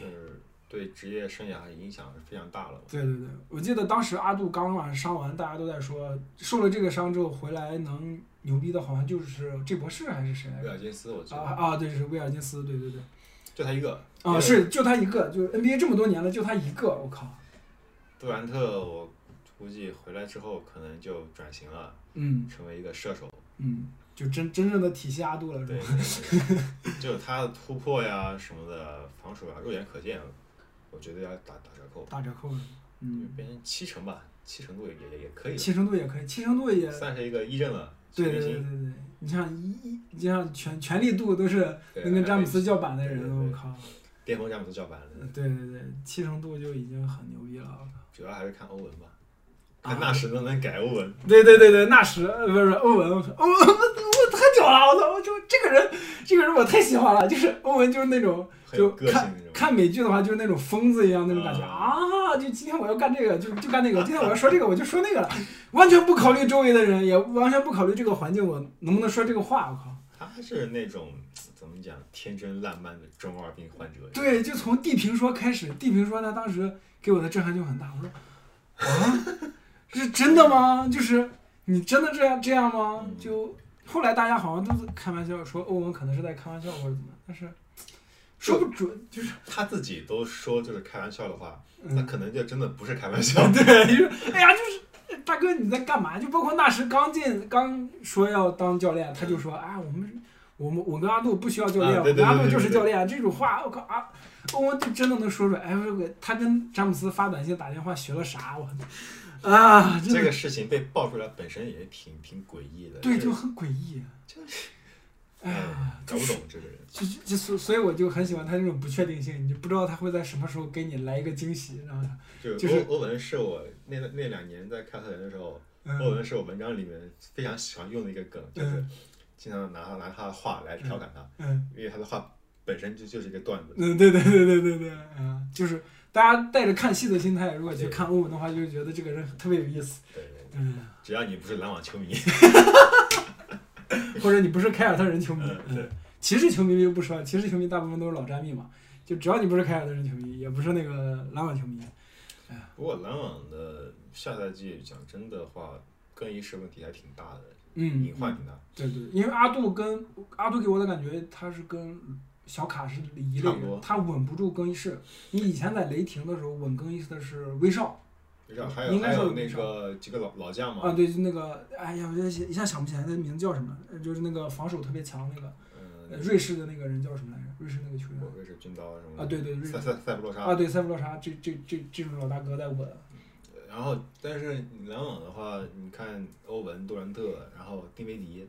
C: 就是对职业生涯影响是非常大了。
B: 对对对，我记得当时阿杜刚完伤完，大家都在说受了这个伤之后回来能牛逼的，好像就是这博士还是谁来
C: 威
B: 着？
C: 尔金斯，我记
B: 啊
C: 得
B: 啊，对，是威尔金斯，对对对，
C: 就他一个
B: 啊
C: 对
B: 是就他一个，就是呃 NBA 这么多年了，就他一个，我靠，
C: 杜兰特，我估计回来之后可能就转型了，
B: 嗯
C: 成为一个射手。
B: 嗯就真真正的体系阿杜了，是
C: 对
B: 吧？
C: 对，对对就是他的突破呀什么的，防守啊，肉眼可见，我觉得要打打折扣，
B: 打折扣了，
C: 就
B: 嗯，
C: 变成七成吧，七成度也也也可以
B: 七
C: 了，
B: 成度也可以，七成度也
C: 算是一个一阵了，
B: 对对
C: 全明
B: 对对
C: 星
B: 对，你像一一，你像全全力度都是
C: 对
B: 能跟詹姆斯叫板的
C: 对对
B: 人，
C: 对
B: 我靠，
C: 巅峰詹姆斯叫板的，
B: 对对对，七成度就已经很牛逼了，我靠
C: 主要还是看欧文吧，看纳什能不能改欧文，
B: 对对对对，纳什呃不是不是欧文，欧文欧文我太屌了，我操！我就这个人，这个人我太喜欢了，就是欧文就是那种
C: 很有
B: 就
C: 个性
B: 看
C: 那种
B: 看美剧的话就是那种疯子一样那种感觉
C: 啊
B: 啊，就今天我要干这个就就干那个，今天我要说这个我就说那个了，完全不考虑周围的人，也完全不考虑这个环境我能不能说这个话，我靠！
C: 他是那种怎么讲天真烂漫的中二病患者，
B: 对，就从地平说开始，地平说他当时给我的震撼就很大。我说，啊，这是真的吗？就是你真的这样这样吗？
C: 嗯
B: 就后来大家好像都是开玩笑说欧文可能是在开玩笑或者怎么样，但是说不准，就是
C: 他自己都说就是开玩笑的话，那
B: 嗯，
C: 可能就真的不是开玩笑，
B: 对，就是哎呀，就是大哥你在干嘛？就包括纳什刚进刚说要当教练，他就说啊、我们。我们我跟阿杜不需要教练，
C: 啊对对
B: 我跟阿
C: 对
B: 杜
C: 对
B: 就是
C: 对
B: 教练。这种话，我靠啊，欧文就真的能说出来。哎，我我他跟詹姆斯发短信打电话学了啥？我啊，真的
C: 这个事情被爆出来本身也挺挺诡异的，
B: 对，
C: 是
B: 就很诡异。
C: 哎呀搞不懂这个人。
B: 就就就所所以我就很喜欢他这种不确定性，你就不知道他会在什么时候给你来一个惊喜，然后他
C: 就
B: 就是
C: 欧欧文是我那那两年在看特人的时候，欧
B: 嗯
C: 文是我文章里面非常喜欢用的一个梗，就是
B: 嗯
C: 经常拿他拿他的话来调侃他，
B: 嗯
C: 因为他的话本身就就是一个段子。
B: 嗯，对对对对对对，嗯，就是大家带着看戏的心态，如果去
C: 对
B: 看欧文的话，就觉得这个人特别有意思，
C: 对，对
B: 嗯，
C: 只要你不是篮网 球迷，
B: 或者你不是凯尔特人球迷，
C: 嗯对
B: 嗯，骑士球迷就不说了，骑士球迷大部分都是老詹迷嘛，就只要你不是凯尔特人球迷，也不是那个篮网球迷，
C: 不过篮网的下赛季讲真的话，更衣室问题还挺大的，
B: 嗯，
C: 隐患挺大，
B: 对对，因为阿杜跟阿杜给我的感觉，他是跟小卡是一类
C: 差
B: 人
C: 不多，
B: 他稳不住更衣室。你以前在雷霆的时候稳更衣室的是威少
C: 然后还有
B: 嗯应该
C: 还
B: 是
C: 有
B: 有
C: 那
B: 影响
C: 个几个老老将嘛，
B: 啊，对，就那个，哎呀，我一下一下想不起来他名字叫什么，呃就是那个防守特别强那个呃
C: 嗯，
B: 瑞士的那个人叫什么来着？瑞士那个球员
C: 我瑞士军刀什么的
B: 啊对对瑞
C: 塞塞塞布洛
B: 啊，
C: 沙，
B: 对，塞弗洛沙这这这这种老大哥在稳，
C: 然后但是你篮网的话，你看欧文、杜兰特，然后丁威迪，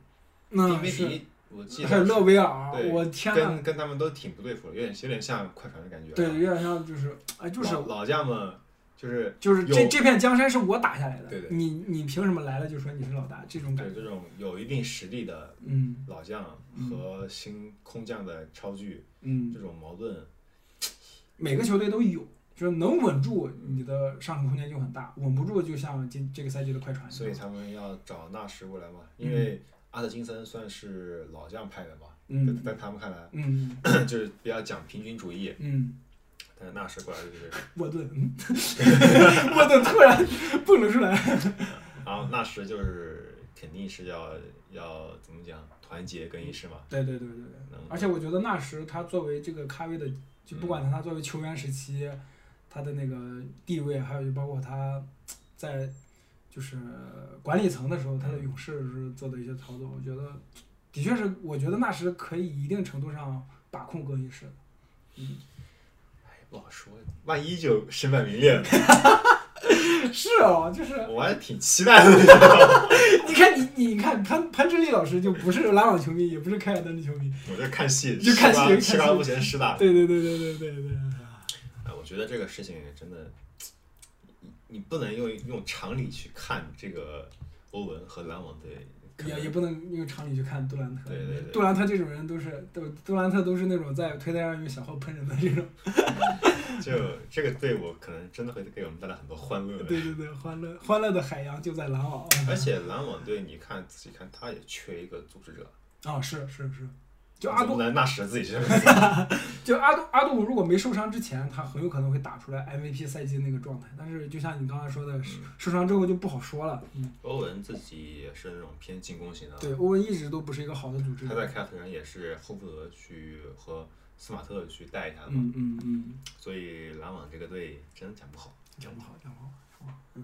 B: 那
C: 丁威
B: 嗯是
C: 迪我 记得
B: 还有勒维尔，
C: 对
B: 我天呐，
C: 跟跟他们都挺不对付的，有点有点像快船的感觉。啊
B: 对，有点像就是哎，就是
C: 老老将们就是
B: 就是这
C: 有
B: 这片江山是我打下来的，
C: 对对
B: 你你凭什么来了就说你是老大？这种感
C: 对
B: 觉，
C: 这种有一定实力的
B: 嗯
C: 老将和新空降的超巨、
B: 嗯
C: 这，种矛盾，
B: 每个球队都有，就是能稳住你的上升空间就很大，稳不住就像今这个赛季的快船一样。
C: 所以他们要找纳什过来嘛，因为阿特金森算是老将派的嘛，
B: 嗯
C: 在在他们看来
B: 嗯
C: 就是比较讲平均主义，
B: 嗯，
C: 但是纳什过来就是，
B: 沃顿， 嗯沃顿突然蹦了出来。
C: 然后纳什就是肯定是要要怎么讲团结更衣室嘛，
B: 对对对对对，
C: 能
B: 而且我觉得纳什他作为这个咖位的，就不管他作为球员时期，他的那个地位，还有就包括他在就是管理层的时候，他的勇士是做的一些操作，我觉得的确是，我觉得纳什可以一定程度上把控更衣室。哎
C: 不好说，万一就身败名裂了。
B: 是哦，就是
C: 我还挺期待的。
B: 你看你你看潘潘志立老师就不是篮网球迷，也不是凯尔特人球迷。
C: 我就看戏，
B: 就看戏就
C: 吃瓜
B: 看戏
C: 吃瓜不嫌吃大。
B: 对对对对对对对。
C: 哎，我觉得这个事情真的，你你不能用用常理去看这个欧文和篮网队，可能
B: 也也不能用常理去看杜兰特，
C: 对对对
B: 杜兰特这种人都是杜杜兰特都是那种在推特上用小号喷人的这种，
C: 就这个队伍可能真的会给我们带来很多欢乐。
B: 对对对，欢乐欢乐的海洋就在篮网。
C: 而且篮网队，你看自己看，他也缺一个组织者，
B: 啊，是是是，就阿
C: 总
B: 杜
C: 不能纳什自己去。
B: 就阿杜阿杜如果没受伤之前，他很有可能会打出来 MVP 赛季那个状态，但是就像你刚才说
C: 嗯
B: 的，受受伤之后就不好说了。嗯，
C: 欧文自己也是那种偏进攻型的，
B: 对，欧文一直都不是一个好的组织
C: 嗯他在
B: 者。
C: 凯尔特人也是后负责去和斯马特去带一下的嘛，
B: 嗯嗯嗯，
C: 所以篮网这个队真的讲不好。
B: 讲不好，讲不好，讲不好。嗯，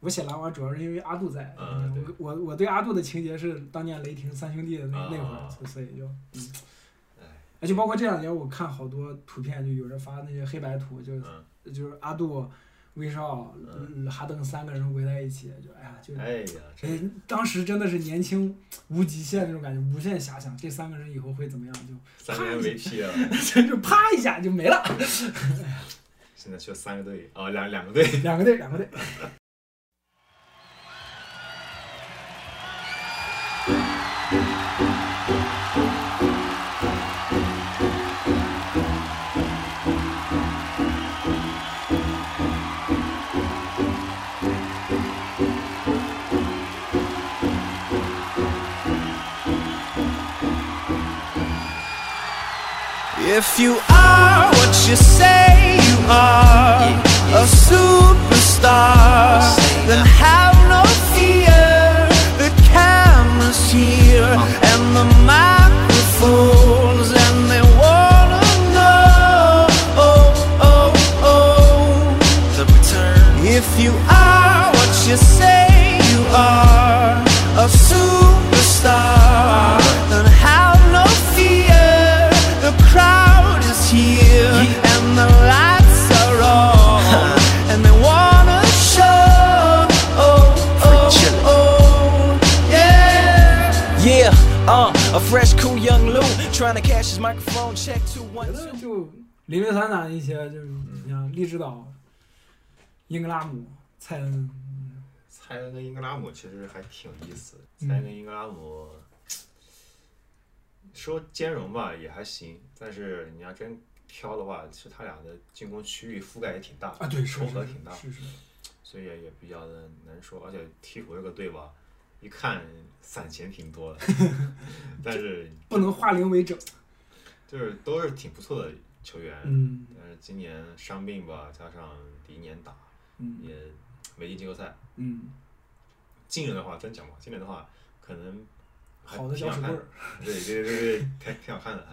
B: 我写狼王主要是因为阿杜在，嗯
C: 啊对
B: 我我我对阿杜的情节是当年雷霆三兄弟的那、
C: 啊
B: 那会儿，所所以就，嗯
C: 哎，
B: 而且包括这两年我看好多图片，就有人发那些黑白图，就是、
C: 嗯
B: 就是阿杜、威少、
C: 嗯
B: 哈登三个人围在一起，就哎呀就。
C: 哎呀，
B: 哎
C: 这，
B: 当时真的是年轻无极限那种感觉，无限遐想，这三个人以后会怎么样？就
C: 三个 MVP 啊，
B: 就啪一下就没了，
C: 现在缺三个队啊，两两个队，
B: 两个队，两个队。
D: If you are what you say you are, a superstar, then have no fear. The camera's here and the microphones, and they wanna know. Oh, oh, oh. The return. If you are what you say you are, a superstar, then have no fear. The crowd is here and the lights are on, and they wanna show. Oh, oh, oh, yeah.
H: Yeah, uh, a fresh, cool young Lou trying to cash his microphone check to
B: 觉
H: one.
B: 得就零零散散的一些，就是
C: 嗯
B: 你像利指导、英格拉姆、蔡恩，
C: 蔡恩跟英格拉姆其实还挺有意思的。
B: 嗯
C: 蔡恩跟英格拉姆说兼容吧也还行，但是你要真挑的话，其实他俩的进攻区域覆盖也挺大
B: 啊，对，是
C: 重
B: 是
C: 合挺大，
B: 是是，
C: 所以也比较的难说。而且鹈鹕这个队吧，一看散钱挺多的， 但是
B: 不能化零为整。
C: 就是都是挺不错的球员。
B: 嗯
C: 但是今年伤病吧，加上第一年打
B: 嗯
C: 也没进季后赛，
B: 嗯，
C: 今年的话真讲吧，今年的话可能还
B: 好的
C: 挺
B: 小
C: 好
B: 手
C: 看
B: 棍
C: 的
B: 儿。
C: 对对对对，挺挺好看的，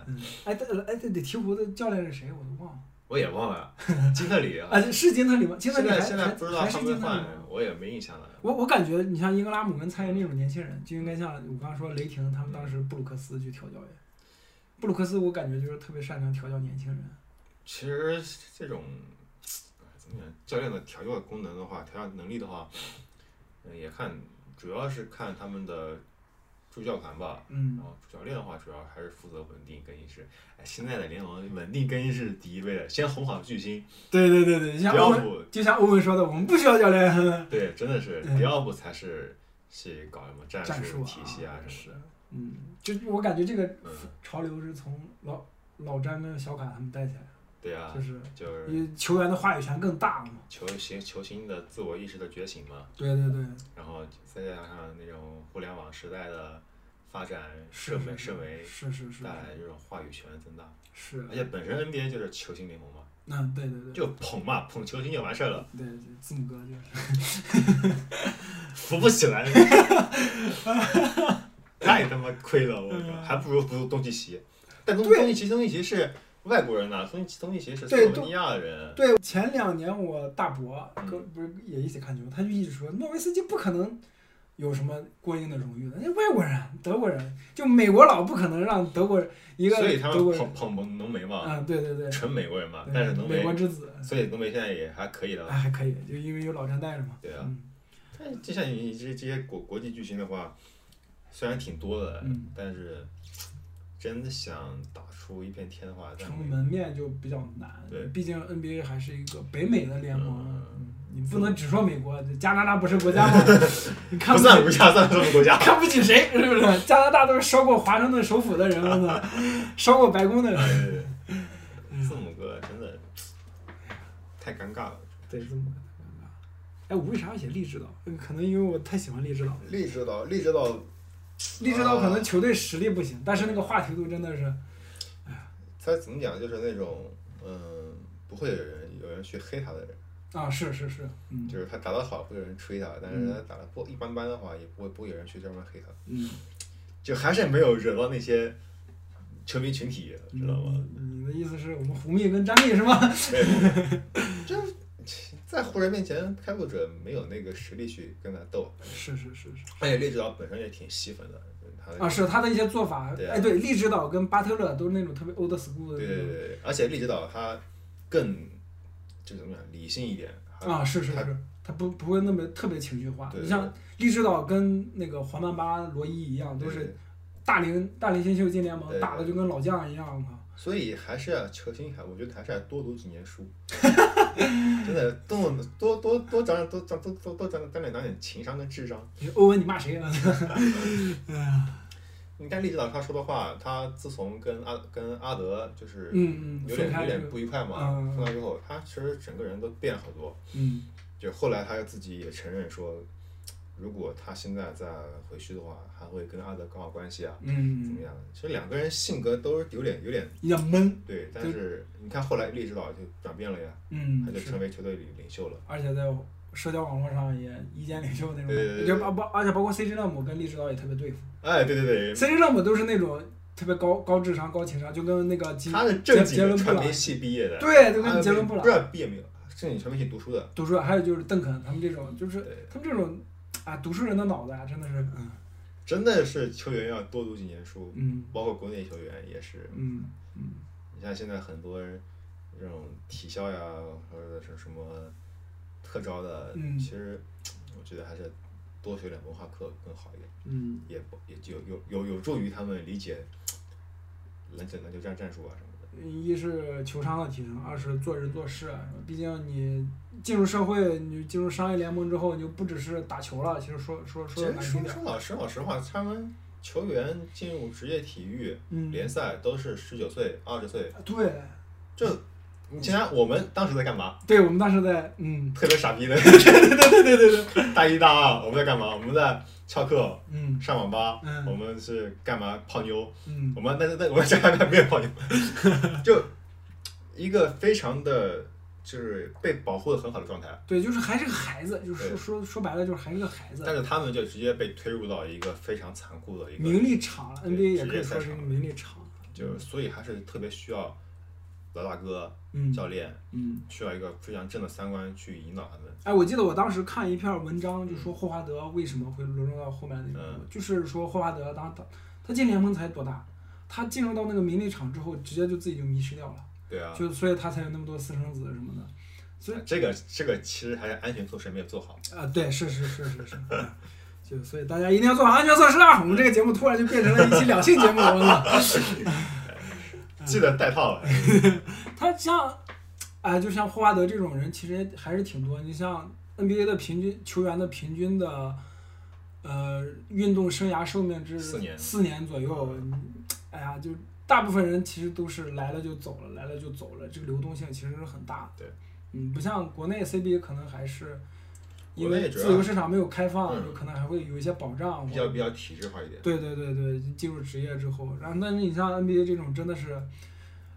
C: 还
B: 哎，对哎对对，鹈鹕的教练是谁？我都忘了。
C: 我也 忘了金特里啊，
B: 啊，是金特里吗？金特
C: 现
B: 里
C: 在
B: 还
C: 现在
B: 还
C: 不知道
B: 还
C: 他
B: 是
C: 们
B: 金
C: 会
B: 特里
C: 换
B: 吗？，
C: 我也没印象了。
B: 我我感觉你像英格拉姆跟蔡恩那种年轻人，就应该像我刚刚说雷霆，他们当时布鲁克斯去调教员。布鲁克斯，我感觉就是特别擅长调教年轻人。
C: 其实这种哎怎么讲，教练的调教功能的话，调教能力的话，嗯，也看主要是看他们的助教团吧。
B: 嗯
C: 然后主教练的话，主要还是负责稳定更衣室。哎，现在的联盟稳定更衣室是第一位的，先哄好巨星，
B: 对对对对，像
C: 迪奥
B: 欧文，
C: 普，
B: 就像欧文说的，我们不需要教练。
C: 对，真的是
B: 嗯
C: 迪奥普才是去搞什么战
B: 战术
C: 术
B: 啊
C: 体系啊什
B: 是
C: 么的。
B: 嗯，就我感觉这个
C: 嗯，
B: 潮流是从老老詹跟小卡他们带起来的，
C: 对啊，
B: 就是
C: 就是
B: 因为球员的话语权更大了嘛。
C: 球星球星的自我意识的觉醒嘛，
B: 对对对，
C: 然后再加上那种互联网时代的发展，
B: 是
C: 社
B: 是
C: 媒
B: 是
C: 社媒
B: 是是是
C: 带来这种话语权的增大，
B: 是
C: 而，且本身 NBA 就是球星联盟嘛，
B: 嗯对对对，
C: 就捧嘛，捧球星就完事儿 了，
B: 对对字母哥就是
C: 扶不起来，太他妈亏了，我靠，还不如扶东契奇，但东
B: 嗯对
C: 东契奇东契奇是外国人呐、东契东契奇是斯
B: 对
C: 洛文
B: 东
C: 尼亚人，
B: 对。前两年我大伯
C: 嗯
B: 跟不是也一起看球，他就一直说诺维斯基不可能。有什么过硬的荣誉的？那外国人、德国人，就美国佬不可能让德国人一个
C: 所以他
B: 德国
C: 们
B: 人
C: 捧捧浓眉嘛，
B: 啊，对对对，
C: 纯美国人嘛
B: 对，
C: 但是浓
B: 美
C: 眉
B: 国，之子，
C: 所以浓眉现在也还可以了
B: 哎，。还可以，就因为有老詹带着嘛。
C: 对啊
B: 嗯
C: 但就像你这这些国国际巨星的话，虽然挺多的，
B: 嗯
C: 但是真的想打出一片天的话，在
B: 成
C: 美
B: 门面就比较难。
C: 对
B: 毕竟 NBA 还是一个北美的联盟，
C: 嗯
B: 嗯你不能只说美国，加拿大不是国家 吗？你看不
C: 不算
B: 起？
C: 国家，算什么国家
B: 看不起谁？是不是？加拿大都是烧过华盛顿首府的人了 呢，烧过白宫的人。
C: 哎
B: 嗯
C: 字母哥真的太尴尬了。
B: 对，这么个尴尬。哎，我为啥要写励志岛？嗯可能因为我太喜欢励志岛了。
C: 励志岛，励志岛
B: 励志岛可
C: 啊
B: 能球队实力不行，但是那个话题度真的是，
C: 他怎么讲，就是那种嗯、不会有人有人去黑他的人，
B: 啊，是是是，嗯
C: 就是他打得好会有人吹他，但是他打得不一般般的话，也不会不会有人去专门黑他，
B: 嗯。
C: 就还是没有惹到那些球迷群体，
B: 嗯
C: 知道吗？
B: 你的意思是我们胡密跟詹密是吗？
C: 没有没有，这 在湖人面前，开拓者没有那个实力去跟他斗，
B: 是是是是
C: 而且利指导本身也挺吸粉的，他
B: 啊，是他的一些做法
C: 对，啊
B: 哎，对，利指导跟巴特勒都是那种特别 old school 的
C: 对
B: 那
C: 对
B: 种，
C: 对，而且利指导他更就怎么讲理性一点
B: 啊，是是
C: 他
B: 是，他不不会那么特别情绪化。
C: 对
B: 你
C: 对
B: 像利指导跟那个黄曼巴、罗伊一样，都
C: 对
B: 是
C: 对
B: 大龄大龄新秀进联
C: 对
B: 盟，
C: 对
B: 打的就跟老将一样，我靠。
C: 所以还是要球星还，我觉得还是要多读几年 书，真的多多多多长点多长多多多长长点长点情商跟智商。
B: 你欧文，你骂谁啊？ 哎呀，
C: 你看利指导他说的话，他自从跟阿跟阿德就是
B: 嗯嗯
C: 有点
B: 分开
C: 有
B: 之
C: 点
B: 后
C: 不愉快嘛，
B: 嗯嗯
C: 分开之后，他其实整个人都变了好多。
B: 嗯，
C: 就后来他自己也承认说，如果他现在再回去的话，还会跟阿德搞好关系啊，
B: 嗯
C: 怎么样的？其实两个人性格都是有点有点
B: 有点闷，
C: 对，但
B: 对
C: 是你看后来利指导就转变了呀，
B: 嗯
C: 他，就成
B: 是，
C: 为球队领领袖了。
B: 而且在社交网络上也意见领袖那种感
C: 对对
B: 觉，
C: 对
B: 就
C: 对
B: 包包，而且包括 CJ 勒姆跟利指导也特别对付
C: 哎，对对对，
B: ，CJ 勒姆都是那种特别高高智商、高情商，就跟那个吉
C: 他是
B: 杰
C: 正
B: 杰
C: 经
B: 伦
C: 的
B: 布
C: 传
B: 朗
C: 媒，系毕业的，
B: 对，就
C: 他
B: 跟杰伦布朗
C: 不知。道毕业没有，正经传媒系读书的。
B: 读书人，还有就是邓肯他们这种，就是
C: 对
B: 他们这种啊，读书人的脑子啊，真的是，嗯
C: 真的是球员要多读几年书，
B: 嗯
C: 包括国内球员也是。
B: 嗯嗯，
C: 你像现在很多人这种体校呀，或者是什么特招的，
B: 嗯
C: 其实我觉得还是多学点文化课更好一点，
B: 嗯，
C: 也不也就有有有助于他们理解呃篮球篮球战战术啊什么的。
B: 嗯一是球商的提升，二是做人做事。毕竟你进入社会，你进入商业联盟之后，你就不只是打球了。其实说说
C: 其
B: 说的
C: 实
B: 难听
C: 说
B: 点
C: 说，老实老实话，他们球员进入职业体育
B: 嗯，
C: 联赛都是十九岁、二十岁，
B: 对
C: 这你想
B: 嗯
C: 想我们当时在干嘛？
B: 对，我们当时在嗯
C: 特别傻 逼的，
B: 对对对对，
C: 大一大二我们在干嘛？我们在翘课、
B: 嗯
C: 上网吧，
B: 嗯
C: 我们是干嘛泡妞？
B: 嗯
C: 我们那那那我们家那边没有 泡妞，就一个非常的就是被保护的很好的状态，
B: 对，就是还是个孩子，就是说
C: 对
B: 说说白了就是还是个孩子
C: 但，是他们就直接被推入到一个非常残酷的一个
B: 名利场了
C: 对
B: ，NBA 也
C: 职
B: 可以
C: 业
B: 说
C: 赛
B: 是一个
C: 场
B: 名利场。
C: 就是所以还是特别需要老大哥、
B: 嗯
C: 教练，
B: 嗯，
C: 需要一个非常正的三观去引导他们。
B: 哎，我记得我当时看一篇文章，就说霍华德为什么会沦落到后面的一步，
C: 嗯
B: 就是说霍华德当他他进联盟才多大，他进入到那个名利场之后，直接就自己就迷失掉了，
C: 对啊，
B: 就所以他才有那么多私生子什么的。所以
C: 这个这个其实还是安全措施没有做好。
B: 啊，对，是是是是是。嗯就所以大家一定要做好安全措施啊！我们这个节目突然就变成了一期两性节目了，我操！嗯
C: 记得带套了，
B: 他像，哎，就像霍华德这种人，其实还是挺多。你像 NBA 的平均球员的平均的，呃，运动生涯寿命是
C: 四年
B: 四年左右。你哎呀，就大部分人其实都是来了就走了，来了就走了，这个流动性其实是很大的。
C: 对，
B: 嗯，不像国内 CBA 可能还是因
C: 国内
B: 为
C: 主要
B: 自由市场没有开放，
C: 嗯
B: 有可能还会有一些保障。
C: 比较比较体制化一点。
B: 对对对对，进入职业之后，然后但是你像 NBA 这种真的是，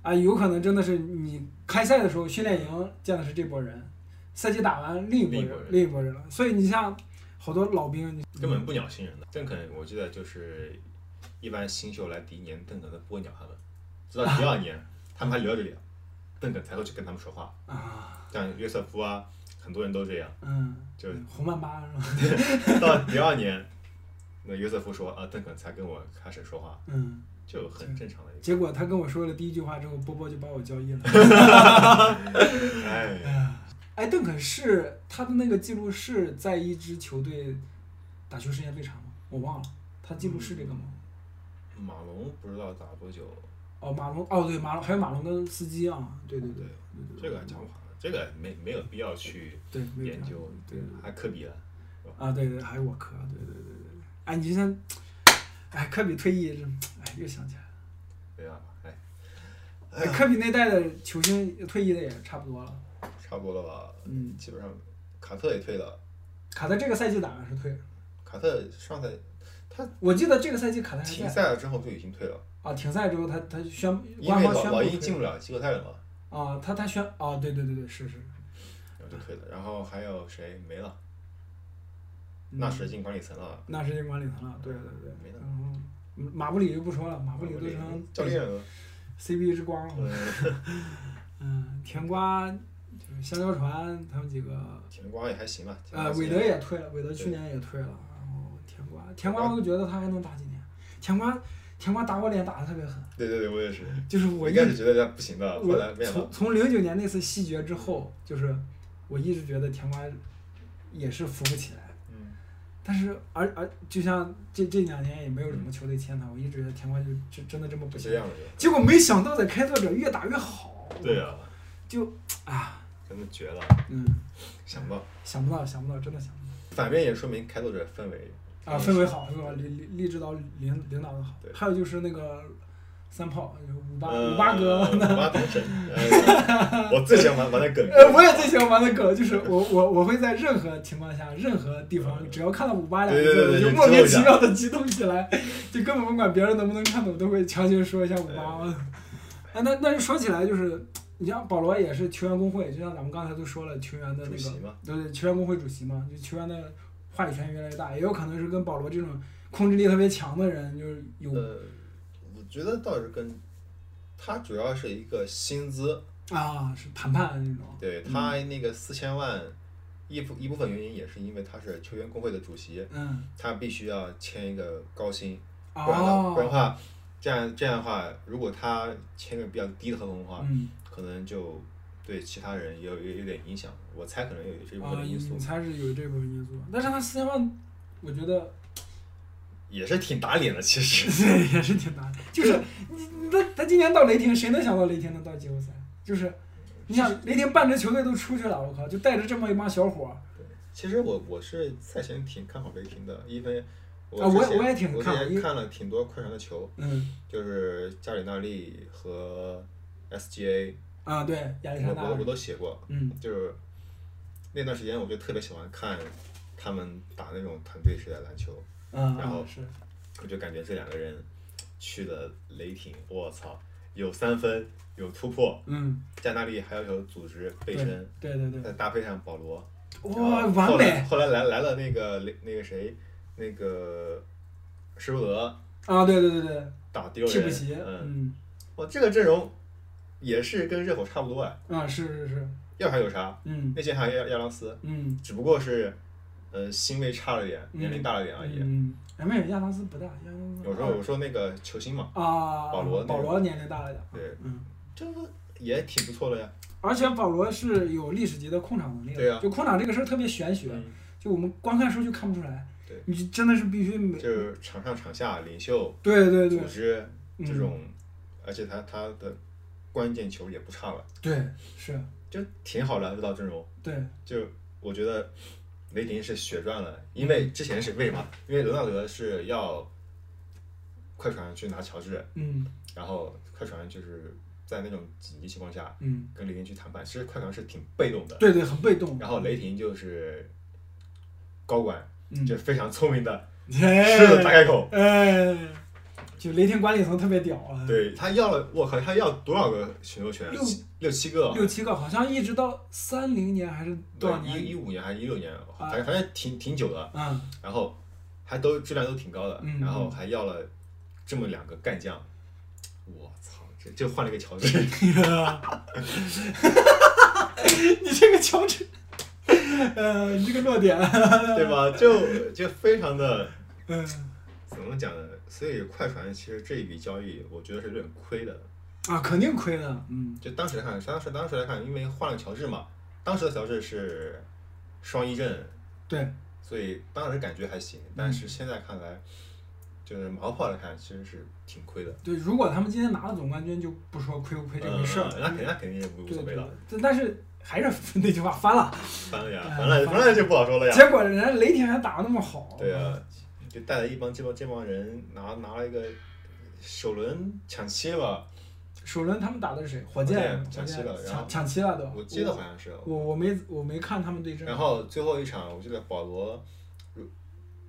B: 啊、有可能真的是你开赛的时候训练营见的是这波人，赛季打完另一波
C: 另一
B: 人
C: 拨人
B: 另一波人了，所以你像好多老兵，你
C: 根本不鸟新人的。邓肯，我记得就是一般新秀来第一年，邓肯都不会鸟他们，直到第二年，他们还聊着聊，邓肯才会去跟他们说话。
B: 啊，
C: 像约瑟夫啊，很多人都这样。
B: 嗯，
C: 就
B: 红曼巴是吧？
C: 到第二年，那约瑟夫说啊，邓肯才跟我开始说话，
B: 嗯，
C: 就很正常的一个。
B: 结果他跟我说了第一句话之后，波波就把我交易了。
C: 哎，
B: 哎，邓肯是他的那个记录是在一支球队打球时间最长吗？我忘了，他记录是这个吗？
C: 嗯马龙不知道打多久，
B: 哦，马龙，哦对，马龙还有马龙跟司机啊，对对对
C: 对，这个讲不好，这个没没有必要去
B: 对，没有
C: 研
B: 办法
C: 究，
B: 对对
C: 还科比了。
B: 啊，对对，还有我科，对对对对对，哎，你就像，哎，科比退役，这，哎，又想起来了，
C: 对啊，哎，
B: 哎科比那代的球星退役的也差不多了，
C: 差不多了吧？
B: 嗯
C: 基本上卡特也退了，
B: 卡特这个赛季打完是退了，
C: 卡特上赛
B: 我记得这个赛季卡特
C: 停
B: 还在
C: 赛了之后就已经退了，
B: 啊，停赛之后他他宣
C: 因
B: 官
C: 为
B: 方
C: 老
B: 宣
C: 老
B: 布
C: 鹰进
B: 退
C: 不了季后赛了嘛，
B: 啊，他他宣啊，对对对对，是是，
C: 然后就退了。然后还有谁没了？纳什进管理层了，
B: 那是英管理层了，对对对，
C: 没了
B: 然后马布里就不说了，马布里都成
C: 教练了，
B: CBA 之光了。
C: 嗯
B: 嗯，甜瓜就是香蕉船他们几个，
C: 甜瓜也还行吧。甜瓜
B: 呃，
C: 行
B: 韦德也退了，韦德去年也退了，然后甜瓜，甜瓜我都觉得他还能打几年，甜瓜，甜瓜打我脸打的特别狠，
C: 对对对，我也是。
B: 就是我
C: 我
B: 一
C: 一开始觉得他不行的，后来
B: 我
C: 没想
B: 从
C: 到。
B: 从零九年那次西决之后，就是我一直觉得甜瓜也是扶不起来，
C: 嗯
B: 但是而而就像这这两年也没有什么球队签他，我一直觉得甜瓜就就真的这么不行
C: 是嗯这，样的人。
B: 结果没想到在开拓者越打越好，
C: 对啊，
B: 就啊，
C: 真的绝了，
B: 嗯，
C: 想不到。
B: 想不到想不到，真的想不
C: 反面也说明开拓者氛围
B: 到啊，氛围好是吧？领领励志导领领导的好
C: 嗯对，
B: 还有就是那个三炮就是五八
C: 呃
B: 五八 哥
C: 五
B: 那。
C: 八同 神，呃我最喜欢玩玩的梗。
B: 呃， 我也最喜欢玩的梗就是我我我会在任何情况下、任何地方，只要看到五八两个
C: 嗯对对
B: 字，我
C: 对对
B: 就
C: 就
B: 莫名其
C: 激动一下
B: 妙的激动起来，就根本不管别人能不能看懂，都会强行说一下五八。啊，那那说起来就是，你像保罗也是球员工会，就像咱们刚才都说了，球员的那
C: 主
B: 个
C: 席嘛，
B: 对对，球员工会主席嘛，就球员的话语权越来越大，也有可能是跟保罗这种控制力特别强的人，就是有
C: 呃，我觉得倒是跟他主要是一个薪资，
B: 啊是谈判那种。
C: 对他那个四千万。一部一部分原因也是因为他是球员工会的主席，
B: 嗯，
C: 他必须要签一个高薪，不然的、不然的
B: 哦，
C: 话，这样这样的话，如果他签个比较低的合同的话，
B: 嗯，
C: 可能就对其他人也有有有点影响。我猜可能有这部分
B: 啊，
C: 的因素，
B: 你猜是有这部分因素，但是他四千万，我觉得
C: 也是挺打脸的。其实，
B: 也是挺难，就是你你他他今年到雷霆，谁能想到雷霆能到季后赛？就是你想雷霆半支球队都出去了，我靠，就带着这么一帮小伙儿，
C: 其实我我是赛前挺看好雷霆的，因为我
B: 啊我
C: 之前
B: 我也挺
C: 我之
B: 看好因
C: 前
B: 为
C: 看了挺多快船的球，
B: 嗯
C: 就是加里纳利和 SGA，
B: 啊，对，亚历
C: 我
B: 山大，
C: 我我都写过，
B: 嗯
C: 就是那段时间我就特别喜欢看他们打那种团队式的篮球，
B: 嗯，
C: 然后
B: 啊是
C: 我就感觉这两个人去了雷霆，我操，有三分，有突破，
B: 嗯，
C: 加纳利还有一球组织背
B: 对
C: 身，
B: 对对对，
C: 再搭配上保罗，
B: 哇，
C: 然后
B: 完
C: 后来
B: 美
C: 后来来来了那个雷那个谁，那个施罗德
B: 啊！对对对对，
C: 打第六
B: 替补
C: 人，
B: 席，
C: 嗯，
B: 嗯，
C: 哇，这个阵容也是跟热火差不多哎，
B: 啊，是是是，
C: 要啥有啥，
B: 嗯
C: 内线还有亚亚当斯，
B: 嗯
C: 只不过是呃薪位差了点，
B: 嗯
C: 年龄大了点而已。
B: 嗯，哎，没有亚当斯不大，亚当斯
C: 有时候我说那个球星嘛，
B: 啊，
C: 保罗那个
B: 保罗年龄大了点，
C: 对，
B: 嗯，
C: 这也挺不错的呀。
B: 而且保罗是有历史级的控场能力的，
C: 对啊
B: 就控场这个事儿特别玄学，
C: 嗯
B: 就我们光看书就看不出来，
C: 对
B: 你就真的是必须每
C: 就是场上场下领袖、
B: 对对对
C: 组织
B: 嗯
C: 这种，而且他他的关键球也不差了，
B: 对是，
C: 就挺好的这套阵容。
B: 对
C: 就我觉得雷霆是血赚了，因为之前是为嘛？因为伦纳德是要快船去拿乔治，
B: 嗯
C: 然后快船就是在那种紧急情况下
B: 嗯，
C: 跟雷霆去谈判，其实快船是挺被动的。
B: 对对很被动，
C: 然后雷霆就是高管，
B: 嗯，
C: 就非常聪明的狮子 大
B: 哎
C: 开口，
B: 哎，就雷霆管理层特别屌啊，。
C: 对他要了，我靠，他要多少个选秀权？
B: 六
C: 七六七个啊，
B: 六七个，好像一直到三零年还是多少
C: 对，一一
B: 年？啊
C: 五年还是一六年，反正反正挺挺久的，
B: 嗯，
C: 然后还都质量都挺高的，
B: 嗯
C: 然后还要了这么两个干将，我操，这就换了一个 乔治，
B: 你这个乔治，呃，你这个弱点，啊
C: 对吧？就就非常的
B: 嗯
C: 怎么讲呢？所以快船其实这一笔交易，我觉得是有点亏的。
B: 啊，肯定亏的，嗯
C: 就当时来看，当时当时来看，因为换了乔治嘛，当时的乔治是双一阵，
B: 对，
C: 所以当时感觉还行，但是现在看来，就是毛炮来看，其实是挺亏的。
B: 对，如果他们今天拿了总冠军，就不说亏不亏这回事儿
C: 嗯，那肯定那肯定是无
B: 对
C: 所
B: 对
C: 谓了，，
B: 对但是还是 那句话翻了，
C: 翻了呀，
B: 嗯
C: 翻了
B: 翻了
C: 翻了就不好说了呀。
B: 结果人家雷霆还打得那么好，
C: 啊对啊，就带了一帮这帮这帮人拿拿了一个首轮抢七吧，
B: 首轮他们打的是谁？火
C: 箭
B: 箭，火箭
C: 抢七了然后
B: 抢抢七了都，
C: 我记得好像是。
B: 我我没我没看他们对阵，
C: 然后最后一场，我记得保罗如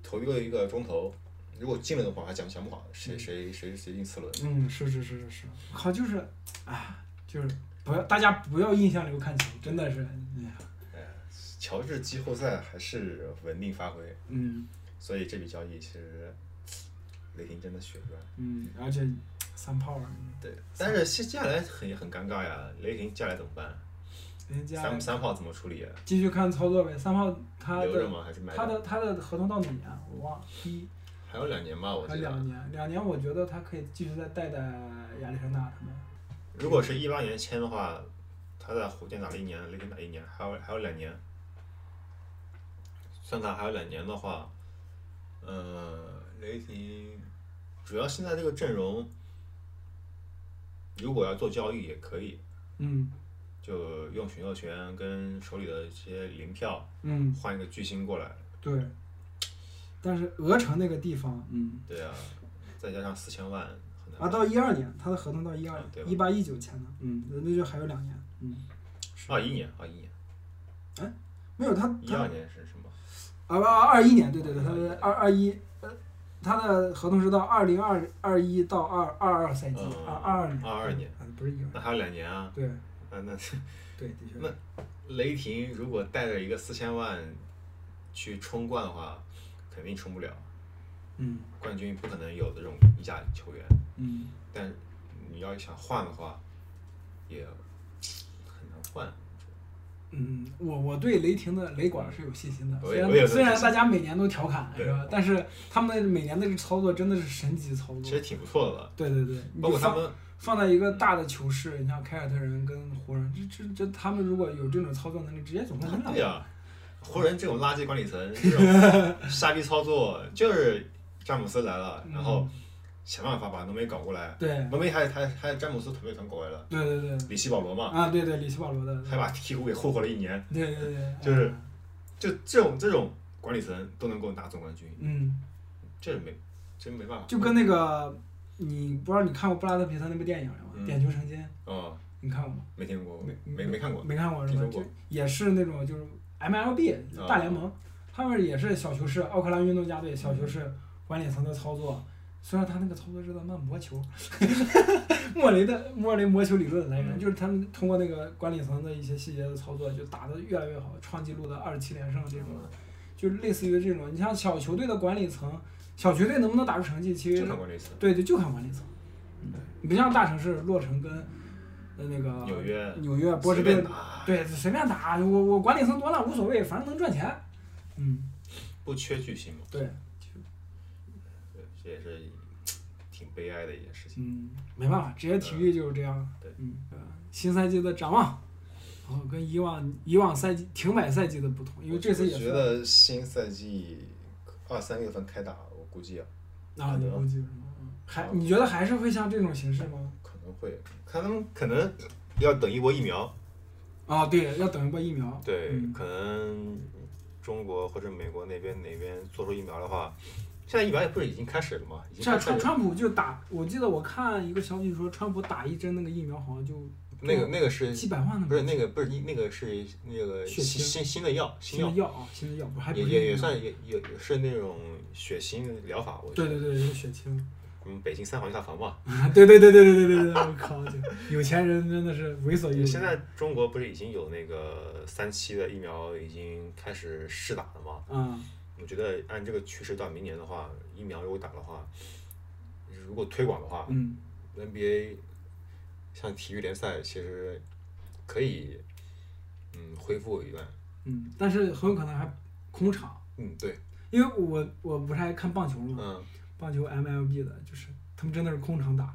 C: 投一个一个中投，如果进了的话，还讲讲不好谁谁谁谁进次轮。
B: 嗯，是是是是是，靠，就是，哎，就是不要大家不要印象流看球，真的是，哎呀
C: 乔治季后赛还是稳定发挥，
B: 嗯
C: 所以这笔交易其实雷霆真的血赚。
B: 嗯，而且三炮儿，啊
C: 对，但是接接下来很很尴尬呀，雷霆接下来怎么办？
B: 人家
C: 三三炮怎么处理啊？
B: 继续看操作呗。三号他
C: 留着
B: 的
C: 吗？还是卖
B: 他
C: 掉？
B: 的他的合同到哪年？我忘了，一
C: 还有两年吧，我
B: 还
C: 记
B: 是
C: 得
B: 两。年？两年，我觉得他可以继续再带带亚历山大他们。
C: 如果是一八年签的话，他在火箭打了一年，雷霆打一年，还有还有两年。算他还有两年的话，呃，雷霆主要现在这个阵容，如果要做交易也可以，
B: 嗯
C: 就用选秀权跟手里的这些零票
B: 嗯，
C: 换一个巨星过来。
B: 对。但是鹅城那个地方，嗯，
C: 对啊，再加上四千万，很难
B: 啊，到一二年，他的合同到一二
C: 啊对吧
B: 一八一九签的，嗯，那就还有两年，嗯，
C: 二啊一年，二一年，
B: 没有他
C: 一
B: 他
C: 二年是什么？
B: 啊二二一年，对对对，他的二二一，呃，他的合同是到二零二二一到二二二赛季，
C: 嗯
B: 二二二年，
C: 22年
B: 啊，不是一
C: 那
B: 二，
C: 还有两年啊，
B: 对
C: 那那
B: 对，的确
C: 那
B: 是，
C: 雷霆如果带着一个四千万去冲冠的话，肯定冲不了，
B: 嗯
C: 冠军不可能有这种一甲球员。
B: 嗯，
C: 但你要想换的话，也很难换。
B: 嗯，我我对雷霆的雷管是有信心的，
C: 我
B: 虽
C: 也嗯我
B: 然
C: 也有
B: 虽然
C: 信心
B: 大家每年都调侃
C: 对啊
B: 是吧，但是他们的每年的这操作真的是神级操作
C: 其实，挺不错的了，
B: 对对对，你
C: 包括他
B: 放
C: 们，
B: 放在一个大的球市，你像凯尔特人跟湖人，这这这他们如果有这种操作能力，直接总冠军了。
C: 对哎啊呀、湖人这种垃圾管理 层，这种傻逼操作，就是詹姆斯来了，然后想办法把浓眉搞过来，
B: 嗯对
C: 浓眉还还还詹姆斯团队团搞过来了，
B: 对对对，
C: 里希保罗嘛，
B: 啊对对，里奇保罗的，
C: 还把鹈鹕给霍霍了一年。
B: 对对对，
C: 就是
B: 啊
C: 就这种这种管理层都能够拿总冠军，
B: 嗯，
C: 这没真没办法。
B: 就跟那个你不知道你看过布拉德皮特那部电影了吗？
C: 嗯
B: 点球成金，
C: 哦，
B: 你看过吗？
C: 没听过，没
B: 没
C: 没没看过。
B: 没看过是吧
C: 听？
B: 就
C: 说过
B: 也是那种就是 MLB
C: 啊
B: 大联盟，他们也是小球市，奥克兰运动家队小
C: 嗯
B: 球市管理层的操作。虽然他那个操作是他妈魔球， 莫雷的莫雷魔球理论的来源，
C: 嗯
B: 就是他们通过那个管理层的一些细节的操作，就打得越来越好，创纪录的二十七连胜这
C: 嗯
B: 种，就是类似于这种。你像小球队的管理层，小球队能不能打出成绩，其实
C: 就看管理层，
B: 对对，就看管理层。你不像大城市，洛城跟呃那个
C: 纽约
B: 纽约波士
C: 随
B: 顿
C: 便，打，
B: 对，随便打，我我管理层多烂无所谓，反正能赚钱。嗯，
C: 不缺巨星嘛。
B: 对，
C: 对，这也是挺悲哀的一件事情。
B: 嗯，没办法，职业体育就是这样。
C: 对
B: 嗯，呃新赛季的展望，然后跟以往以往赛季停摆赛季的不同，因为这次也
C: 我
B: 是
C: 觉得新赛季二三月份开打，我估计啊
B: 啊，你
C: 可能
B: 估计是吗？嗯还你觉得还是会像这种形式吗？
C: 可能会，可能可能要等一波疫苗，
B: 啊，对，要等一波疫苗。
C: 对，
B: 嗯
C: 可能中国或者美国那边哪边做出疫苗的话，现在疫苗也不是已经开始了吗？已经
B: 像
C: 开始
B: 川
C: 了。
B: 川普就打，我记得我看一个消息说，川普打一针那个疫苗好像就
C: 那个那个是
B: 几百万呢，
C: 不是那个，不是那个是那个
B: 血
C: 新
B: 清
C: 新新的药，新
B: 新的
C: 药
B: 药啊，新的药不是还不
C: 也
B: 是
C: 也
B: 疫
C: 也
B: 苗
C: 算也也也是那种血腥疗法，我觉
B: 对
C: 得。
B: 对对，是血清。啊
C: 嗯，北京三环大房嘛，
B: 对对对对对对对对，我靠，就有钱人真的是为所欲为。
C: 现在中国不是已经有那个三期的疫苗已经开始试打了吗？
B: 啊，
C: 我觉得按这个趋势到明年的话，疫苗如果打的话，如果推广的话
B: 嗯，
C: ，NBA 像体育联赛其实可以嗯恢复一段。
B: 嗯，但是很有可能还空场，
C: 嗯，对，
B: 因为我我不是还看棒球了嘛，
C: 嗯，
B: 棒球 MLB 的，就是他们真的是空场打，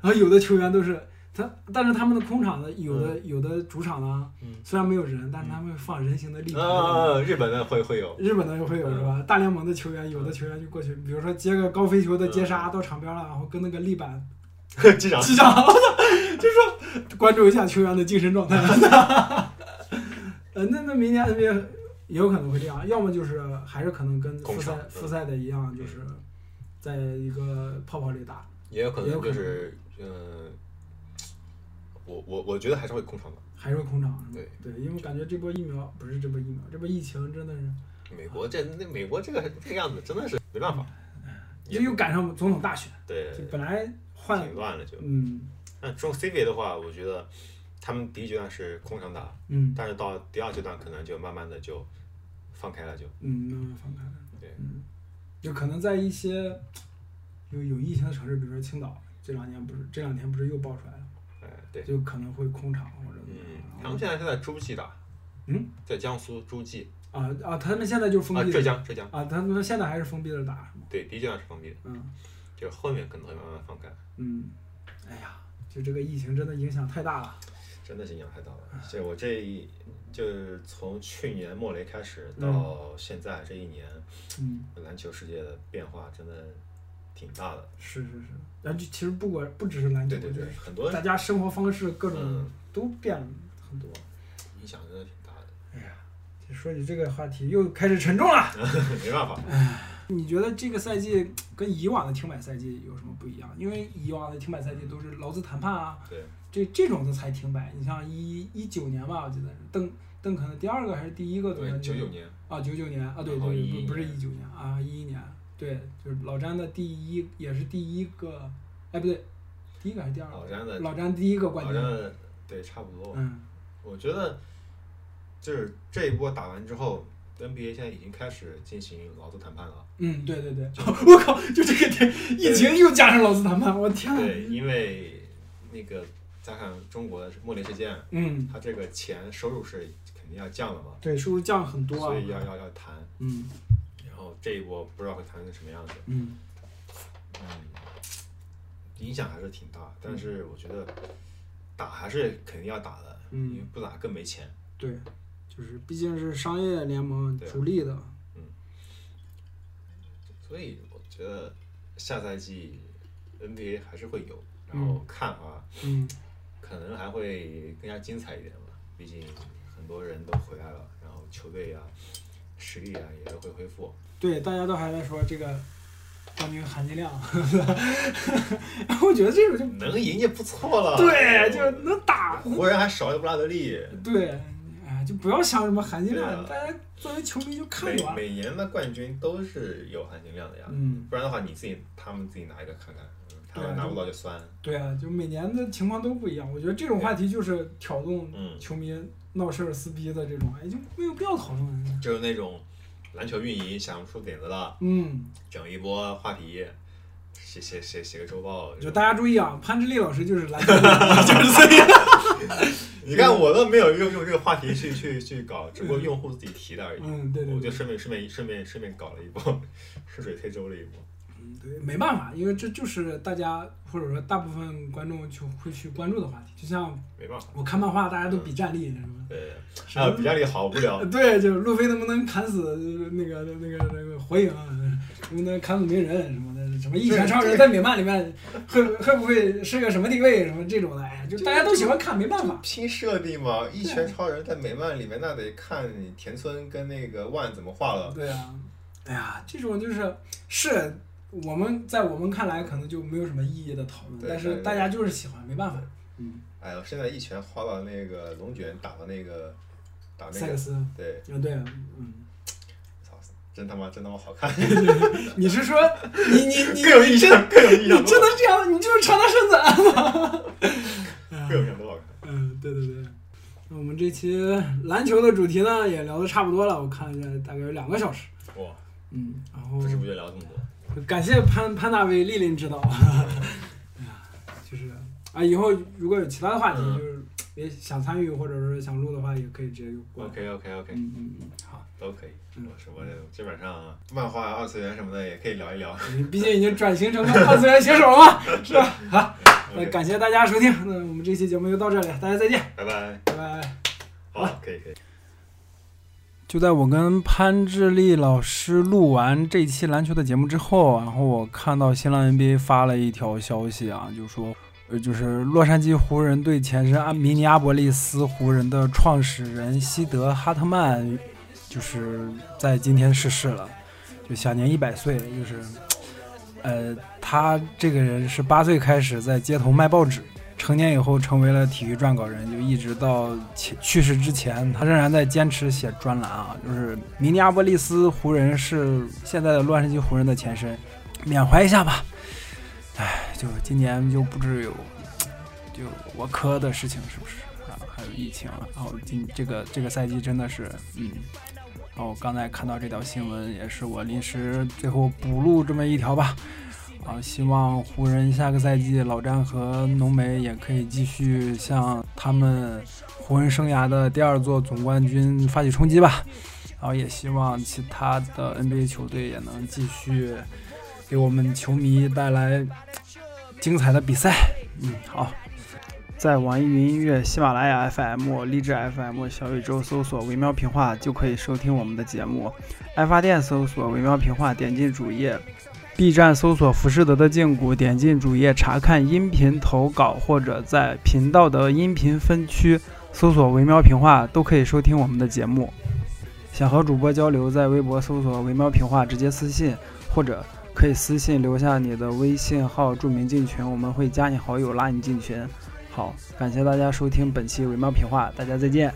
B: 然后有的球员都是他，但是他们的空场的有的有的主场呢
C: 嗯，
B: 虽然没有人，但是他们会放人形的立
C: 啊
B: 牌
C: 啊
B: 在那。
C: 啊日本的会会 有，
B: 日本的也会有是
C: 嗯
B: 吧？大联盟的球员，有的球员就过去，比如说接个高飞球的接杀到场边了，然后跟那个立板
C: 机长
B: 机长， 就说关注一下球员的精神状态。呃，那那明年 NBA 也有可能会这样，要么就是还是可能跟
C: 工
B: 复赛
C: 厂嗯
B: 复赛的一样，就是在一个泡泡里打。
C: 也有可
B: 也有
C: 能
B: 可
C: 就
B: 能
C: 是，嗯，我我我觉得还是会空场的。
B: 还是空场是吧
C: 对，
B: 对，因为我感觉这波疫苗不是这波疫苗，这波疫情真的是
C: 美国这那美国这个这个样子真的是没办法，
B: 嗯这又赶上总统大选，
C: 对，
B: 就本来换
C: 挺乱了就。
B: 嗯
C: 那中 CBA 的话，我觉得他们第一阶段是空场打，
B: 嗯
C: 但是到第二阶段可能就慢慢的就放开了就，
B: 嗯慢慢放开了，
C: 对
B: 嗯，就可能在一些有有疫情的城市，比如说青岛，这两年不是这两天不是又爆出来了。
C: 嗯，对，
B: 就可能会空场或者怎么样
C: 嗯，他
B: 然后
C: 们现在是在诸暨打，
B: 嗯，
C: 在江苏诸暨
B: 啊啊，他们现在就封
C: 啊，
B: 闭
C: 浙
B: 的
C: 江浙江，
B: 啊，他们现在还是封闭的打是吗？
C: 对，第一阶段是封闭的，
B: 嗯
C: 就是后面可能会慢慢放开，
B: 嗯，哎呀，就这个疫情真的影响太大了。
C: 真的是影响太大了。
B: 嗯
C: 这我这一就是从去年莫雷开始到现在这一年，
B: 嗯，
C: 篮球世界的变化真的挺大的。
B: 是是是，然后就其实不管不只是篮球，
C: 对对
B: 就
C: 对，
B: 是
C: 很多
B: 大家生活方式各种
C: 嗯
B: 都变了很多。
C: 影响真的挺大的，
B: 哎 呀，这说起这个话题又开始沉重了。
C: 没办法。
B: 你觉得这个赛季跟以往的停摆赛季有什么不一样？因为以往的停摆赛季都是劳资谈判啊，
C: 对，
B: 这这种的才停摆。你像一一九年吧，我记得是邓邓肯的第二个还是第一个总
C: 对，
B: 冠
C: 九
B: 军？
C: 九年，
B: 啊，九九年啊，对
C: 然后
B: 对，
C: 11
B: 不不是
C: 年
B: 一九年啊，一一年，对，就是老詹的第一也是第一个，哎不对，第一个还是第二
C: 老
B: 个？
C: 詹的
B: 老詹第一个冠
C: 老
B: 军，
C: 詹对差不多。
B: 嗯
C: 我觉得就是这一波打完之后，NBA 现在已经开始进行劳资谈判了。
B: 嗯，对对对，我靠，就这个天疫情又加上劳资谈判，我天啊，
C: 对，因为那个咱看中国莫雷事件，
B: 嗯，
C: 他这个钱收入是肯定要降了嘛，
B: 对，收入降了很多啊
C: 所，以要要要谈。
B: 嗯
C: 然后这一波不知道会谈成什么样子，
B: 嗯。
C: 嗯，影响还是挺大，
B: 嗯
C: 但是我觉得打还是肯定要打的，
B: 嗯
C: 因为不打更没钱。
B: 对，就是毕竟是商业联盟
C: 对啊
B: 主力的，
C: 所以我觉得下赛季 NBA 还是会有，然后看啊，
B: 嗯
C: 可能还会更加精彩一点吧。毕竟很多人都回来了，然后球队啊、实力啊也都会恢复。
B: 对，大家都还在说这个冠军含金量， 我觉得这种就
C: 能赢就不错了。
B: 对，就是能打，
C: 湖人还少了布拉德利，
B: 对，哎，就不要想什么含金
C: 对
B: 量，
C: 啊
B: 大家作为球迷就看
C: 每
B: 就完了。
C: 每年的冠军都是有含金量的呀，
B: 嗯，
C: 不然的话你自己他们自己拿一个看看，嗯他
B: 对
C: 们
B: 啊
C: 拿
B: 就
C: 不到就酸。
B: 对啊，就每年的情况都不一样。我觉得这种话题就是挑动
C: 嗯
B: 球迷闹事儿、撕逼的这种，哎，就没有必要讨论。
C: 就是那种篮球运营想不出点子了，
B: 嗯，
C: 整一波话题，写写写写个周报。
B: 就大家注意啊，潘志丽老师就是篮球运动，就是这样。
C: 你看我都没有用用这个话题去去去搞，只不过用户自己提的而已。
B: 嗯，对对对。
C: 我就顺便顺便顺便顺便搞了一波顺水推舟了一波。
B: 对，没办法，因为这就是大家或者说大部分观众就会去关注的话题。就像
C: 没办法。
B: 我看漫画，大家都比战力什么
C: 对，
B: 什
C: 啊，
B: 么
C: 比较里好无聊
B: 呃，。对，就是路飞能不能砍死呃那个那个那个火影啊，能不能砍死鸣人什么的，什么一拳超人在美漫里面会会不会是个什么地位什么这种的，哎，就大家都喜欢看，没办法。
C: 拼设定嘛，一拳超人在美漫里面那得看你田村跟那个万怎么画了。
B: 对啊，哎呀，这种就是是我们在我们看来可能就没有什么意义的讨论，
C: 对
B: 但是
C: 对
B: 大家就是喜欢，没办法。嗯，
C: 哎呦，现在一拳花到那个龙卷打到那个打那
B: 塞克
C: 个，
B: 斯，
C: 对，
B: 嗯，对，嗯。
C: 操，真他妈真他 妈好看，
B: 你是说你你你
C: 更有印象，更有印象，
B: 你真的这样？你就是长大身子啊
C: 更有印象多好看。
B: 嗯，对对对。那我们这期篮球的主题呢，也聊得差不多了。我看了一下，大概有两个小时。
C: 哇，
B: 嗯，然后
C: 不知不觉聊这么多，
B: 感谢潘潘大卫莅临指导。 哎呀，就是啊，以后如果有其他的话题，
C: 嗯
B: 就是也想参与或者说想录的话，也可以直接过来。
C: OK OK OK，
B: 嗯嗯嗯，好，
C: 都可以。
B: 嗯
C: 我说我基本上啊漫画、二次元什么的也可以聊一 聊。
B: 你毕竟已经转型成个二次元写手了嘛， 是吧？好，那
C: OK，
B: 感谢大家收听，那我们这期节目就到这里，大家再见，
C: 拜拜。
B: 拜拜。
C: 好，可以可以。
B: 就在我跟潘志丽老师录完这期篮球的节目之后，啊然后我看到新浪 NBA 发了一条消息啊，就说，呃，就是洛杉矶湖人队前身安明尼阿波利斯湖人的创始人西德哈特曼，就是在今天逝世了，就享年一百岁，就是，呃，他这个人是八岁开始在街头卖报纸。成年以后成为了体育撰稿人，就一直到前去世之前，他仍然在坚持写专栏啊。就是明尼阿波利斯湖人是现在的洛杉矶湖人的前身，缅怀一下吧。唉，就今年就不知有就我科的事情是不是啊？还有疫情，然后今这个这个赛季真的是嗯。然后刚才看到这条新闻，也是我临时最后补录这么一条吧。啊，希望湖人下个赛季老詹和浓眉也可以继续向他们湖人生涯的第二座总冠军发起冲击吧。然后也希望其他的 NBA 球队也能继续给我们球迷带来精彩的比赛。嗯，好。在网易云音乐、喜马拉雅 FM、荔枝 FM、小宇宙搜索“微妙评话”就可以收听我们的节目。爱发电搜索“微妙评话”，点进主页；B 站搜索“浮士德的胫骨”，点进主页查看音频投稿，或者在频道的音频分区搜索“微妙评话”，都可以收听我们的节目。想和主播交流，在微博搜索“微妙评话”，直接私信，或者可以私信留下你的微信号，注明进群，我们会加你好友，拉你进群。好，感谢大家收听本期《微妙评话》，大家再见。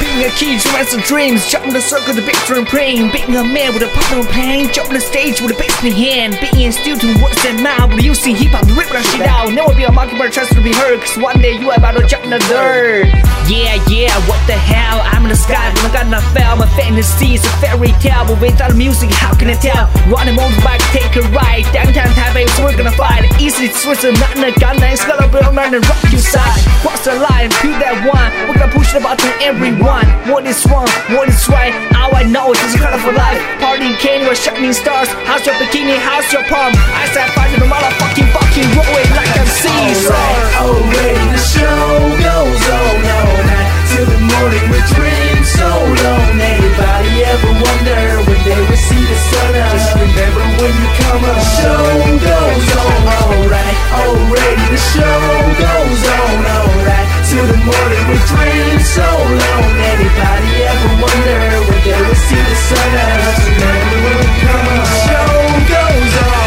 F: Being a key to answer dreams, jumping the circle to victory and praying. Being a man with a partner of pain, jumping the stage with a bass in hand. Being still to words and mouth, but using hip hop to rip that shit out. Never be a monkey but a chance to be heard, cause one day you about to jump in the dirt. Yeah, yeah, what the hell? I'm in the sky, but I got not fell. My fantasy is a fairy tale, but without music, how can I tell? Run a motorbike, take a ride. Downtown Taipei, so we're gonna fight. Easy Swiss and not in a gun, it's gonna be a man and rock you side. Cross the line, feel that one. We're gonna push the button, everyone. What is wrong? What is right? All I know is this is kind of a life. Party cane with shining stars. How's your bikini? How's your palm? I said, fight to the motherfucking fucking road like I'm Caesar.
I: already the show goes on all night till the morning with dreams so long. Anybody ever wonder when they will see the sun? Up? Just remember when you come up. The show goes on all right. Already the show goes on all right till the morning with dreams so long. Anybody ever wonder when they will see the sun? Up? Just remember when you come up. The show goes on.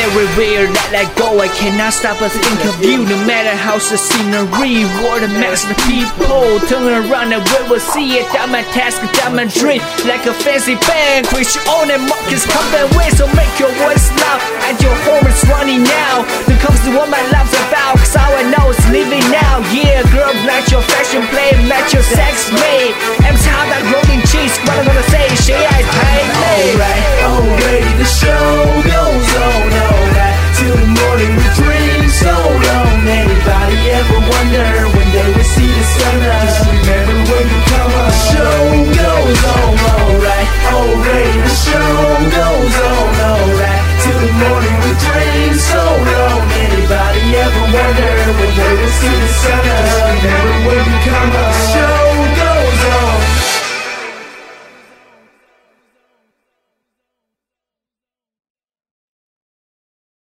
F: Everywhere that I go, I cannot stop but think of you. No matter how's the scenery, or the max the people. Turn around and we will see it. That my task, that my dream. Like a fancy band, Chris on and Marcus coming with. So make your voice